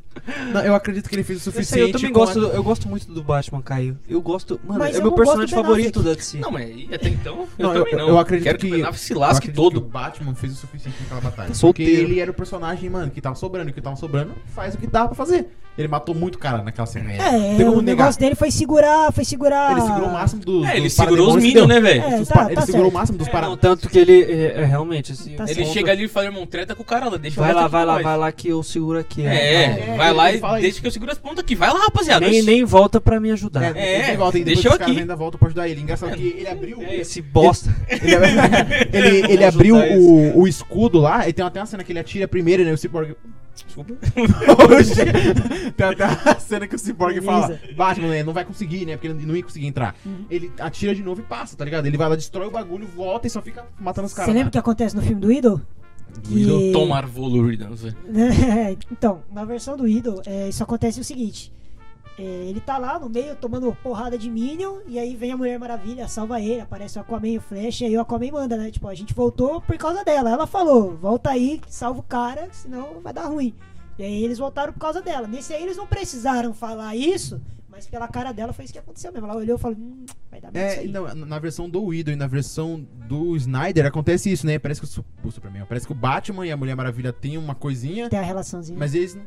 [SPEAKER 4] Não, eu acredito que ele fez o
[SPEAKER 2] Eu,
[SPEAKER 4] suficiente.
[SPEAKER 2] sei, eu também
[SPEAKER 4] com a-
[SPEAKER 2] gosto, do- eu gosto muito do Batman, Caio. Eu gosto, mano,
[SPEAKER 3] Mas
[SPEAKER 2] é
[SPEAKER 3] eu
[SPEAKER 2] meu
[SPEAKER 3] não gosto
[SPEAKER 2] personagem
[SPEAKER 3] do Ben
[SPEAKER 2] favorito da DC.
[SPEAKER 1] Não, mas e até então, eu
[SPEAKER 4] Não, eu-
[SPEAKER 1] também não.
[SPEAKER 4] eu acredito
[SPEAKER 1] Quero que,
[SPEAKER 4] que-
[SPEAKER 1] o Ben Affleck se
[SPEAKER 4] Eu
[SPEAKER 1] lasque
[SPEAKER 4] acredito
[SPEAKER 1] todo. Tá
[SPEAKER 4] que o Batman fez o suficiente naquela batalha.
[SPEAKER 2] Solteiro.
[SPEAKER 4] Porque ele era o personagem, mano, que tava sobrando, que tava sobrando, faz o que dá pra fazer. Ele matou muito cara naquela cena.
[SPEAKER 3] É,
[SPEAKER 4] Tem como
[SPEAKER 3] o
[SPEAKER 4] um negar.
[SPEAKER 3] negócio dele foi segurar, foi segurar.
[SPEAKER 4] Ele segurou o máximo dos.
[SPEAKER 1] É, ele
[SPEAKER 4] dos
[SPEAKER 1] segurou os
[SPEAKER 4] parademônios que
[SPEAKER 1] minions, né,
[SPEAKER 4] deu.
[SPEAKER 1] velho?
[SPEAKER 3] É,
[SPEAKER 4] Dos
[SPEAKER 3] tá-
[SPEAKER 4] par-
[SPEAKER 3] tá
[SPEAKER 4] Ele
[SPEAKER 3] certo.
[SPEAKER 4] segurou o máximo dos
[SPEAKER 2] É,
[SPEAKER 4] para.
[SPEAKER 2] não, tanto que ele é, é, realmente esse-
[SPEAKER 3] Tá
[SPEAKER 2] esse
[SPEAKER 1] Ele
[SPEAKER 3] certo.
[SPEAKER 1] chega ali e faz uma treta com o cara lá, deixa
[SPEAKER 2] Vai
[SPEAKER 1] o
[SPEAKER 2] lá,
[SPEAKER 1] resto
[SPEAKER 2] vai
[SPEAKER 1] de
[SPEAKER 2] lá,
[SPEAKER 1] nós.
[SPEAKER 2] vai lá que eu seguro aqui. né? ó.
[SPEAKER 1] É,
[SPEAKER 4] É,
[SPEAKER 1] vai
[SPEAKER 4] ele
[SPEAKER 1] lá
[SPEAKER 4] fala
[SPEAKER 1] e
[SPEAKER 4] isso.
[SPEAKER 1] deixa que eu seguro as pontas aqui. Vai lá, rapaziada.
[SPEAKER 2] Nem, nem volta pra me ajudar.
[SPEAKER 1] É,
[SPEAKER 4] ele volta, e depois
[SPEAKER 1] deixa eu
[SPEAKER 4] os caras
[SPEAKER 1] aqui. É,
[SPEAKER 4] ainda volta pra ajudar ele. Engraçado que ele abriu.
[SPEAKER 2] Esse bosta.
[SPEAKER 4] Ele, ele, ele abriu o, o escudo lá, e tem até uma cena que ele atira primeiro, né? O Cyborg.
[SPEAKER 1] Desculpa.
[SPEAKER 4] Oxi. Tem até uma cena que o Cyborg fala:
[SPEAKER 3] Beleza. Uhum.
[SPEAKER 4] Batman, né, não vai conseguir, né? Porque ele não ia conseguir entrar. Ele atira de novo e passa, tá ligado? Ele vai lá, destrói o bagulho, volta e só fica matando os
[SPEAKER 3] Você
[SPEAKER 4] caras. né?
[SPEAKER 3] lembra o que acontece no filme do Idol? Que-
[SPEAKER 1] Tomar voo, não sei.
[SPEAKER 3] É, então, na versão do Idol, é, isso acontece o seguinte. É, ele tá lá no meio tomando porrada de Minion, e aí vem a Mulher Maravilha, salva ele, aparece o Aquaman e o Flash, e aí o Aquaman manda, né? Tipo, a gente voltou por causa dela. Ela falou, volta aí, salva o cara, senão vai dar ruim. E aí eles voltaram por causa dela. Nesse aí eles não precisaram falar isso, mas pela cara dela foi isso que aconteceu mesmo. Ela olhou e falou, hum, vai dar merda isso
[SPEAKER 4] É,
[SPEAKER 3] aí.
[SPEAKER 4] não, na versão do Widow e na versão do Snyder acontece isso, né? Parece que o, Su- o Superman, parece que o Batman e a Mulher Maravilha têm uma coisinha,
[SPEAKER 3] Tem a relaçãozinha.
[SPEAKER 4] mas eles não.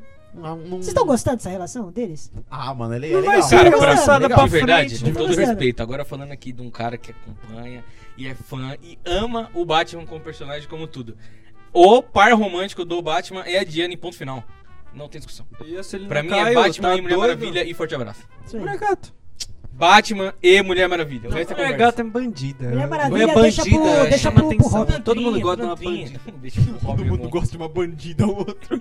[SPEAKER 4] não-
[SPEAKER 3] Vocês estão gostando dessa relação deles?
[SPEAKER 4] Ah, mano, ele é
[SPEAKER 2] Não vai
[SPEAKER 4] legal.
[SPEAKER 2] ser
[SPEAKER 1] Cara,
[SPEAKER 2] engraçada
[SPEAKER 1] pra,
[SPEAKER 2] pra
[SPEAKER 1] de verdade,
[SPEAKER 2] frente,
[SPEAKER 1] com
[SPEAKER 3] não
[SPEAKER 1] todo
[SPEAKER 3] funciona.
[SPEAKER 1] respeito, agora falando aqui de um cara que acompanha e é fã e ama o Batman como personagem, como tudo. O par romântico do Batman é a Diana em ponto final. Não tem discussão. Pra mim é Batman
[SPEAKER 4] tá
[SPEAKER 1] e Mulher Maravilha e forte abraço.
[SPEAKER 3] Isso aí.
[SPEAKER 2] tá Mulher gato.
[SPEAKER 1] Batman e Mulher Maravilha. O resto é
[SPEAKER 2] Mulher
[SPEAKER 1] conversa.
[SPEAKER 2] gato é bandida.
[SPEAKER 3] Mulher Maravilha
[SPEAKER 2] Mulher
[SPEAKER 3] deixa pro-
[SPEAKER 2] bandida,
[SPEAKER 3] deixa
[SPEAKER 2] chama
[SPEAKER 3] pro- pro
[SPEAKER 2] atenção.
[SPEAKER 3] Robin.
[SPEAKER 2] Todo mundo gosta de uma
[SPEAKER 1] Plantinha,
[SPEAKER 2] bandida.
[SPEAKER 1] plantinha. Deixa o Robin,
[SPEAKER 4] Todo mundo
[SPEAKER 1] irmão.
[SPEAKER 4] gosta de uma bandida ou outra.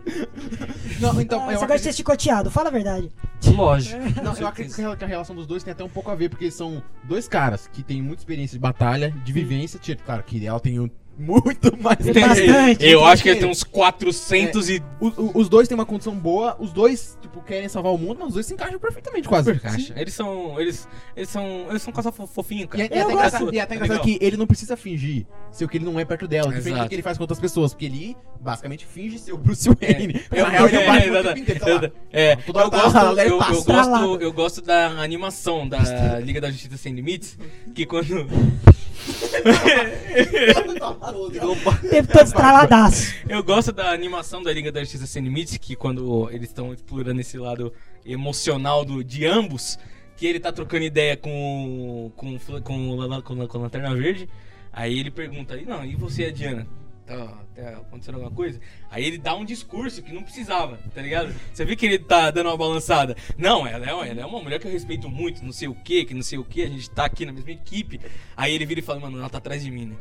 [SPEAKER 4] Não, então,
[SPEAKER 3] Ah,
[SPEAKER 4] eu
[SPEAKER 3] você gosta de ser chicoteado, fala a verdade.
[SPEAKER 2] Lógico.
[SPEAKER 4] Não, eu acredito que a rela- que a relação dos dois tem até um pouco a ver, porque são dois caras que têm muita experiência de batalha, de vivência. Tipo, claro que ela tem um- muito mais.
[SPEAKER 3] Tem bastante,
[SPEAKER 1] Eu acho que ele tem uns 400 e.
[SPEAKER 4] O- o- os dois têm uma condição boa, os dois, tipo, querem salvar o mundo, mas os dois se encaixam perfeitamente quase.
[SPEAKER 1] Caixa. Eles são. Eles, eles são. Eles são um casal fo- fofinho,
[SPEAKER 4] E,
[SPEAKER 1] cara.
[SPEAKER 4] é- e é até
[SPEAKER 1] Eu
[SPEAKER 4] engraçado-
[SPEAKER 1] gosto.
[SPEAKER 4] e é até
[SPEAKER 1] É
[SPEAKER 4] engraçado
[SPEAKER 1] legal.
[SPEAKER 4] que ele não precisa fingir ser o que ele não é perto dela, diferente do
[SPEAKER 1] Exato.
[SPEAKER 4] que ele faz com outras pessoas, porque ele basicamente finge ser o Bruce Wayne. Porque,
[SPEAKER 1] Eu-
[SPEAKER 4] na real, ele
[SPEAKER 1] é,
[SPEAKER 4] bate
[SPEAKER 1] é,
[SPEAKER 4] muito
[SPEAKER 1] é,
[SPEAKER 4] tempo inteiro, tá lá.
[SPEAKER 1] é, eu
[SPEAKER 4] Toda hora tá lá,
[SPEAKER 1] gosto,
[SPEAKER 4] a galera
[SPEAKER 1] eu, eu
[SPEAKER 4] passa.
[SPEAKER 1] gosto, eu gosto da animação da Liga da Justiça Sem Limites, que quando
[SPEAKER 4] Tá
[SPEAKER 3] O tempo todo estraladaço.
[SPEAKER 1] eu gosto da animação da Liga da Justiça Sem Limites, que quando eles estão explorando esse lado emocional do, de ambos, que ele tá trocando ideia com o- com, o fla- com, o lan- com, o lan- com a Lanterna Verde, aí ele pergunta, e não, e você, a Diana? Tá, tá acontecendo alguma coisa? Aí ele dá um discurso que não precisava, tá ligado? Você vê que ele tá dando uma balançada. Não, ela é, ela é uma mulher que eu respeito muito, não sei o que, que não sei o que, a gente tá aqui na mesma equipe. Aí ele vira e fala, mano, ela tá atrás de mim, né?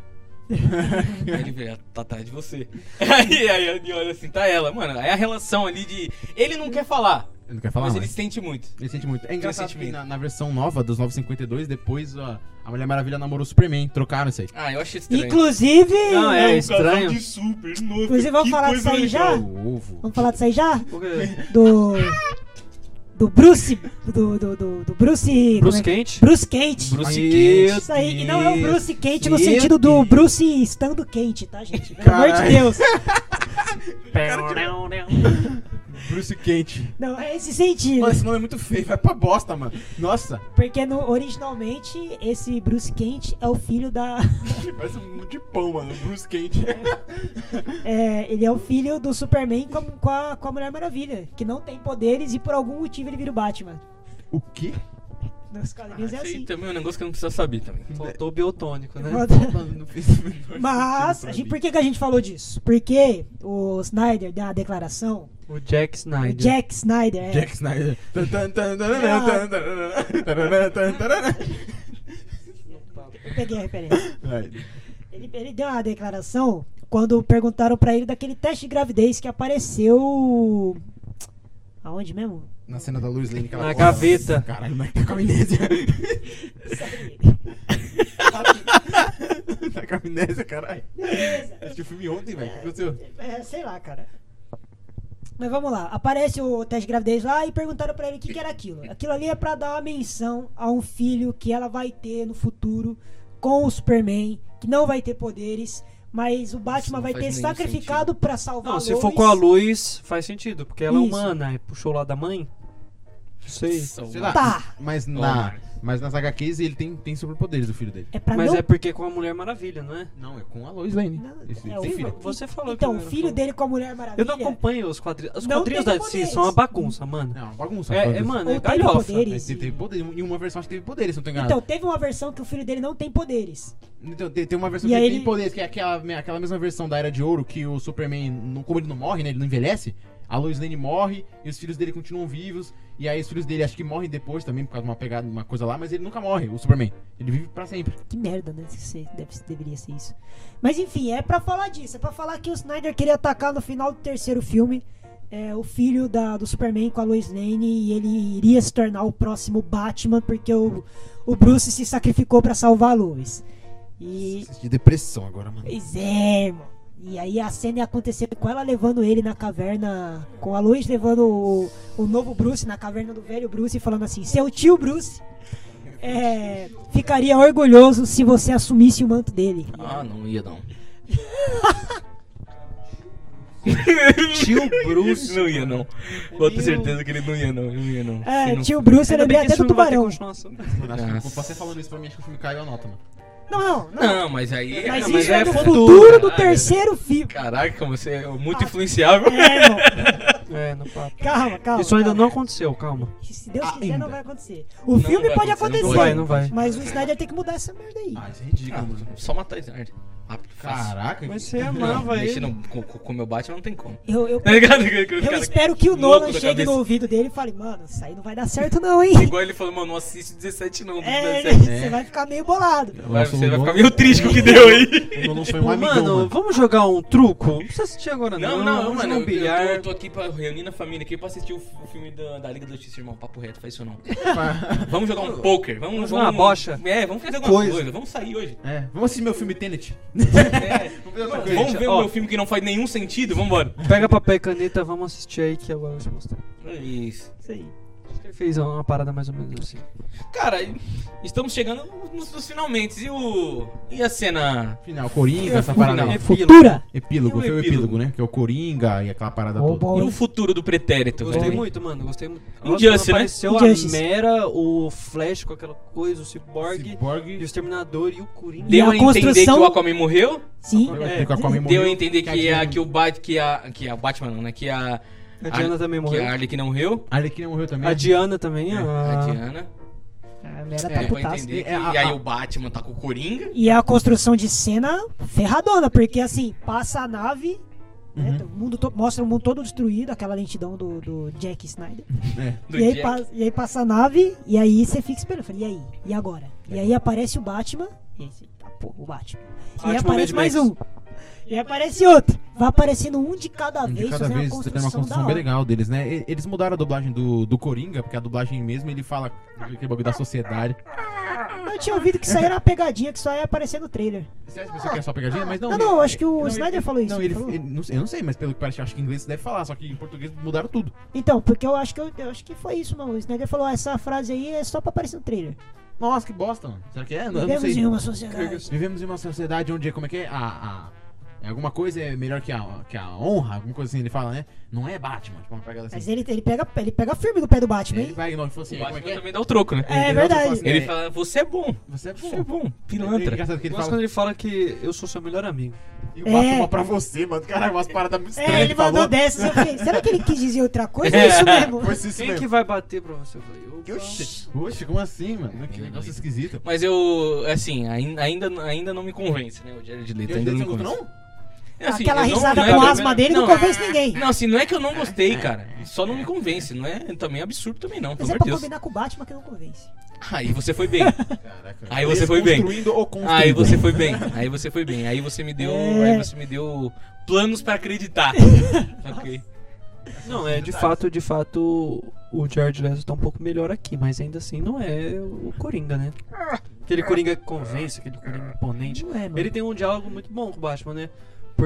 [SPEAKER 1] Aí ele vê, tá atrás de você. Aí, aí ele olha assim, tá ela. Mano, é a relação ali de. Ele não quer falar,
[SPEAKER 4] Ele não quer falar
[SPEAKER 1] mas
[SPEAKER 4] mais.
[SPEAKER 1] ele sente muito.
[SPEAKER 4] Ele sente muito. É engraçado
[SPEAKER 1] sente
[SPEAKER 4] que
[SPEAKER 1] muito.
[SPEAKER 4] na, na versão nova dos 952, depois a, a Mulher Maravilha namorou o Superman. Trocaram isso aí.
[SPEAKER 1] Ah, eu achei estranho.
[SPEAKER 3] Inclusive.
[SPEAKER 2] Não, é estranho.
[SPEAKER 1] super novo.
[SPEAKER 3] Inclusive, vamos falar disso aí já?
[SPEAKER 4] O ovo.
[SPEAKER 3] Vamos falar disso aí já?
[SPEAKER 2] Porque-
[SPEAKER 3] Do. Do Bruce. Do, do, do, do Bruce.
[SPEAKER 2] Bruce
[SPEAKER 3] como é
[SPEAKER 2] Kent.
[SPEAKER 3] que- Bruce Kent.
[SPEAKER 1] Bruce
[SPEAKER 2] Meu
[SPEAKER 1] Kent.
[SPEAKER 3] Isso aí. E não é o
[SPEAKER 2] Deus.
[SPEAKER 3] Bruce Kent no
[SPEAKER 2] Meu
[SPEAKER 3] sentido do
[SPEAKER 2] Deus.
[SPEAKER 3] Bruce estando quente, tá, gente? Pelo amor de
[SPEAKER 4] Caralho.
[SPEAKER 3] Deus.
[SPEAKER 4] Bruce Kent.
[SPEAKER 3] Não, é esse sentido.
[SPEAKER 4] Mano, esse nome é muito feio. Vai pra bosta, mano. Nossa.
[SPEAKER 3] Porque no- originalmente esse Bruce Kent é o filho da.
[SPEAKER 4] Parece um de pão, mano. Bruce Kent.
[SPEAKER 3] é, ele é o filho do Superman com, com a, com a Mulher Maravilha, que não tem poderes e por algum motivo ele vira o Batman.
[SPEAKER 4] o quê?
[SPEAKER 3] Nos quadrinhos é
[SPEAKER 1] Isso aí
[SPEAKER 3] assim.
[SPEAKER 1] também é um negócio que eu não precisa saber também.
[SPEAKER 2] Faltou o biotônico, né?
[SPEAKER 4] Mano, não fez o menor
[SPEAKER 3] Mas,
[SPEAKER 4] sentido pra
[SPEAKER 3] a gente-
[SPEAKER 4] mim.
[SPEAKER 3] por que, que a gente falou disso? Porque o Snyder deu uma declaração.
[SPEAKER 2] O Jack Snyder.
[SPEAKER 3] O Jack Snyder, é.
[SPEAKER 4] Jack Snyder. Tan, tan, tan,
[SPEAKER 3] Ah.
[SPEAKER 4] tan, tan, tan, tan, tan, tan, tan.
[SPEAKER 3] Eu peguei a referência.
[SPEAKER 4] Ai,
[SPEAKER 3] Ele, ele deu uma declaração quando perguntaram pra ele daquele teste de gravidez que apareceu. Aonde mesmo?
[SPEAKER 4] Na cena da Luz Lane que ela
[SPEAKER 2] Na
[SPEAKER 4] corta.
[SPEAKER 2] gaveta.
[SPEAKER 4] Caralho, mas tá com amnésia. tá com amnésia, caralho.
[SPEAKER 3] Beleza.
[SPEAKER 4] Assisti o filme ontem, velho. O que aconteceu?
[SPEAKER 3] É, sei lá, cara. Mas vamos lá. Aparece o teste de gravidez lá e perguntaram pra ele o que, que era aquilo. Aquilo ali é pra dar uma menção a um filho que ela vai ter no futuro com o Superman, que não vai ter poderes, mas o Batman
[SPEAKER 1] não
[SPEAKER 3] vai
[SPEAKER 1] faz
[SPEAKER 3] ter
[SPEAKER 1] nenhum
[SPEAKER 3] sacrificado pra salvar
[SPEAKER 2] Não,
[SPEAKER 3] a
[SPEAKER 2] se
[SPEAKER 3] Lois.
[SPEAKER 2] for com a luz, faz sentido, porque ela
[SPEAKER 3] Isso.
[SPEAKER 2] é humana, e puxou lá da mãe. Não sei.
[SPEAKER 4] Sei lá.
[SPEAKER 3] Tá.
[SPEAKER 4] Mas na, mas nas HQs ele tem, tem superpoderes, o filho dele.
[SPEAKER 3] É pra
[SPEAKER 2] Mas
[SPEAKER 3] não...
[SPEAKER 2] é porque com a Mulher Maravilha, não é?
[SPEAKER 4] Não, é com a Lois Lane.
[SPEAKER 3] Não,
[SPEAKER 4] Esse-
[SPEAKER 3] é
[SPEAKER 4] esse
[SPEAKER 3] o-
[SPEAKER 4] filho.
[SPEAKER 2] Você falou
[SPEAKER 3] Então, o
[SPEAKER 2] que eu-
[SPEAKER 3] filho dele com a Mulher Maravilha...
[SPEAKER 2] Eu não acompanho os quadrinhos. Os
[SPEAKER 3] Não
[SPEAKER 2] quadrinhos
[SPEAKER 3] tem
[SPEAKER 2] da DC
[SPEAKER 3] poderes.
[SPEAKER 2] são uma bagunça, mano.
[SPEAKER 4] Não, bagunça.
[SPEAKER 2] É,
[SPEAKER 4] bagunça.
[SPEAKER 2] é, mano,
[SPEAKER 3] Ou
[SPEAKER 2] é
[SPEAKER 3] tem
[SPEAKER 2] galhofa.
[SPEAKER 3] poderes.
[SPEAKER 4] Mas ele teve poder, em uma versão acho que teve poderes, se eu não tô enganado.
[SPEAKER 3] Então, teve uma versão que o filho dele não tem poderes.
[SPEAKER 4] Então, tem, tem uma
[SPEAKER 3] E
[SPEAKER 4] versão que
[SPEAKER 3] aí
[SPEAKER 4] ele tem
[SPEAKER 3] ele-
[SPEAKER 4] poderes, que é aquela, me- aquela mesma versão da Era de Ouro, que o Superman, não- como ele não morre, né? Ele não envelhece. A Lois Lane morre e os filhos dele continuam vivos. E aí os filhos dele acho que morrem depois também, por causa de uma pegada, uma coisa lá, mas ele nunca morre, o Superman. Ele vive pra sempre.
[SPEAKER 3] Que merda, né? Se- se- deve- deveria ser isso. Mas enfim, é pra falar disso. É pra falar que o Snyder queria atacar no final do terceiro filme é, o filho da- do Superman com a Lois Lane e ele iria se tornar o próximo Batman porque o, o Bruce se sacrificou pra salvar a Lois. E.
[SPEAKER 4] De depressão agora, mano.
[SPEAKER 3] Pois é, irmão. E aí a cena ia acontecer com ela levando ele na caverna. Com a Lois levando o, o novo Bruce na caverna do velho Bruce e falando assim: seu tio Bruce. é, ficaria orgulhoso se você assumisse o manto dele.
[SPEAKER 1] Ah, não ia não.
[SPEAKER 2] Tio Bruce.
[SPEAKER 1] Não ia não. Vou ter certeza que ele não ia não. Ele não ia não. Se
[SPEAKER 3] É,
[SPEAKER 1] não-
[SPEAKER 3] tio Bruce, eu
[SPEAKER 2] Ainda bem
[SPEAKER 3] lembrei
[SPEAKER 2] que
[SPEAKER 3] até
[SPEAKER 2] esse
[SPEAKER 3] do
[SPEAKER 2] filme vai ter
[SPEAKER 3] tubarão.
[SPEAKER 2] continuação.
[SPEAKER 4] Mano, acho
[SPEAKER 1] Nossa.
[SPEAKER 4] que você falando isso pra mim, acho que o filme caiu a nota, mano.
[SPEAKER 3] Não, não, não.
[SPEAKER 1] Não, mas aí.
[SPEAKER 3] Mas
[SPEAKER 2] não,
[SPEAKER 1] Ah,
[SPEAKER 3] isso
[SPEAKER 2] mas
[SPEAKER 3] é,
[SPEAKER 2] é
[SPEAKER 3] do
[SPEAKER 2] futuro,
[SPEAKER 3] futuro, do
[SPEAKER 1] caralho.
[SPEAKER 3] terceiro filme.
[SPEAKER 1] Caraca, você é muito influenciável.
[SPEAKER 3] É, irmão.
[SPEAKER 2] É, no papo.
[SPEAKER 3] Calma, calma.
[SPEAKER 2] Isso ainda
[SPEAKER 3] calma.
[SPEAKER 2] não aconteceu, calma.
[SPEAKER 3] Se Deus quiser,
[SPEAKER 4] Ainda.
[SPEAKER 3] não vai acontecer. O
[SPEAKER 1] Não
[SPEAKER 3] filme
[SPEAKER 1] vai
[SPEAKER 3] pode
[SPEAKER 1] acontecer, não
[SPEAKER 3] acontecer.
[SPEAKER 2] Não vai, não vai.
[SPEAKER 3] Mas o Snyder tem que mudar essa merda aí.
[SPEAKER 4] Ah, isso é ridículo,
[SPEAKER 1] Ah,
[SPEAKER 4] mano.
[SPEAKER 1] só matar Snyder. rápido, fácil.
[SPEAKER 4] Caraca,
[SPEAKER 2] Mas
[SPEAKER 4] que-
[SPEAKER 2] você
[SPEAKER 1] Não,
[SPEAKER 2] amava
[SPEAKER 1] mexer
[SPEAKER 2] ele.
[SPEAKER 1] no- com, com, com o meu Batman não tem como.
[SPEAKER 3] Eu, eu,
[SPEAKER 1] Tá ligado?
[SPEAKER 3] eu
[SPEAKER 1] Os caras-
[SPEAKER 3] espero que o
[SPEAKER 1] louco
[SPEAKER 3] Nolan
[SPEAKER 1] da
[SPEAKER 3] chegue
[SPEAKER 1] cabeça.
[SPEAKER 3] no ouvido dele e fale, mano, isso aí não vai dar certo não, hein?
[SPEAKER 1] Igual ele falou, mano, não assiste 17 não.
[SPEAKER 3] É,
[SPEAKER 1] 17.
[SPEAKER 3] você vai ficar meio bolado.
[SPEAKER 1] Vai, você
[SPEAKER 4] Nossa, o
[SPEAKER 1] vai ficar
[SPEAKER 4] Nolan-
[SPEAKER 1] meio triste com o que deu aí.
[SPEAKER 4] o Nolan foi
[SPEAKER 2] Tipo,
[SPEAKER 4] um amigão,
[SPEAKER 2] mano,
[SPEAKER 4] mano.
[SPEAKER 2] vamos jogar um truco? Não precisa assistir agora, não.
[SPEAKER 1] Não, não,
[SPEAKER 2] vamos
[SPEAKER 1] mano.
[SPEAKER 2] jogar um
[SPEAKER 1] Eu,
[SPEAKER 2] bilhar.
[SPEAKER 1] eu, tô, eu tô aqui pra reunir na família aqui pra assistir o, f- o filme da, da Liga da Justiça, irmão. Papo reto, faz isso não. Vamos jogar um poker. Vamos, vamos
[SPEAKER 2] Vamos jogar uma bocha.
[SPEAKER 1] É, vamos fazer alguma
[SPEAKER 2] Coisa.
[SPEAKER 1] coisa. Vamos sair hoje.
[SPEAKER 4] É, vamos assistir meu filme Tenet.
[SPEAKER 1] É,
[SPEAKER 4] Vamos ver outra coisa.
[SPEAKER 1] vamos ver
[SPEAKER 2] Ó.
[SPEAKER 1] o meu filme que não faz nenhum sentido. Vambora.
[SPEAKER 2] Pega papel e caneta, vamos assistir aí que agora eu vou te mostrar.
[SPEAKER 1] É Isso.
[SPEAKER 3] Isso aí.
[SPEAKER 2] Acho que ele fez uma parada mais ou menos assim.
[SPEAKER 1] Cara, estamos chegando nos, nos finalmente. E o. E a cena?
[SPEAKER 4] Final, Coringa, essa parada.
[SPEAKER 1] Final.
[SPEAKER 4] aí.
[SPEAKER 3] Futura!
[SPEAKER 4] Epílogo,
[SPEAKER 1] E o
[SPEAKER 4] foi o
[SPEAKER 1] epílogo,
[SPEAKER 4] epílogo, né? Que é o Coringa e aquela parada
[SPEAKER 3] Ô,
[SPEAKER 4] toda.
[SPEAKER 3] bom,
[SPEAKER 1] E o
[SPEAKER 3] hein?
[SPEAKER 1] futuro do pretérito,
[SPEAKER 2] Gostei
[SPEAKER 1] velho?
[SPEAKER 2] muito, mano. Gostei muito.
[SPEAKER 1] Injustice, né?
[SPEAKER 2] apareceu
[SPEAKER 3] Injustice.
[SPEAKER 2] a Mera, o Flash com aquela coisa, o Cyborg,
[SPEAKER 4] Cyborg.
[SPEAKER 2] e o Exterminador e o Coringa.
[SPEAKER 1] Deu
[SPEAKER 3] E a
[SPEAKER 1] a entender que
[SPEAKER 3] construção-
[SPEAKER 1] o Aquaman morreu?
[SPEAKER 3] Sim.
[SPEAKER 4] É, com a Aquaman
[SPEAKER 1] Deu a
[SPEAKER 4] morreu.
[SPEAKER 1] entender
[SPEAKER 4] Que
[SPEAKER 1] que, é a,
[SPEAKER 4] a Diana-
[SPEAKER 1] que o Bat, que a, que a Batman não, né? Que a,
[SPEAKER 2] A Diana também
[SPEAKER 1] que é
[SPEAKER 2] morreu.
[SPEAKER 1] a Harley que não morreu.
[SPEAKER 4] A Arlequina morreu também.
[SPEAKER 2] A Diana também.
[SPEAKER 4] É,
[SPEAKER 2] a-
[SPEAKER 1] A Diana.
[SPEAKER 3] A Mera
[SPEAKER 1] É,
[SPEAKER 3] Ah. tá
[SPEAKER 1] pra
[SPEAKER 3] putaça.
[SPEAKER 1] entender que,
[SPEAKER 4] É, a-
[SPEAKER 1] e aí
[SPEAKER 4] a-
[SPEAKER 1] o Batman tá com o Coringa.
[SPEAKER 3] E a construção de cena ferradona, porque assim, passa a nave, né,
[SPEAKER 4] Uhum.
[SPEAKER 3] o mundo to- mostra o mundo todo destruído, aquela lentidão do, do Jack Snyder.
[SPEAKER 4] É.
[SPEAKER 1] Do
[SPEAKER 3] e, aí
[SPEAKER 1] Jack.
[SPEAKER 3] pa- e aí passa a nave, e aí você fica esperando. Eu falei, e aí? E agora? E aí aparece o Batman. E
[SPEAKER 4] Hum.
[SPEAKER 3] aí, você, tá, pô, o Batman. e aí
[SPEAKER 2] Batman
[SPEAKER 3] aparece
[SPEAKER 2] Mad
[SPEAKER 3] mais
[SPEAKER 2] Max.
[SPEAKER 3] um. E aí aparece outro. Vai aparecendo um de cada
[SPEAKER 4] Um
[SPEAKER 3] vez.
[SPEAKER 4] De cada
[SPEAKER 3] fazendo
[SPEAKER 4] vez você tem uma
[SPEAKER 3] da
[SPEAKER 4] construção
[SPEAKER 3] hora.
[SPEAKER 4] bem legal deles, né? E- Eles mudaram a dublagem do, do Coringa, porque a dublagem mesmo ele fala aquele bagulho da sociedade.
[SPEAKER 3] Eu tinha ouvido que isso aí era uma pegadinha que só ia aparecer no trailer.
[SPEAKER 4] Você acha que você quer só pegadinha? Mas não.
[SPEAKER 3] Não, não, acho que o
[SPEAKER 4] Não,
[SPEAKER 3] Snyder
[SPEAKER 4] ele-
[SPEAKER 3] falou isso.
[SPEAKER 4] Não,
[SPEAKER 3] não
[SPEAKER 4] ele,
[SPEAKER 3] falou?
[SPEAKER 4] ele- não sei- eu não sei, mas pelo que parece, acho que em inglês deve falar, só que em português mudaram tudo.
[SPEAKER 3] Então, porque eu acho que eu, eu acho que foi isso, mano. O Snyder falou, "Ah, essa frase aí é só pra aparecer no trailer.
[SPEAKER 4] Nossa, que bosta, mano. Será que é? Não, eu não
[SPEAKER 3] Vivemos
[SPEAKER 4] sei. assim.
[SPEAKER 3] em uma sociedade.
[SPEAKER 4] Vivemos em uma sociedade onde, como é que é? A, a- é alguma coisa é melhor que a, que a honra, alguma coisa assim, ele fala, né? Não é Batman, tipo, uma pegada assim.
[SPEAKER 3] Mas ele, ele, pega, ele pega firme no pé do Batman,
[SPEAKER 4] Ele
[SPEAKER 3] hein?
[SPEAKER 4] vai, não, ele falou assim,
[SPEAKER 1] O
[SPEAKER 4] como é que
[SPEAKER 1] Batman
[SPEAKER 4] é?
[SPEAKER 1] também dá o troco, né?
[SPEAKER 3] É
[SPEAKER 4] Ele
[SPEAKER 3] verdade.
[SPEAKER 4] fala assim,
[SPEAKER 1] Ele
[SPEAKER 4] é,
[SPEAKER 1] fala, você é bom.
[SPEAKER 4] Você é
[SPEAKER 1] Você é
[SPEAKER 4] bom.
[SPEAKER 1] bom.
[SPEAKER 4] É
[SPEAKER 1] Pilantra.
[SPEAKER 4] engraçado que
[SPEAKER 2] Eu
[SPEAKER 4] ele
[SPEAKER 2] gosto
[SPEAKER 4] fala.
[SPEAKER 2] quando ele fala que eu sou seu melhor amigo.
[SPEAKER 4] E o Batman
[SPEAKER 3] É.
[SPEAKER 4] pra você, mano. Caralho, umas paradas muito estranhas.
[SPEAKER 3] É, ele mandou
[SPEAKER 4] falou.
[SPEAKER 3] dessas. Eu falei, será que ele quis dizer outra coisa? É isso mesmo.
[SPEAKER 4] Foi isso
[SPEAKER 2] Quem
[SPEAKER 4] mesmo.
[SPEAKER 2] que vai bater pra você? Eu falei, opa.
[SPEAKER 4] Oxi, oxi, como assim, mano?
[SPEAKER 1] é
[SPEAKER 4] Que negócio esquisito.
[SPEAKER 1] Mas eu, assim, ain- ainda, ainda não me convence, né? O Jared Leto ainda não me convence. É, assim, eu
[SPEAKER 3] Aquela
[SPEAKER 1] não-
[SPEAKER 3] risada
[SPEAKER 1] não é
[SPEAKER 3] com
[SPEAKER 1] que-
[SPEAKER 3] asma dele não, convence ninguém.
[SPEAKER 1] Não, assim, não é que eu não gostei, cara. Só não me convence. Não é também absurdo também, não.
[SPEAKER 3] Mas
[SPEAKER 1] Pelo
[SPEAKER 3] é
[SPEAKER 1] amor
[SPEAKER 3] pra
[SPEAKER 1] de Deus.
[SPEAKER 3] combinar com o Batman que não convence.
[SPEAKER 1] Aí você foi bem.
[SPEAKER 4] Caraca.
[SPEAKER 1] Aí você foi bem.
[SPEAKER 4] Construindo ou construindo.
[SPEAKER 1] Aí você foi bem. Aí você foi bem. Aí você me deu.
[SPEAKER 3] É.
[SPEAKER 1] Aí você me deu planos pra acreditar. ok.
[SPEAKER 2] Não, é de fato, de fato, o Jared Leto tá um pouco melhor aqui, mas ainda assim não é o Coringa, né? Aquele Coringa que convence, aquele Coringa imponente.
[SPEAKER 3] Não é, mano.
[SPEAKER 2] Ele tem um diálogo muito bom com o Batman, né?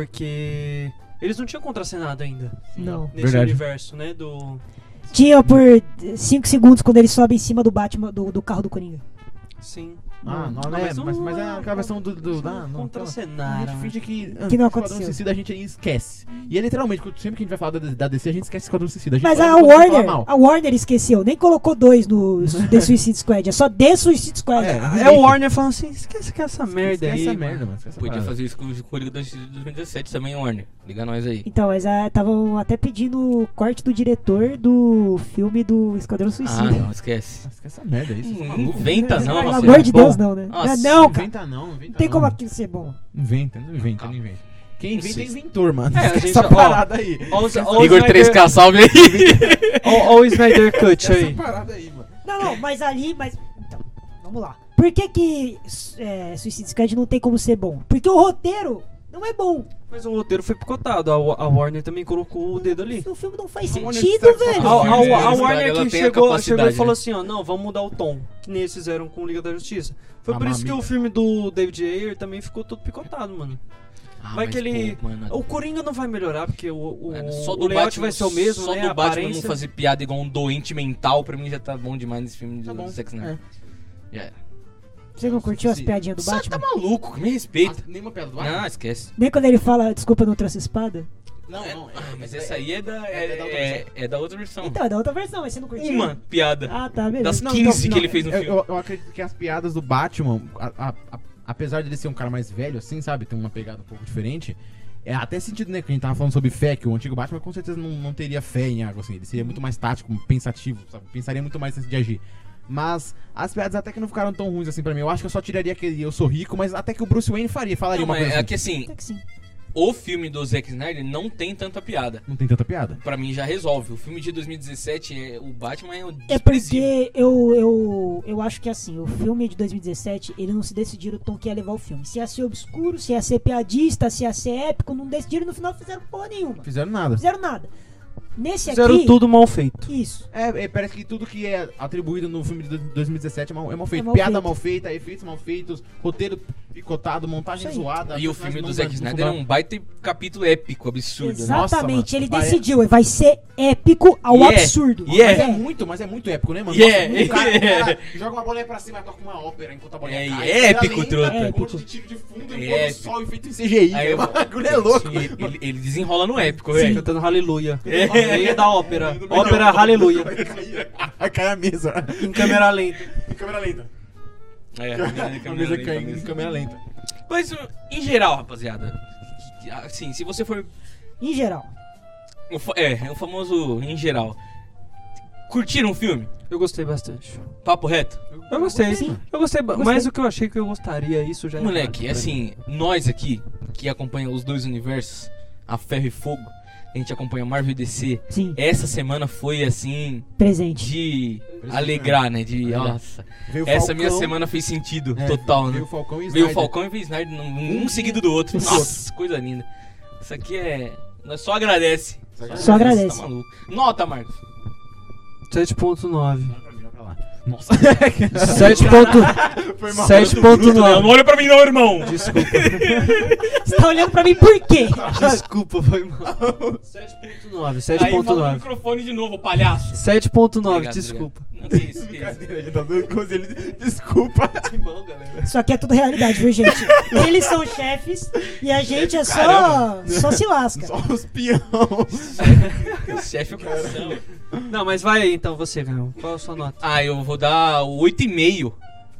[SPEAKER 2] Porque eles não tinham contracenado ainda
[SPEAKER 3] Não.
[SPEAKER 2] nesse
[SPEAKER 4] Verdade.
[SPEAKER 2] universo, né? Do.
[SPEAKER 3] Tinha por 5 segundos quando ele sobe em cima do Batman, do, do carro do Coringa.
[SPEAKER 1] Tipo,
[SPEAKER 2] Sim.
[SPEAKER 4] Ah, não,
[SPEAKER 2] Não,
[SPEAKER 4] é,
[SPEAKER 2] mas um
[SPEAKER 4] mas,
[SPEAKER 2] não-
[SPEAKER 4] mas, é aquela versão do. do da, não, tá aquela- a
[SPEAKER 2] Contracenaram.
[SPEAKER 4] gente finge que. ah,
[SPEAKER 3] Que não
[SPEAKER 4] Esquadrão
[SPEAKER 3] aconteceu.
[SPEAKER 4] Suicida a gente esquece. E é literalmente, quando- sempre que a gente vai falar da, da DC, a gente esquece Esquadrão Suicida. gente
[SPEAKER 3] Mas
[SPEAKER 4] fala
[SPEAKER 3] a
[SPEAKER 4] quando fala
[SPEAKER 3] Warner,
[SPEAKER 4] mal.
[SPEAKER 3] a Warner esqueceu, nem colocou dois no The Suicide Squad, é só The Suicide Squad.
[SPEAKER 4] É.
[SPEAKER 2] É o Warner falando assim, esquece que essa merda
[SPEAKER 4] Esquece
[SPEAKER 2] aí.
[SPEAKER 4] essa
[SPEAKER 2] mano.
[SPEAKER 4] merda, mano. Esquece essa
[SPEAKER 1] Podia
[SPEAKER 4] parada.
[SPEAKER 1] fazer isso com o Coringa do 2017 também, Warner. Liga nós aí.
[SPEAKER 3] Então, mas estavam até pedindo o corte do diretor do filme do Esquadrão
[SPEAKER 1] Ah,
[SPEAKER 3] Suicida.
[SPEAKER 1] não, esquece.
[SPEAKER 4] Esquece essa merda aí.
[SPEAKER 1] Não inventa, não.
[SPEAKER 3] Pelo
[SPEAKER 1] você
[SPEAKER 3] amor
[SPEAKER 1] é
[SPEAKER 3] de
[SPEAKER 1] bom.
[SPEAKER 3] Deus, não, né?
[SPEAKER 1] Nossa,
[SPEAKER 3] não, cara.
[SPEAKER 4] Inventa não, inventa
[SPEAKER 3] Não tem
[SPEAKER 4] não.
[SPEAKER 3] como aquilo ser bom.
[SPEAKER 4] Inventa, não inventa, não inventa. Quem inventa é
[SPEAKER 1] Insiste.
[SPEAKER 4] inventor, mano.
[SPEAKER 2] É, a
[SPEAKER 4] Esquece
[SPEAKER 2] gente-
[SPEAKER 4] essa
[SPEAKER 2] ó,
[SPEAKER 4] parada aí.
[SPEAKER 2] Ó, o- ó o
[SPEAKER 1] Igor
[SPEAKER 2] Snyder-
[SPEAKER 1] 3K, salve aí.
[SPEAKER 2] Ó ó o Snyder Cut
[SPEAKER 4] Essa
[SPEAKER 2] aí.
[SPEAKER 4] parada aí, mano.
[SPEAKER 3] Não, não, mas ali, mas. Então, vamos lá. Por que que é, Suicide Squad não tem como ser bom? Porque o roteiro não é bom.
[SPEAKER 2] Mas o roteiro foi picotado, a, Wa- a Warner também colocou o dedo ali.
[SPEAKER 3] O filme não faz
[SPEAKER 4] A Warner
[SPEAKER 3] sentido,
[SPEAKER 4] estraga
[SPEAKER 2] A,
[SPEAKER 3] velho.
[SPEAKER 1] o
[SPEAKER 2] a-
[SPEAKER 1] filme,
[SPEAKER 2] a
[SPEAKER 1] eles
[SPEAKER 2] Warner
[SPEAKER 1] estragam,
[SPEAKER 2] que
[SPEAKER 1] ela tem a
[SPEAKER 2] chegou,
[SPEAKER 1] capacidade,
[SPEAKER 2] chegou e falou
[SPEAKER 1] né?
[SPEAKER 2] assim, ó, não, vamos mudar o tom, que nem eles fizeram com Liga da Justiça. Foi
[SPEAKER 4] Ah,
[SPEAKER 2] por isso que
[SPEAKER 4] mamiga.
[SPEAKER 2] o filme do David Ayer também ficou todo picotado, mano.
[SPEAKER 1] Ah,
[SPEAKER 2] Vai
[SPEAKER 1] mas,
[SPEAKER 2] que ele-
[SPEAKER 1] pô, mano,
[SPEAKER 2] O Coringa não vai melhorar, porque o, o,
[SPEAKER 1] Mano, É, só
[SPEAKER 2] o
[SPEAKER 1] do
[SPEAKER 2] layout
[SPEAKER 1] Batman,
[SPEAKER 2] vai ser o mesmo,
[SPEAKER 1] só
[SPEAKER 2] né? a
[SPEAKER 1] do Batman não
[SPEAKER 2] aparência.
[SPEAKER 1] fazer piada igual um doente mental, pra mim já tá bom demais nesse filme do Sex Snyder. Já era.
[SPEAKER 3] Você não curtiu as piadinhas do
[SPEAKER 1] Você tá
[SPEAKER 3] Batman?
[SPEAKER 1] maluco, me respeita.
[SPEAKER 4] Nenhuma pedra do
[SPEAKER 1] Ah, esquece.
[SPEAKER 3] Nem quando ele fala, desculpa, não trouxe espada?
[SPEAKER 4] Não, não.
[SPEAKER 1] Mas essa aí é da, é,
[SPEAKER 4] É da outra
[SPEAKER 1] é- é da outra versão.
[SPEAKER 3] Então, é da outra versão, mas você não curtiu?
[SPEAKER 1] Uma piada.
[SPEAKER 3] Ah, tá, beleza.
[SPEAKER 1] Das
[SPEAKER 4] Não,
[SPEAKER 1] 15
[SPEAKER 4] então,
[SPEAKER 1] que
[SPEAKER 4] não,
[SPEAKER 1] ele fez no
[SPEAKER 4] eu,
[SPEAKER 1] filme.
[SPEAKER 4] Eu, eu acredito que as piadas do Batman, a- a- a- apesar de ele ser um cara mais velho, assim, sabe? Tem uma pegada um pouco diferente. É até sentido, né? Que a gente tava falando sobre fé, que o antigo Batman com certeza não, não teria fé em algo assim. Ele seria muito mais tático, pensativo, sabe? Pensaria muito mais antes de agir. Mas as piadas até que não ficaram tão ruins assim pra mim. Eu acho que eu só tiraria aquele Eu Sou Rico, mas até que o Bruce Wayne faria, falaria
[SPEAKER 1] Não,
[SPEAKER 4] uma
[SPEAKER 1] mas
[SPEAKER 4] coisa
[SPEAKER 1] é
[SPEAKER 4] assim.
[SPEAKER 1] que assim,
[SPEAKER 3] Até então, que sim.
[SPEAKER 1] o filme do Zack Snyder não tem tanta piada.
[SPEAKER 4] Não tem tanta piada.
[SPEAKER 1] Pra mim já resolve. O filme de 2017 é o Batman é o
[SPEAKER 3] É
[SPEAKER 1] desprezível.
[SPEAKER 3] porque eu, eu, eu acho que assim, o filme de 2017, ele não se decidiram o tom que ia levar o filme. Se ia ser obscuro, se ia ser piadista, se ia ser épico, não decidiram no final fizeram porra nenhuma.
[SPEAKER 4] Não fizeram nada. assim.
[SPEAKER 3] Fizeram nada. Nesse
[SPEAKER 2] Fizeram
[SPEAKER 3] aqui.
[SPEAKER 2] tudo mal feito.
[SPEAKER 3] Isso.
[SPEAKER 4] É, é, parece que tudo que é atribuído no filme de dois- 2017 é mal, é mal feito.
[SPEAKER 3] mal
[SPEAKER 4] Piada
[SPEAKER 3] feito.
[SPEAKER 4] mal feita, efeitos mal feitos, roteiro picotado, montagem
[SPEAKER 3] Isso aí.
[SPEAKER 4] zoada.
[SPEAKER 1] E o
[SPEAKER 4] personagens
[SPEAKER 1] filme
[SPEAKER 4] não-
[SPEAKER 1] do Zack
[SPEAKER 4] não
[SPEAKER 1] Snyder é
[SPEAKER 4] funcionam.
[SPEAKER 1] um baita capítulo épico, absurdo. né?
[SPEAKER 3] Exatamente.
[SPEAKER 4] mano.
[SPEAKER 3] ele
[SPEAKER 4] Pare-
[SPEAKER 3] decidiu, vai ser épico ao
[SPEAKER 1] E é.
[SPEAKER 3] absurdo.
[SPEAKER 1] E é.
[SPEAKER 4] Mas é
[SPEAKER 3] É.
[SPEAKER 4] muito, mas é muito épico, né, mano?
[SPEAKER 1] Yeah,
[SPEAKER 4] Nossa, um cara, um
[SPEAKER 1] yeah.
[SPEAKER 4] cara joga uma bolinha pra cima e toca uma ópera enquanto a bolinha
[SPEAKER 1] É,
[SPEAKER 4] cai.
[SPEAKER 1] é
[SPEAKER 4] Ela
[SPEAKER 1] épico,
[SPEAKER 4] lenta,
[SPEAKER 1] truta.
[SPEAKER 4] Um monte de tiro de fundo,
[SPEAKER 1] É
[SPEAKER 4] um pôr do
[SPEAKER 1] épico.
[SPEAKER 4] sol e feito em CGI.
[SPEAKER 1] Aí eu-
[SPEAKER 4] o bagulho é louco.
[SPEAKER 1] Ele, ele- ele desenrola no épico,
[SPEAKER 2] Sim.
[SPEAKER 1] velho.
[SPEAKER 2] Cantando Aleluia.
[SPEAKER 1] É.
[SPEAKER 2] No meio da ópera.
[SPEAKER 4] No meio
[SPEAKER 2] Ópera
[SPEAKER 4] da-
[SPEAKER 2] Aleluia.
[SPEAKER 4] Vai cair- Vai cair a mesa.
[SPEAKER 2] Em câmera lenta.
[SPEAKER 4] Em câmera lenta.
[SPEAKER 1] É,
[SPEAKER 4] A mesa caindo em câmera lenta.
[SPEAKER 1] Mas, em geral, rapaziada, assim, se você for.
[SPEAKER 3] Em geral.
[SPEAKER 1] o fa- É, é o famoso em geral. Curtiram o filme?
[SPEAKER 2] Eu gostei bastante.
[SPEAKER 1] Papo reto?
[SPEAKER 2] Eu gostei.
[SPEAKER 3] Sim.
[SPEAKER 2] Eu gostei, ba-
[SPEAKER 3] Gostei.
[SPEAKER 2] mas o que eu achei que eu gostaria, isso já é errado pra
[SPEAKER 1] Moleque,
[SPEAKER 2] mim.
[SPEAKER 1] assim, nós aqui, que acompanha os dois universos, a ferro e fogo, a gente acompanha Marvel e DC.
[SPEAKER 3] Sim.
[SPEAKER 1] Essa semana foi assim
[SPEAKER 3] É. Presente.
[SPEAKER 1] de alegrar, né? De nossa.
[SPEAKER 4] Veio o
[SPEAKER 1] Essa é minha
[SPEAKER 4] Falcão.
[SPEAKER 1] semana fez sentido
[SPEAKER 4] É,
[SPEAKER 1] total,
[SPEAKER 4] Veio
[SPEAKER 1] né?
[SPEAKER 4] o Falcão e
[SPEAKER 1] Veio o
[SPEAKER 4] Snyder.
[SPEAKER 1] Falcão e veio o Snyder, um, um seguido do outro.
[SPEAKER 4] Isso.
[SPEAKER 1] Nossa, coisa linda. Isso aqui é. Nós só agradece.
[SPEAKER 3] Só agradece.
[SPEAKER 1] Tá maluco. Nota, Marcos.
[SPEAKER 2] 7.9.
[SPEAKER 4] Nossa,
[SPEAKER 2] 7.9.
[SPEAKER 4] foi mal.
[SPEAKER 2] 7.9.
[SPEAKER 1] olha pra mim, não, irmão.
[SPEAKER 3] Você tá olhando pra mim por quê?
[SPEAKER 2] Desculpa, foi mal. 7.9,
[SPEAKER 1] Aí fala no
[SPEAKER 2] 7.9.
[SPEAKER 1] microfone de novo, palhaço.
[SPEAKER 2] 7.9,
[SPEAKER 1] Obrigado,
[SPEAKER 2] desculpa.
[SPEAKER 1] obrigado. Não, que isso, que isso.
[SPEAKER 4] Brincadeira, a gente tá doido com você, ele- Desculpa.
[SPEAKER 2] né?
[SPEAKER 3] Isso aqui é tudo realidade, viu, gente? Eles são chefes e a gente é só,
[SPEAKER 4] Caramba.
[SPEAKER 3] só se lasca.
[SPEAKER 4] Só os peão.
[SPEAKER 1] Chefe é o coração.
[SPEAKER 2] Não, mas vai aí então você, Caio. Qual a sua nota?
[SPEAKER 1] Ah, eu vou dar o 8,5.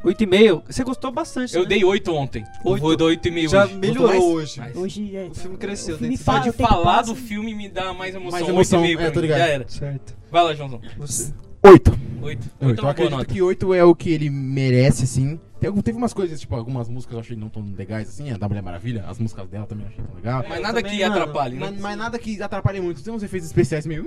[SPEAKER 2] 8,5? Você gostou bastante.
[SPEAKER 1] Eu
[SPEAKER 2] né?
[SPEAKER 1] dei 8 ontem. Eu
[SPEAKER 2] Oito.
[SPEAKER 1] vou dar 8,5
[SPEAKER 2] Já
[SPEAKER 1] hoje.
[SPEAKER 4] mais?
[SPEAKER 2] melhorou hoje.
[SPEAKER 1] Mas
[SPEAKER 3] Hoje
[SPEAKER 4] um.
[SPEAKER 3] é.
[SPEAKER 2] O filme cresceu.
[SPEAKER 3] O filme
[SPEAKER 2] dentro
[SPEAKER 3] fala-
[SPEAKER 1] Só
[SPEAKER 2] do-
[SPEAKER 1] de
[SPEAKER 3] eu tenho que
[SPEAKER 1] falar
[SPEAKER 3] falar
[SPEAKER 1] do
[SPEAKER 3] assim.
[SPEAKER 1] filme me dá mais emoção.
[SPEAKER 4] Mais emoção,
[SPEAKER 1] 8,5 pra
[SPEAKER 4] é, tô
[SPEAKER 1] mim,
[SPEAKER 4] ligado.
[SPEAKER 1] Já era.
[SPEAKER 2] Certo.
[SPEAKER 1] Vai lá, Joãozão.
[SPEAKER 2] Você.
[SPEAKER 4] Oito.
[SPEAKER 1] 8. 8
[SPEAKER 2] Então,
[SPEAKER 1] é
[SPEAKER 4] Oito. Eu
[SPEAKER 1] uma boa
[SPEAKER 4] acredito
[SPEAKER 1] nota.
[SPEAKER 4] que oito é o que ele merece, assim. Tem, algum- teve umas coisas, tipo, algumas músicas eu achei não tão legais, assim. A da Mulher Maravilha, as músicas dela também eu achei tão legal.
[SPEAKER 1] Mas
[SPEAKER 2] Eu
[SPEAKER 1] nada
[SPEAKER 2] também,
[SPEAKER 1] que
[SPEAKER 2] mano,
[SPEAKER 1] atrapalhe, né?
[SPEAKER 4] Mas, mas nada que atrapalhe muito. Tem uns efeitos especiais meio.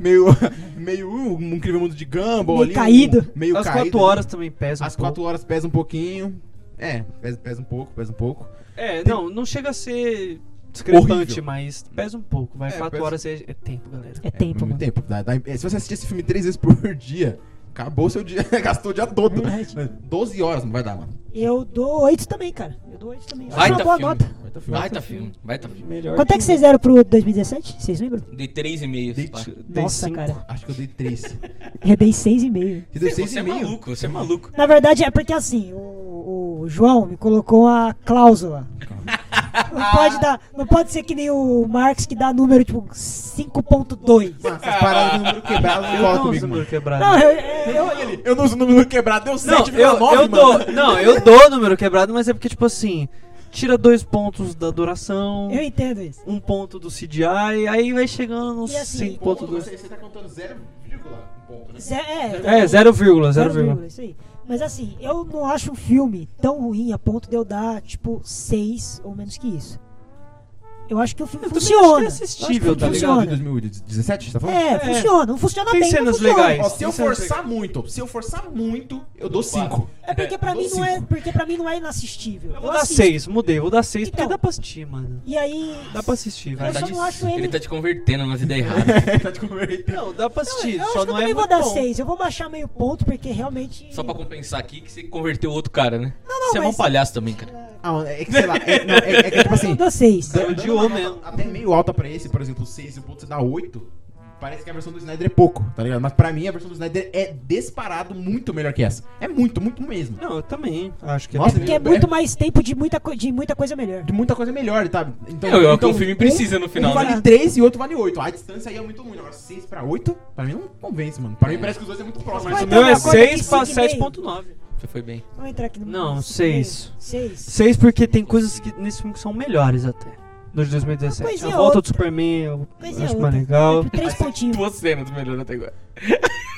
[SPEAKER 4] meio. meio. uh, um incrível mundo de Gumball
[SPEAKER 3] Meio
[SPEAKER 4] ali, um-
[SPEAKER 3] caído.
[SPEAKER 4] meio
[SPEAKER 2] As
[SPEAKER 4] caído. né?
[SPEAKER 2] 4 horas também pesa. um
[SPEAKER 4] As
[SPEAKER 2] pouco.
[SPEAKER 4] quatro horas pesa um pouquinho. É, pesa, pesa um pouco, pesa um pouco.
[SPEAKER 2] É, não, não chega a ser discrepante,
[SPEAKER 4] Horrível.
[SPEAKER 2] mas pesa um pouco. Vai,
[SPEAKER 4] É,
[SPEAKER 2] 4
[SPEAKER 4] pesa-
[SPEAKER 2] horas é, é tempo, galera.
[SPEAKER 3] É
[SPEAKER 4] É,
[SPEAKER 3] tempo,
[SPEAKER 4] muito
[SPEAKER 3] mano.
[SPEAKER 4] tempo. Dá- dá- é, se você assistir esse filme três vezes por dia, acabou seu dia. gastou o dia todo.
[SPEAKER 3] Verdade.
[SPEAKER 4] 12 horas, não vai dar, mano.
[SPEAKER 3] Eu dou 8 também, cara. Eu dou 8 também. Acho
[SPEAKER 1] Baita
[SPEAKER 3] uma boa
[SPEAKER 1] filme.
[SPEAKER 3] nota.
[SPEAKER 4] Vai tá filme.
[SPEAKER 1] Baita filme. Baita filme.
[SPEAKER 4] Melhor.
[SPEAKER 3] Quanto é que vocês deram pro 2017? Vocês lembram?
[SPEAKER 1] Dei 3,5.
[SPEAKER 4] Dei-
[SPEAKER 1] pá.
[SPEAKER 2] Dei
[SPEAKER 3] Nossa,
[SPEAKER 2] cinco.
[SPEAKER 3] cara.
[SPEAKER 4] Acho que eu dei três.
[SPEAKER 3] Eu dei 6,5.
[SPEAKER 4] Você deu seis
[SPEAKER 1] Você é
[SPEAKER 4] e meio.
[SPEAKER 1] maluco, você é maluco.
[SPEAKER 3] Na verdade, é porque assim, o, o João me colocou a cláusula. Não pode, dar, não pode ser que nem o Marx que dá número tipo 5.2.
[SPEAKER 4] Mano, essas paradas de número quebrado não
[SPEAKER 2] Eu
[SPEAKER 4] cola
[SPEAKER 2] não
[SPEAKER 4] comigo,
[SPEAKER 2] uso
[SPEAKER 4] mano.
[SPEAKER 2] número quebrado.
[SPEAKER 3] Não, eu, eu, eu-
[SPEAKER 4] Eu não uso número quebrado, deu
[SPEAKER 2] Não,
[SPEAKER 4] 7,9,
[SPEAKER 2] eu, eu
[SPEAKER 4] mano.
[SPEAKER 2] dou, não, eu dou número quebrado, mas é porque, tipo assim, tira dois pontos da duração,
[SPEAKER 3] eu entendo isso.
[SPEAKER 2] um ponto do CGI, aí vai chegando nos
[SPEAKER 3] E assim,
[SPEAKER 2] 5.2.
[SPEAKER 4] Você tá contando 0,1 ponto, né?
[SPEAKER 3] Zé-
[SPEAKER 2] É, 0,0.
[SPEAKER 3] Zero
[SPEAKER 2] 0,0.
[SPEAKER 3] vírgula, isso aí. Mas assim, eu não acho um filme tão ruim a ponto de eu dar, tipo, seis ou menos que isso. Eu acho que o filme
[SPEAKER 2] Eu também acho que é
[SPEAKER 3] funciona. Eu
[SPEAKER 2] assistível,
[SPEAKER 3] acho que
[SPEAKER 4] Tá
[SPEAKER 3] o filme
[SPEAKER 4] ligado? De
[SPEAKER 3] funciona.
[SPEAKER 4] 2017, tá falando?
[SPEAKER 3] É,
[SPEAKER 2] É.
[SPEAKER 3] funciona. Não funciona
[SPEAKER 2] Tem
[SPEAKER 3] bem, mas
[SPEAKER 2] cenas
[SPEAKER 3] funciona.
[SPEAKER 2] legais.
[SPEAKER 4] Ó, se eu forçar muito, se eu forçar muito, eu dou 5.
[SPEAKER 3] É porque pra,
[SPEAKER 4] Dou
[SPEAKER 3] mim não é,
[SPEAKER 4] cinco.
[SPEAKER 3] porque pra mim não é inassistível.
[SPEAKER 2] Eu vou
[SPEAKER 3] Eu
[SPEAKER 2] dar
[SPEAKER 3] assisto.
[SPEAKER 2] 6, mudei, vou dar 6 porque
[SPEAKER 3] assim, Então.
[SPEAKER 2] dá pra assistir, mano.
[SPEAKER 3] E aí...
[SPEAKER 2] Dá pra assistir, vai.
[SPEAKER 3] Eu
[SPEAKER 1] Tá
[SPEAKER 3] só
[SPEAKER 1] de-
[SPEAKER 3] não acho ele...
[SPEAKER 1] Ele tá te convertendo nas ideias erradas.
[SPEAKER 4] tá te convertendo.
[SPEAKER 2] Não, dá pra assistir,
[SPEAKER 3] eu
[SPEAKER 2] só
[SPEAKER 3] acho que eu
[SPEAKER 2] não
[SPEAKER 3] também
[SPEAKER 2] é
[SPEAKER 3] vou
[SPEAKER 2] muito
[SPEAKER 3] dar
[SPEAKER 2] bom.
[SPEAKER 3] seis. Eu vou baixar meio ponto, porque realmente...
[SPEAKER 1] Só pra compensar aqui que você converteu outro cara, né?
[SPEAKER 3] não,
[SPEAKER 1] Você é um
[SPEAKER 3] mas-
[SPEAKER 1] palhaço também, cara.
[SPEAKER 4] Ah, mano, é que sei lá, é, não, é, é que tipo
[SPEAKER 3] Eu
[SPEAKER 4] assim,
[SPEAKER 3] dou seis.
[SPEAKER 2] Eu
[SPEAKER 4] dando
[SPEAKER 2] odiou
[SPEAKER 4] uma nota
[SPEAKER 2] mesmo.
[SPEAKER 4] até meio alta pra esse, por exemplo, 6 e o ponto você dá 8. Parece que a versão do Snyder é pouco, tá ligado? Mas pra mim a versão do Snyder é disparado muito melhor que essa. É muito, muito mesmo.
[SPEAKER 2] Não, eu também acho que é
[SPEAKER 4] Nossa,
[SPEAKER 2] bem-
[SPEAKER 3] Porque é muito mais tempo de muita, co- de muita coisa melhor.
[SPEAKER 4] De muita coisa melhor, tá? Então,
[SPEAKER 1] É, é o que
[SPEAKER 4] então,
[SPEAKER 1] o filme precisa no final,
[SPEAKER 4] Um
[SPEAKER 1] né?
[SPEAKER 4] vale 3 e outro vale 8. A distância aí é muito ruim. Agora 6 pra 8, pra mim não convence, mano. Pra mim parece que os dois é muito próximo.
[SPEAKER 2] Mas
[SPEAKER 3] Vai
[SPEAKER 2] o meu
[SPEAKER 3] dar
[SPEAKER 2] é
[SPEAKER 3] uma corda de
[SPEAKER 2] 6 pra
[SPEAKER 3] 5,5.
[SPEAKER 2] 7.9.
[SPEAKER 1] Você foi bem.
[SPEAKER 3] Vamos entrar aqui no...
[SPEAKER 2] Não,
[SPEAKER 3] no-
[SPEAKER 2] seis.
[SPEAKER 3] Seis.
[SPEAKER 2] 6 porque tem coisas que, nesse filme que são melhores até. Dos 2017.
[SPEAKER 3] Coisinha
[SPEAKER 2] A volta
[SPEAKER 3] é, outra.
[SPEAKER 2] do Superman eu
[SPEAKER 3] Coisinha
[SPEAKER 2] acho mais
[SPEAKER 3] outra.
[SPEAKER 2] legal. é
[SPEAKER 1] é um
[SPEAKER 3] Três pontinhos.
[SPEAKER 1] Duas cenas melhor até agora.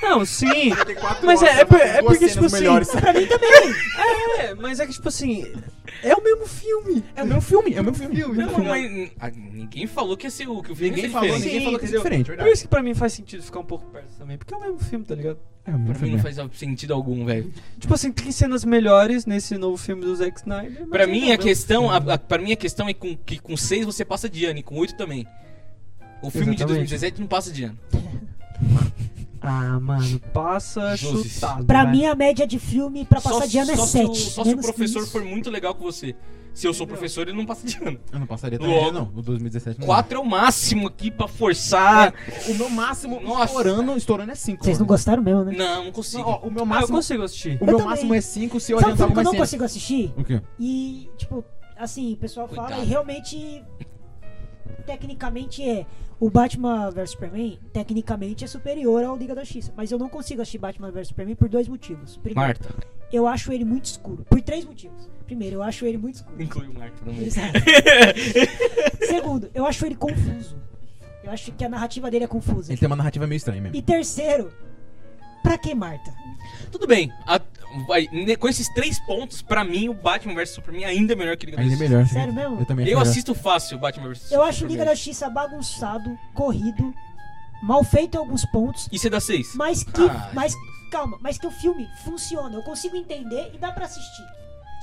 [SPEAKER 2] Não, sim. Mas é, é, por- é porque, tipo assim.
[SPEAKER 3] Pra mim também.
[SPEAKER 2] É, mas é que, tipo assim. É o mesmo filme.
[SPEAKER 4] É o meu filme, é o meu filme.
[SPEAKER 1] Não, mas ah, ninguém falou que, esse, que o filme
[SPEAKER 4] Ninguém
[SPEAKER 1] ia ser
[SPEAKER 4] falou,
[SPEAKER 1] diferente.
[SPEAKER 4] ninguém
[SPEAKER 2] Sim,
[SPEAKER 4] falou que é
[SPEAKER 2] entendeu?
[SPEAKER 4] diferente,
[SPEAKER 2] Por
[SPEAKER 4] verdade.
[SPEAKER 2] isso que pra mim faz sentido ficar um pouco perto também. Porque é o mesmo filme, tá ligado?
[SPEAKER 4] É o meu
[SPEAKER 1] Pra mim
[SPEAKER 4] filme.
[SPEAKER 1] não
[SPEAKER 4] é.
[SPEAKER 1] faz sentido algum, velho.
[SPEAKER 2] Tipo assim, tem cenas melhores nesse novo filme do Zack Snyder. mas
[SPEAKER 1] Pra
[SPEAKER 2] é
[SPEAKER 1] mim
[SPEAKER 2] o
[SPEAKER 1] a
[SPEAKER 2] mesmo
[SPEAKER 1] questão, a, a- pra mim a questão é com, que com 6 você passa de ano e com 8 também. O filme de
[SPEAKER 2] Exatamente.
[SPEAKER 1] 2017 não passa de ano.
[SPEAKER 2] Ah, mano, passa
[SPEAKER 1] Joses.
[SPEAKER 2] chutado.
[SPEAKER 3] Pra
[SPEAKER 2] vai.
[SPEAKER 3] mim, é a média de filme pra passar de ano é
[SPEAKER 1] só se o-
[SPEAKER 3] 7.
[SPEAKER 1] Só se o professor for muito legal com você. Se eu sou professor, ele não passa de ano.
[SPEAKER 4] Eu não passaria
[SPEAKER 1] Logo.
[SPEAKER 4] também, não. O 2017 não.
[SPEAKER 1] 4 é o máximo aqui pra forçar.
[SPEAKER 4] O meu máximo
[SPEAKER 1] Nossa.
[SPEAKER 4] estourando, estourando é 5.
[SPEAKER 3] Vocês não gostaram mesmo, né?
[SPEAKER 1] Não, não consigo.
[SPEAKER 4] o
[SPEAKER 2] Ah,
[SPEAKER 4] meu
[SPEAKER 2] eu
[SPEAKER 4] máximo,
[SPEAKER 2] consigo assistir.
[SPEAKER 4] o meu
[SPEAKER 3] também.
[SPEAKER 4] máximo é 5 se eu
[SPEAKER 3] Sabe um
[SPEAKER 4] adiantar
[SPEAKER 3] filme que eu
[SPEAKER 4] algumas
[SPEAKER 3] não
[SPEAKER 4] cenas.
[SPEAKER 3] consigo assistir?
[SPEAKER 4] O quê?
[SPEAKER 3] E, tipo, assim, o pessoal fala
[SPEAKER 1] Cuidado.
[SPEAKER 3] e realmente. Tecnicamente é. O Batman vs Superman, tecnicamente, é superior ao Liga da Justiça. Mas eu não consigo assistir Batman vs Superman por dois motivos. Primeiro,
[SPEAKER 1] Marta.
[SPEAKER 3] eu acho ele muito escuro. Por três motivos. Primeiro, eu acho ele muito escuro.
[SPEAKER 1] Inclui o Marta no meio.
[SPEAKER 3] Exato. Segundo, eu acho ele confuso. Eu acho que a narrativa dele é confusa.
[SPEAKER 4] Ele tem uma narrativa meio estranha mesmo.
[SPEAKER 3] E terceiro, pra que Marta?
[SPEAKER 1] Tudo bem. a- vai, ne- com esses três pontos, pra mim, o Batman vs Superman ainda é melhor que Liga da
[SPEAKER 4] Ainda é
[SPEAKER 1] Justiça.
[SPEAKER 4] melhor.
[SPEAKER 3] Sério mesmo?
[SPEAKER 4] Eu também acho
[SPEAKER 1] Eu
[SPEAKER 4] melhor.
[SPEAKER 1] assisto fácil o Batman vs
[SPEAKER 3] Eu
[SPEAKER 1] Superman.
[SPEAKER 3] acho Liga da Justiça bagunçado, corrido, mal feito em alguns pontos,
[SPEAKER 1] Isso é da 6.
[SPEAKER 3] mas que.
[SPEAKER 1] Ah,
[SPEAKER 3] mas, calma, mas que o filme funciona. Eu consigo entender e dá pra assistir.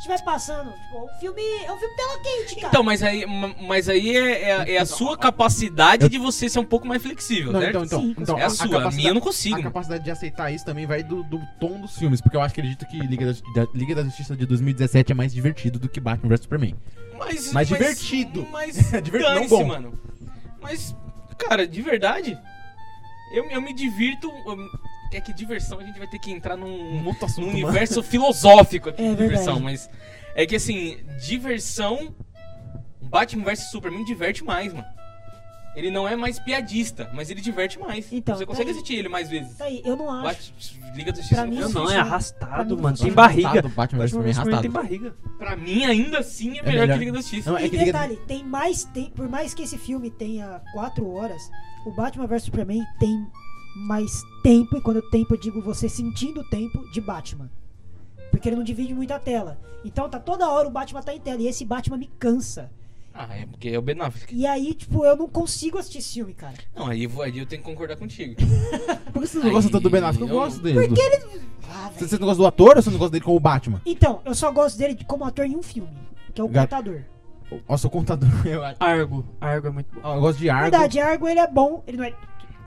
[SPEAKER 3] Se estiver passando, tipo, o filme. É um filme tela quente, cara.
[SPEAKER 1] Então, mas aí, ma- mas aí é, é a- é a sua capacidade de você ser um pouco mais flexível,
[SPEAKER 4] Não,
[SPEAKER 1] certo?
[SPEAKER 4] então, então,
[SPEAKER 3] Sim, com
[SPEAKER 4] então
[SPEAKER 1] é a sua, a, minha eu não consigo.
[SPEAKER 4] A
[SPEAKER 1] mano.
[SPEAKER 4] capacidade de aceitar isso também vai do, do tom dos filmes, porque eu acho, acredito que Liga da, Ju- da- Liga da Justiça de 2017 é mais divertido do que Batman vs Superman.
[SPEAKER 1] Mas,
[SPEAKER 4] Mas então, divertido. É
[SPEAKER 1] Mas
[SPEAKER 4] Divertido, não
[SPEAKER 1] dane-se,
[SPEAKER 4] bom.
[SPEAKER 1] mano. Mas, cara, de verdade, eu, eu me divirto. eu- é que diversão a gente vai ter que entrar num,
[SPEAKER 4] muito
[SPEAKER 1] num
[SPEAKER 4] assunto, mano.
[SPEAKER 1] Um universo filosófico aqui
[SPEAKER 3] É
[SPEAKER 1] de diversão,
[SPEAKER 3] verdade.
[SPEAKER 1] mas. É que assim, diversão. um Batman vs Superman diverte mais, mano. Ele não é mais piadista, mas ele diverte mais.
[SPEAKER 3] Então,
[SPEAKER 1] Você consegue
[SPEAKER 3] tá aí.
[SPEAKER 1] assistir ele mais vezes.
[SPEAKER 3] Tá aí, eu não acho.
[SPEAKER 1] Bat- Liga da Justiça
[SPEAKER 3] Pra mim,
[SPEAKER 1] eu
[SPEAKER 2] Não,
[SPEAKER 1] consigo.
[SPEAKER 2] não, é
[SPEAKER 3] funciona.
[SPEAKER 2] arrastado,
[SPEAKER 3] Pra
[SPEAKER 2] mano.
[SPEAKER 3] mim
[SPEAKER 2] Tem
[SPEAKER 4] Arrastado,
[SPEAKER 2] barriga.
[SPEAKER 4] Batman vs
[SPEAKER 2] Batman
[SPEAKER 1] é
[SPEAKER 4] Superman
[SPEAKER 2] vs Superman tem
[SPEAKER 4] arrastado.
[SPEAKER 2] barriga.
[SPEAKER 1] Pra mim, ainda assim, é melhor,
[SPEAKER 4] É
[SPEAKER 1] que
[SPEAKER 4] melhor.
[SPEAKER 1] Liga da Justiça.
[SPEAKER 4] Não, é
[SPEAKER 3] e um
[SPEAKER 4] que Liga da-
[SPEAKER 3] detalhe, tem mais, tem, por mais que esse filme tenha 4 horas, o Batman vs Superman tem mais tempo, e quando eu tempo eu digo você sentindo o tempo de Batman. Porque ele não divide muito a tela. Então tá toda hora o Batman tá em tela, e esse Batman me cansa.
[SPEAKER 1] Ah, é porque é o Ben Affleck.
[SPEAKER 3] E aí, tipo, eu não congo assistir esse filme, cara.
[SPEAKER 1] Não, aí, eu vou- aí eu tenho que concordar contigo.
[SPEAKER 4] Por que vocês não gostam tanto do Ben Affleck? Eu
[SPEAKER 1] Eu-
[SPEAKER 4] gosto dele. Do...
[SPEAKER 3] Ah, velho.
[SPEAKER 4] Vocês não gostam do ator ou vocês não gostam dele como Batman?
[SPEAKER 3] Então, eu só gosto dele de- como ator em um filme, que é o
[SPEAKER 4] Gato.
[SPEAKER 3] Contador.
[SPEAKER 4] Nossa, o contador. Eu, acho-
[SPEAKER 2] Argo. Argo é muito bom.
[SPEAKER 4] Ah, eu gosto de Argo.
[SPEAKER 3] Verdade, Argo ele é bom, ele não é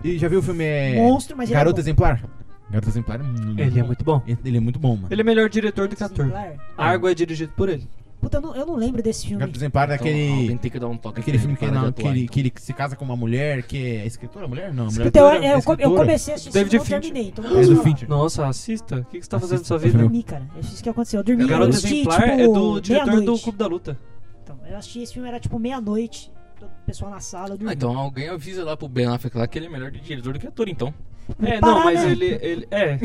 [SPEAKER 4] E já viu o filme é...
[SPEAKER 3] monstro, mas
[SPEAKER 4] Garoto
[SPEAKER 3] ele é
[SPEAKER 4] Exemplar? Garoto Exemplar é muito
[SPEAKER 2] Ele é
[SPEAKER 4] bom.
[SPEAKER 2] muito bom.
[SPEAKER 4] Ele é muito bom, mano.
[SPEAKER 2] Ele é melhor diretor do que
[SPEAKER 3] bom.
[SPEAKER 2] ator.
[SPEAKER 3] Exemplar.
[SPEAKER 2] Argo é dirigido por ele.
[SPEAKER 3] Puta, eu não, eu não lembro desse filme.
[SPEAKER 4] Garoto Exemplar é
[SPEAKER 1] Então, alguém
[SPEAKER 4] aquele...
[SPEAKER 1] tem que dar um toque.
[SPEAKER 4] Aquele
[SPEAKER 1] nele,
[SPEAKER 4] filme que,
[SPEAKER 1] para de
[SPEAKER 4] não, que,
[SPEAKER 1] atuar,
[SPEAKER 4] ele,
[SPEAKER 1] então.
[SPEAKER 4] que ele se casa com uma mulher que é escritora, mulher? Não, mulher
[SPEAKER 3] Escuta, eu,
[SPEAKER 4] escritora,
[SPEAKER 3] eu- eu
[SPEAKER 4] escritora.
[SPEAKER 3] comecei a assistir,
[SPEAKER 2] David
[SPEAKER 3] eu não
[SPEAKER 2] Fincher.
[SPEAKER 3] terminei. Então
[SPEAKER 4] É do
[SPEAKER 3] vamos lá.
[SPEAKER 4] Fincher.
[SPEAKER 2] Nossa, assista. O que, que você tá fazendo na sua
[SPEAKER 3] Eu
[SPEAKER 2] vida?
[SPEAKER 4] Filme.
[SPEAKER 3] dormi, cara. É isso que aconteceu. Eu dormi, eu
[SPEAKER 2] Garota
[SPEAKER 3] assisti,
[SPEAKER 2] Exemplar
[SPEAKER 3] tipo,
[SPEAKER 2] é do diretor do
[SPEAKER 3] meia-noite.
[SPEAKER 2] Clube da Luta.
[SPEAKER 3] Então, eu assisti esse filme, era tipo meia-noite. Todo o pessoal na sala, eu dormi.
[SPEAKER 1] Ah, então alguém avisa lá pro Ben Affleck lá que ele é melhor de diretor do que ator, então.
[SPEAKER 2] É,
[SPEAKER 3] Parar,
[SPEAKER 2] não, mas
[SPEAKER 3] né?
[SPEAKER 2] ele, ele. É.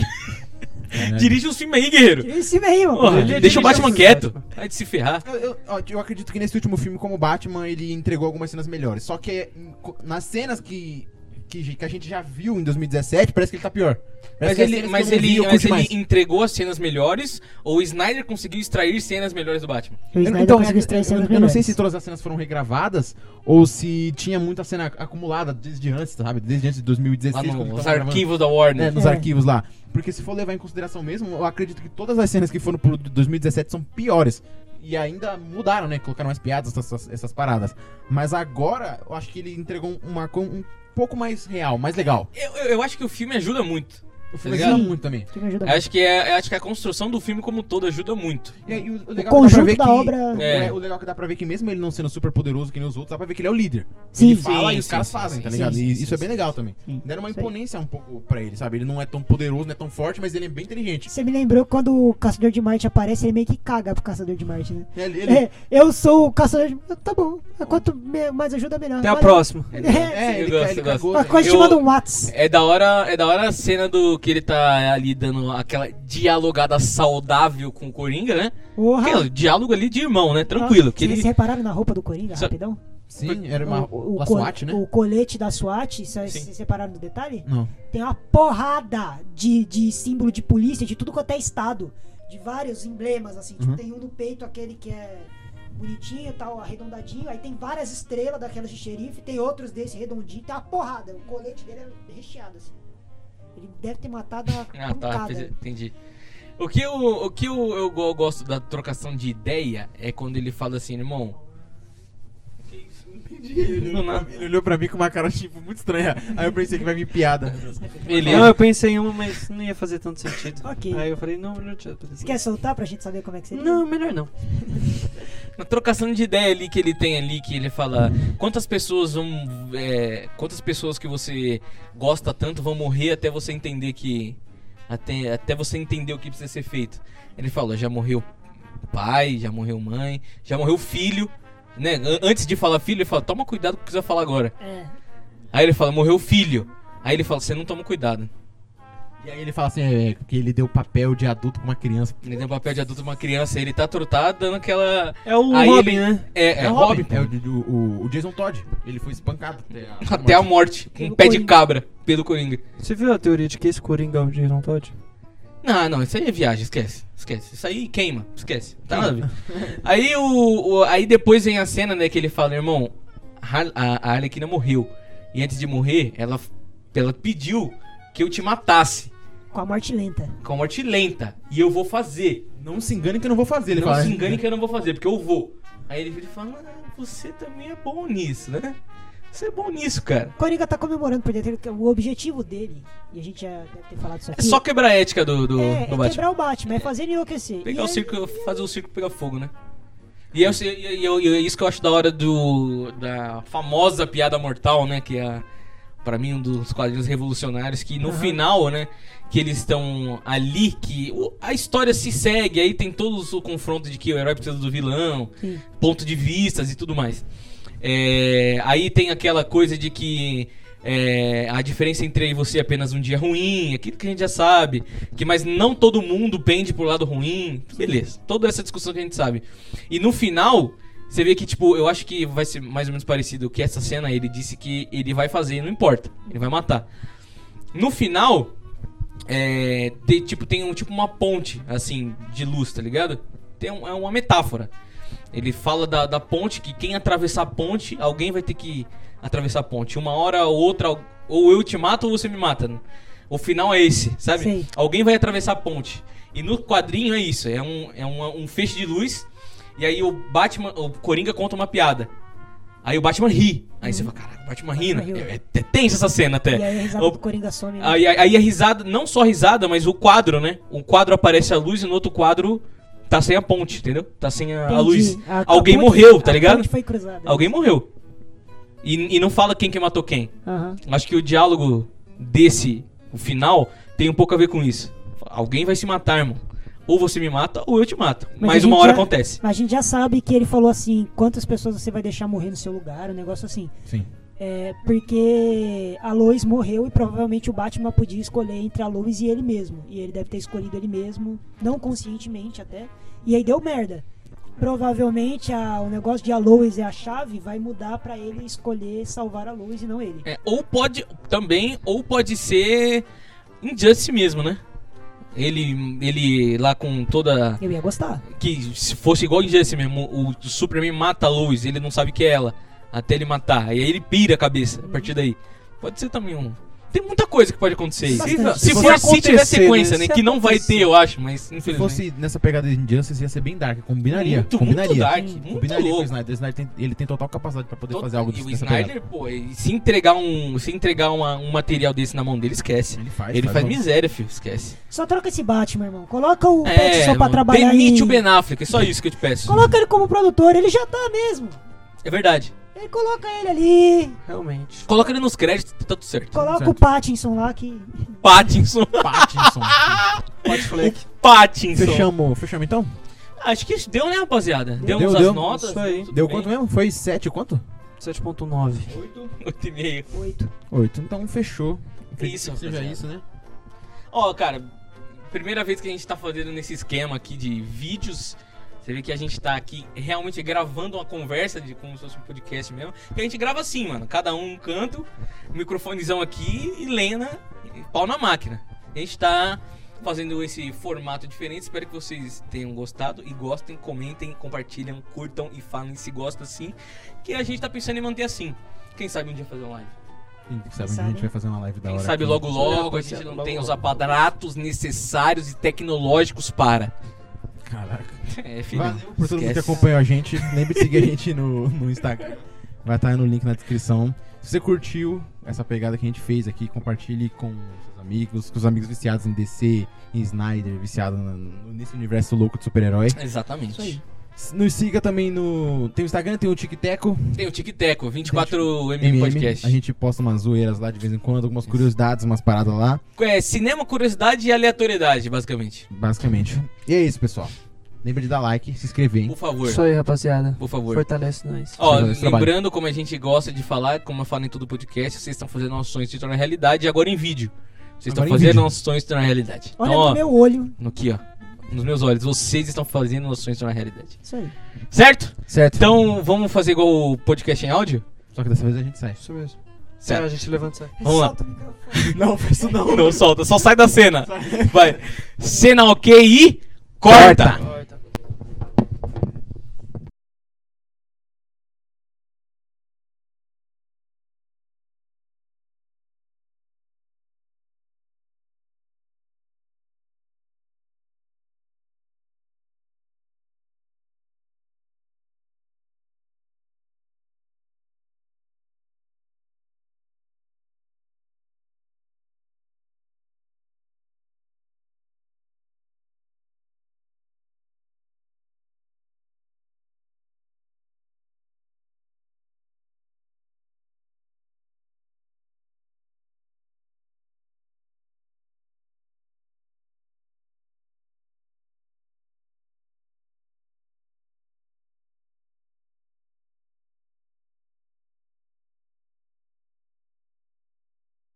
[SPEAKER 4] É.
[SPEAKER 1] Dirige os filmes aí, guerreiro.
[SPEAKER 3] Esse filme aí, mano.
[SPEAKER 1] Porra,
[SPEAKER 2] Ele dirige
[SPEAKER 1] deixa o Batman
[SPEAKER 2] esses
[SPEAKER 1] quieto.
[SPEAKER 2] Batman.
[SPEAKER 1] Vai é de se ferrar.
[SPEAKER 4] Eu, é eu- ó, eu acredito que nesse último filme, como Batman, ele entregou algumas cenas melhores. Só que em co- nas cenas que, que, que a gente já viu em 2017, parece que ele tá pior. Parece
[SPEAKER 1] Mas
[SPEAKER 4] que as
[SPEAKER 1] ele,
[SPEAKER 4] cenas
[SPEAKER 1] mas
[SPEAKER 4] que eu não
[SPEAKER 1] ele,
[SPEAKER 4] vi, eu
[SPEAKER 1] mas
[SPEAKER 4] curti
[SPEAKER 1] ele
[SPEAKER 4] mais.
[SPEAKER 1] entregou as cenas melhores ou o Snyder conseguiu extrair cenas melhores do Batman?
[SPEAKER 3] O
[SPEAKER 4] Eu- Então, eu, eu não sei
[SPEAKER 3] né?
[SPEAKER 4] se todas as cenas foram regravadas ou se tinha muita cena acumulada desde antes, sabe? Desde antes de 2016.
[SPEAKER 1] Lá
[SPEAKER 4] quando
[SPEAKER 1] nos
[SPEAKER 4] tava
[SPEAKER 1] Ah,
[SPEAKER 4] gravando.
[SPEAKER 1] arquivos né? da
[SPEAKER 4] É,
[SPEAKER 1] Warner.
[SPEAKER 4] nos
[SPEAKER 3] É.
[SPEAKER 4] arquivos lá. Porque se for levar em consideração mesmo, eu acredito que todas as cenas que foram pro 2017 são piores. E ainda mudaram, né? Colocaram mais piadas, essas, essas paradas. Mas agora, eu acho que ele entregou uma co- um pouco mais real, mais legal.
[SPEAKER 1] Eu, eu- eu acho que o filme ajuda muito.
[SPEAKER 4] É. O filme
[SPEAKER 1] Tá ligado?
[SPEAKER 4] ajuda muito também.
[SPEAKER 3] Que me ajuda
[SPEAKER 1] Eu
[SPEAKER 3] muito.
[SPEAKER 1] acho que, é, eu acho que a construção do filme como um todo ajuda muito.
[SPEAKER 4] E aí, o, legal que dá
[SPEAKER 3] conjunto
[SPEAKER 4] pra ver
[SPEAKER 3] da
[SPEAKER 4] que-
[SPEAKER 3] obra-
[SPEAKER 1] É.
[SPEAKER 4] É. O legal que dá pra ver que mesmo ele não sendo super poderoso que nem os outros, dá pra ver que ele é o líder.
[SPEAKER 3] Sim,
[SPEAKER 4] ele fala
[SPEAKER 1] Sim,
[SPEAKER 4] e os
[SPEAKER 1] sim,
[SPEAKER 4] caras
[SPEAKER 1] sim,
[SPEAKER 4] fazem,
[SPEAKER 1] sim,
[SPEAKER 4] tá
[SPEAKER 1] sim,
[SPEAKER 4] ligado?
[SPEAKER 1] sim,
[SPEAKER 4] e
[SPEAKER 1] sim,
[SPEAKER 4] isso é bem
[SPEAKER 1] sim,
[SPEAKER 4] legal também. Deram uma
[SPEAKER 3] isso aí.
[SPEAKER 4] imponência um pouco pra ele, sabe? Ele não é tão poderoso, não é tão forte, mas ele é bem inteligente.
[SPEAKER 3] Você me lembrou quando o Caçador de Marte aparece, ele meio que caga pro Caçador de Marte, né?
[SPEAKER 4] Ele, ele-
[SPEAKER 3] É, eu sou o Caçador de Marte. Tá bom. Quanto me- mais ajuda, melhor.
[SPEAKER 2] Até a
[SPEAKER 3] Valeu.
[SPEAKER 2] próxima.
[SPEAKER 3] É,
[SPEAKER 4] é,
[SPEAKER 1] Sim,
[SPEAKER 4] ele,
[SPEAKER 1] eu gosto,
[SPEAKER 4] ele
[SPEAKER 1] eu gosto.
[SPEAKER 4] cagou.
[SPEAKER 3] uma coisa
[SPEAKER 1] Eu-
[SPEAKER 3] te manda um Whats.
[SPEAKER 1] É da hora, é da hora a cena do que ele tá ali dando aquela dialogada saudável com o Coringa, né?
[SPEAKER 3] Porra.
[SPEAKER 1] Que é o diálogo ali de irmão, né? Tranquilo.
[SPEAKER 3] Nossa,
[SPEAKER 1] Que
[SPEAKER 3] Vocês
[SPEAKER 1] ele
[SPEAKER 3] repararam na roupa do Coringa,
[SPEAKER 1] Só-
[SPEAKER 3] rapidão?
[SPEAKER 4] Sim, era uma,
[SPEAKER 3] o, o
[SPEAKER 4] uma
[SPEAKER 3] col-
[SPEAKER 4] SWAT, né?
[SPEAKER 3] o colete da SWAT, vocês
[SPEAKER 1] Sim.
[SPEAKER 3] vocês separaram no detalhe?
[SPEAKER 4] Não.
[SPEAKER 3] Tem uma porrada de, de símbolo de polícia, de tudo quanto é estado. De vários emblemas, assim. Tipo,
[SPEAKER 4] Uhum.
[SPEAKER 3] tem um no peito, aquele que é bonitinho e tal, arredondadinho. Aí tem várias estrelas daquelas de xerife, tem outros desse redondinho, tem uma porrada. O colete dele é recheado, assim. Ele deve ter matado a
[SPEAKER 1] Ah, tá,
[SPEAKER 3] pancada.
[SPEAKER 1] entendi. entendi. O que, eu, o que eu, eu go- gosto da trocação de ideia é quando ele fala assim, irmão.
[SPEAKER 4] Ele olhou, pra, ele olhou pra mim com uma cara, tipo, muito estranha. Aí eu pensei que vai vir piada.
[SPEAKER 2] Não,
[SPEAKER 1] Beleza.
[SPEAKER 2] eu pensei em uma, mas não ia fazer tanto sentido.
[SPEAKER 3] Ok.
[SPEAKER 2] Aí eu falei, não, melhor te
[SPEAKER 3] Você quer soltar pra gente saber como é que seria?
[SPEAKER 2] Não, melhor não.
[SPEAKER 1] Na trocação de ideia ali que ele tem ali, que ele fala quantas pessoas vão. é, quantas pessoas que você gosta tanto vão morrer até você entender que. Até, até você entender o que precisa ser feito. Ele fala, já morreu pai, já morreu mãe, já morreu filho. Né? An- Antes de falar filho, ele fala, toma cuidado com o que você vai falar agora.
[SPEAKER 3] É.
[SPEAKER 1] Aí ele fala, morreu filho. Aí ele fala, você não toma cuidado.
[SPEAKER 4] E aí ele fala assim, é, porque ele deu papel de adulto pra uma criança.
[SPEAKER 1] Ele tem o papel de adulto de uma criança, ele tá trotado dando aquela.
[SPEAKER 2] É o
[SPEAKER 1] Aí
[SPEAKER 2] Robin,
[SPEAKER 1] ele-
[SPEAKER 2] né?
[SPEAKER 1] É, é, Robin.
[SPEAKER 4] É o, o- o Jason Todd. Ele foi espancado até a,
[SPEAKER 1] Até a morte, com um
[SPEAKER 3] Pelo
[SPEAKER 1] pé de
[SPEAKER 3] Coringa.
[SPEAKER 1] cabra, pelo Coringa.
[SPEAKER 2] Você viu a teoria de que esse Coringa é o Jason Todd?
[SPEAKER 1] Não, não, isso aí é viagem, esquece, esquece. Isso aí queima, esquece. Tá nada a ver. Aí o, o- Aí depois vem a cena, né, que ele fala, irmão, a Har- a, a Arlequina morreu. E antes de morrer, ela, ela pediu que eu te matasse.
[SPEAKER 3] Com a morte lenta.
[SPEAKER 1] Com a morte lenta. E eu vou fazer.
[SPEAKER 4] Não se engane que eu não vou fazer, ele
[SPEAKER 1] não
[SPEAKER 4] fala.
[SPEAKER 1] se engane que eu não vou fazer, porque eu vou. Aí ele vira e fala, ah, você também é bom nisso, né? Você é bom nisso, cara.
[SPEAKER 3] O Coringa tá comemorando por dentro que o objetivo dele, e a gente já deve ter falado isso aqui.
[SPEAKER 1] É só quebrar a ética do, do,
[SPEAKER 3] é, é
[SPEAKER 1] do Batman.
[SPEAKER 3] quebrar o Batman, é fazer ele enlouquecer.
[SPEAKER 1] Pegar
[SPEAKER 3] E
[SPEAKER 1] o
[SPEAKER 3] aí-
[SPEAKER 1] um circo, fazer o circo pegar fogo, né? E é o- e- e- e- e isso que eu acho da hora do da famosa piada mortal, né? Que é, pra mim, um dos quadrinhos revolucionários. Que no final, né? Que eles estão ali, que o- a história se segue. Aí tem todo o confronto de que o herói precisa do vilão,
[SPEAKER 3] Sim.
[SPEAKER 1] ponto de vistas e tudo mais. É, aí tem aquela coisa de que é, a diferença entre eu e você é apenas um dia ruim, aquilo que a gente já sabe, que mas não todo mundo pende pro lado ruim, beleza. Toda essa discussão que a gente sabe. E no final, você vê que tipo, eu acho que vai ser mais ou menos parecido que essa cena, ele disse que ele vai fazer, não importa, ele vai matar. No final, é, tem, tipo, tem um, tipo uma ponte, assim, de luz, tá ligado? Tem um- é uma metáfora. Ele fala da, da ponte, que quem atravessar a ponte, alguém vai ter que atravessar a ponte. Uma hora ou outra, ou eu te mato ou você me mata. O final é esse, sabe?
[SPEAKER 3] Sei.
[SPEAKER 1] Alguém vai atravessar a ponte. E no quadrinho é isso, é um, é uma- um feixe de luz, e aí o Batman, o Coringa conta uma piada. Aí o Batman ri. Aí você fala, caraca, o Batman rindo.
[SPEAKER 3] Uhum. riu.
[SPEAKER 1] É, é tensa essa cena até.
[SPEAKER 3] E aí a risada
[SPEAKER 1] O-
[SPEAKER 3] do Coringa some. né?
[SPEAKER 1] Aí, aí- aí a risada, não só a risada, mas o quadro, né? Um quadro aparece a luz e no outro quadro tá sem a ponte, entendeu? Tá sem a, a
[SPEAKER 3] Entendi. Ah,
[SPEAKER 1] luz.
[SPEAKER 3] A- a
[SPEAKER 1] Alguém
[SPEAKER 3] ponte-
[SPEAKER 1] morreu, tá
[SPEAKER 3] a
[SPEAKER 1] ligado?
[SPEAKER 3] ponte foi cruzada.
[SPEAKER 1] Alguém morreu. E, e não fala quem que matou quem.
[SPEAKER 3] Aham.
[SPEAKER 1] Acho que o diálogo desse, o final, tem um pouco a ver com isso. Alguém vai se matar, irmão. Ou você me mata, ou eu te mato.
[SPEAKER 3] Mas
[SPEAKER 1] Mas
[SPEAKER 3] a
[SPEAKER 1] uma
[SPEAKER 3] gente
[SPEAKER 1] hora
[SPEAKER 3] já-
[SPEAKER 1] acontece.
[SPEAKER 3] Mas a gente já sabe que ele falou assim: quantas pessoas você vai deixar morrer no seu lugar, um negócio assim.
[SPEAKER 4] Sim.
[SPEAKER 3] É porque a Lois morreu e provavelmente o Batman podia escolher entre a Lois e ele mesmo. E ele deve ter escolhido ele mesmo, não conscientemente até. E aí deu merda. Provavelmente a- o negócio de a Lois é a chave vai mudar pra ele escolher salvar a Lois e não ele.
[SPEAKER 1] É, ou pode também, ou pode ser Injustice mesmo, né? Ele, ele lá com toda
[SPEAKER 3] Eu ia gostar.
[SPEAKER 1] que se fosse igual Injustice mesmo, o o Superman mata a Lois, ele não sabe que é ela, até ele matar. E aí ele pira a cabeça a partir daí. Pode ser também um. Tem muita coisa que pode acontecer. aí.
[SPEAKER 3] Bastante.
[SPEAKER 1] Se,
[SPEAKER 2] Se
[SPEAKER 1] for
[SPEAKER 2] acontecer,
[SPEAKER 1] se tiver sequência,
[SPEAKER 2] né?
[SPEAKER 1] né?
[SPEAKER 2] Se
[SPEAKER 1] que não vai
[SPEAKER 2] acontecer.
[SPEAKER 1] ter, eu acho, mas
[SPEAKER 4] Se
[SPEAKER 1] infelizmente.
[SPEAKER 4] fosse nessa pegada de Injustice, ia ser bem dark. Combinaria.
[SPEAKER 1] muito,
[SPEAKER 4] combinaria.
[SPEAKER 1] muito dark,
[SPEAKER 3] Sim.
[SPEAKER 1] muito
[SPEAKER 4] combinaria com o
[SPEAKER 1] louco.
[SPEAKER 4] Snyder. O Snyder tem, ele tem total capacidade pra poder
[SPEAKER 1] Todo-
[SPEAKER 4] fazer algo
[SPEAKER 1] e
[SPEAKER 4] desse
[SPEAKER 1] o
[SPEAKER 4] nessa
[SPEAKER 1] Snyder, pô, e se entregar um, se entregar uma- um material desse na mão dele, esquece.
[SPEAKER 4] pegada. Ele faz. um
[SPEAKER 1] Ele faz
[SPEAKER 4] algo.
[SPEAKER 1] miséria, filho, esquece.
[SPEAKER 3] Só troca esse Batman, irmão. Coloca o
[SPEAKER 1] É,
[SPEAKER 3] Pattinson pra trabalhar
[SPEAKER 1] demite
[SPEAKER 3] em...
[SPEAKER 1] o Ben Affleck, é só isso que eu te peço.
[SPEAKER 3] Coloca ele como produtor, ele já tá mesmo.
[SPEAKER 1] É verdade.
[SPEAKER 3] Ele coloca ele ali,
[SPEAKER 2] Realmente.
[SPEAKER 1] Coloca ele nos créditos, tá tudo certo.
[SPEAKER 3] coloca
[SPEAKER 4] certo.
[SPEAKER 3] o Pattinson lá que
[SPEAKER 1] um Pattinson,
[SPEAKER 4] Pattinson.
[SPEAKER 2] Batfleck.
[SPEAKER 1] Pattinson.
[SPEAKER 4] Fechamos. Fechamos então?
[SPEAKER 1] Acho que deu, né, rapaziada? Deu,
[SPEAKER 4] Deu,
[SPEAKER 1] umas
[SPEAKER 4] deu.
[SPEAKER 1] notas.
[SPEAKER 2] Isso aí.
[SPEAKER 1] tudo
[SPEAKER 4] Deu
[SPEAKER 1] bem.
[SPEAKER 4] quanto mesmo? Foi 7 quanto?
[SPEAKER 2] 7.9.
[SPEAKER 1] Oito e meio.
[SPEAKER 3] oito.
[SPEAKER 4] 8. Então fechou. Acredito
[SPEAKER 1] Isso,
[SPEAKER 4] que seja
[SPEAKER 1] rapaziada.
[SPEAKER 4] isso, né?
[SPEAKER 1] Ó, cara, primeira vez que a gente tá fazendo nesse esquema aqui de vídeos Você vê que a gente tá aqui realmente gravando uma conversa de como se fosse um podcast mesmo. Que a gente grava assim, mano. Cada um um canto, microfonezão aqui e lena, e pau na máquina. A gente tá fazendo esse formato diferente. Espero que vocês tenham gostado e gostem, comentem, compartilham, curtam e falem se gosta assim. Que a gente tá pensando em manter assim. Quem sabe um dia fazer uma live.
[SPEAKER 4] Quem sabe, um
[SPEAKER 3] Sabe?
[SPEAKER 4] a gente vai fazer uma live da
[SPEAKER 1] Quem
[SPEAKER 4] hora.
[SPEAKER 1] sabe
[SPEAKER 4] aqui.
[SPEAKER 1] logo
[SPEAKER 2] Olha a
[SPEAKER 1] logo a
[SPEAKER 2] coisa,
[SPEAKER 1] gente não
[SPEAKER 2] logo,
[SPEAKER 1] tem os
[SPEAKER 2] logo.
[SPEAKER 1] aparatos necessários e tecnológicos para.
[SPEAKER 4] Caraca.
[SPEAKER 1] É, filho.
[SPEAKER 4] Valeu por todo mundo que
[SPEAKER 1] esquece.
[SPEAKER 4] acompanhou a gente. Lembre de seguir a gente no, no Instagram. Vai estar aí no link na descrição. Se você curtiu essa pegada que a gente fez aqui, compartilhe com seus amigos, com os amigos viciados em DC, em Snyder, viciado no- nesse universo louco de super-herói.
[SPEAKER 1] Exatamente.
[SPEAKER 2] Isso aí.
[SPEAKER 4] Nos siga também no. Tem o Instagram, tem o TikTok.
[SPEAKER 1] Tem o Tic Teco, 24 MM
[SPEAKER 4] MM.
[SPEAKER 1] Podcast.
[SPEAKER 4] A gente posta umas zoeiras lá de vez em quando, algumas curiosidades, umas paradas lá,
[SPEAKER 1] É cinema, curiosidade e aleatoriedade, basicamente.
[SPEAKER 4] basicamente. E é isso, pessoal. Lembra de dar like, se inscrever, hein?
[SPEAKER 1] Por favor,
[SPEAKER 2] Isso aí, rapaziada.
[SPEAKER 1] por favor.
[SPEAKER 2] Fortalece nós.
[SPEAKER 1] Ó,
[SPEAKER 4] Fazer esse trabalho.
[SPEAKER 1] lembrando, como a gente gosta de falar, como eu falo em todo podcast, vocês estão fazendo nossos sonhos se tornar realidade e agora em vídeo. Vocês estão
[SPEAKER 4] Agora em
[SPEAKER 1] fazendo
[SPEAKER 4] vídeo.
[SPEAKER 1] nossos sonhos se tornar realidade.
[SPEAKER 3] Olha
[SPEAKER 1] então, ó,
[SPEAKER 3] no meu olho.
[SPEAKER 1] no aqui, ó. Nos meus olhos, vocês estão fazendo nossos sonhos se tornar realidade.
[SPEAKER 3] Isso aí.
[SPEAKER 1] Certo?
[SPEAKER 4] Certo.
[SPEAKER 1] Então, vamos fazer igual o podcast em áudio?
[SPEAKER 4] Só que dessa vez a gente sai.
[SPEAKER 2] Isso mesmo. É,
[SPEAKER 1] Certo.
[SPEAKER 2] a gente levanta isso aí.
[SPEAKER 1] Vamos lá.
[SPEAKER 3] Solta o microfone.
[SPEAKER 4] Não, faz isso não.
[SPEAKER 1] Não solta, só sai da cena. Vai. Cena ok e corta.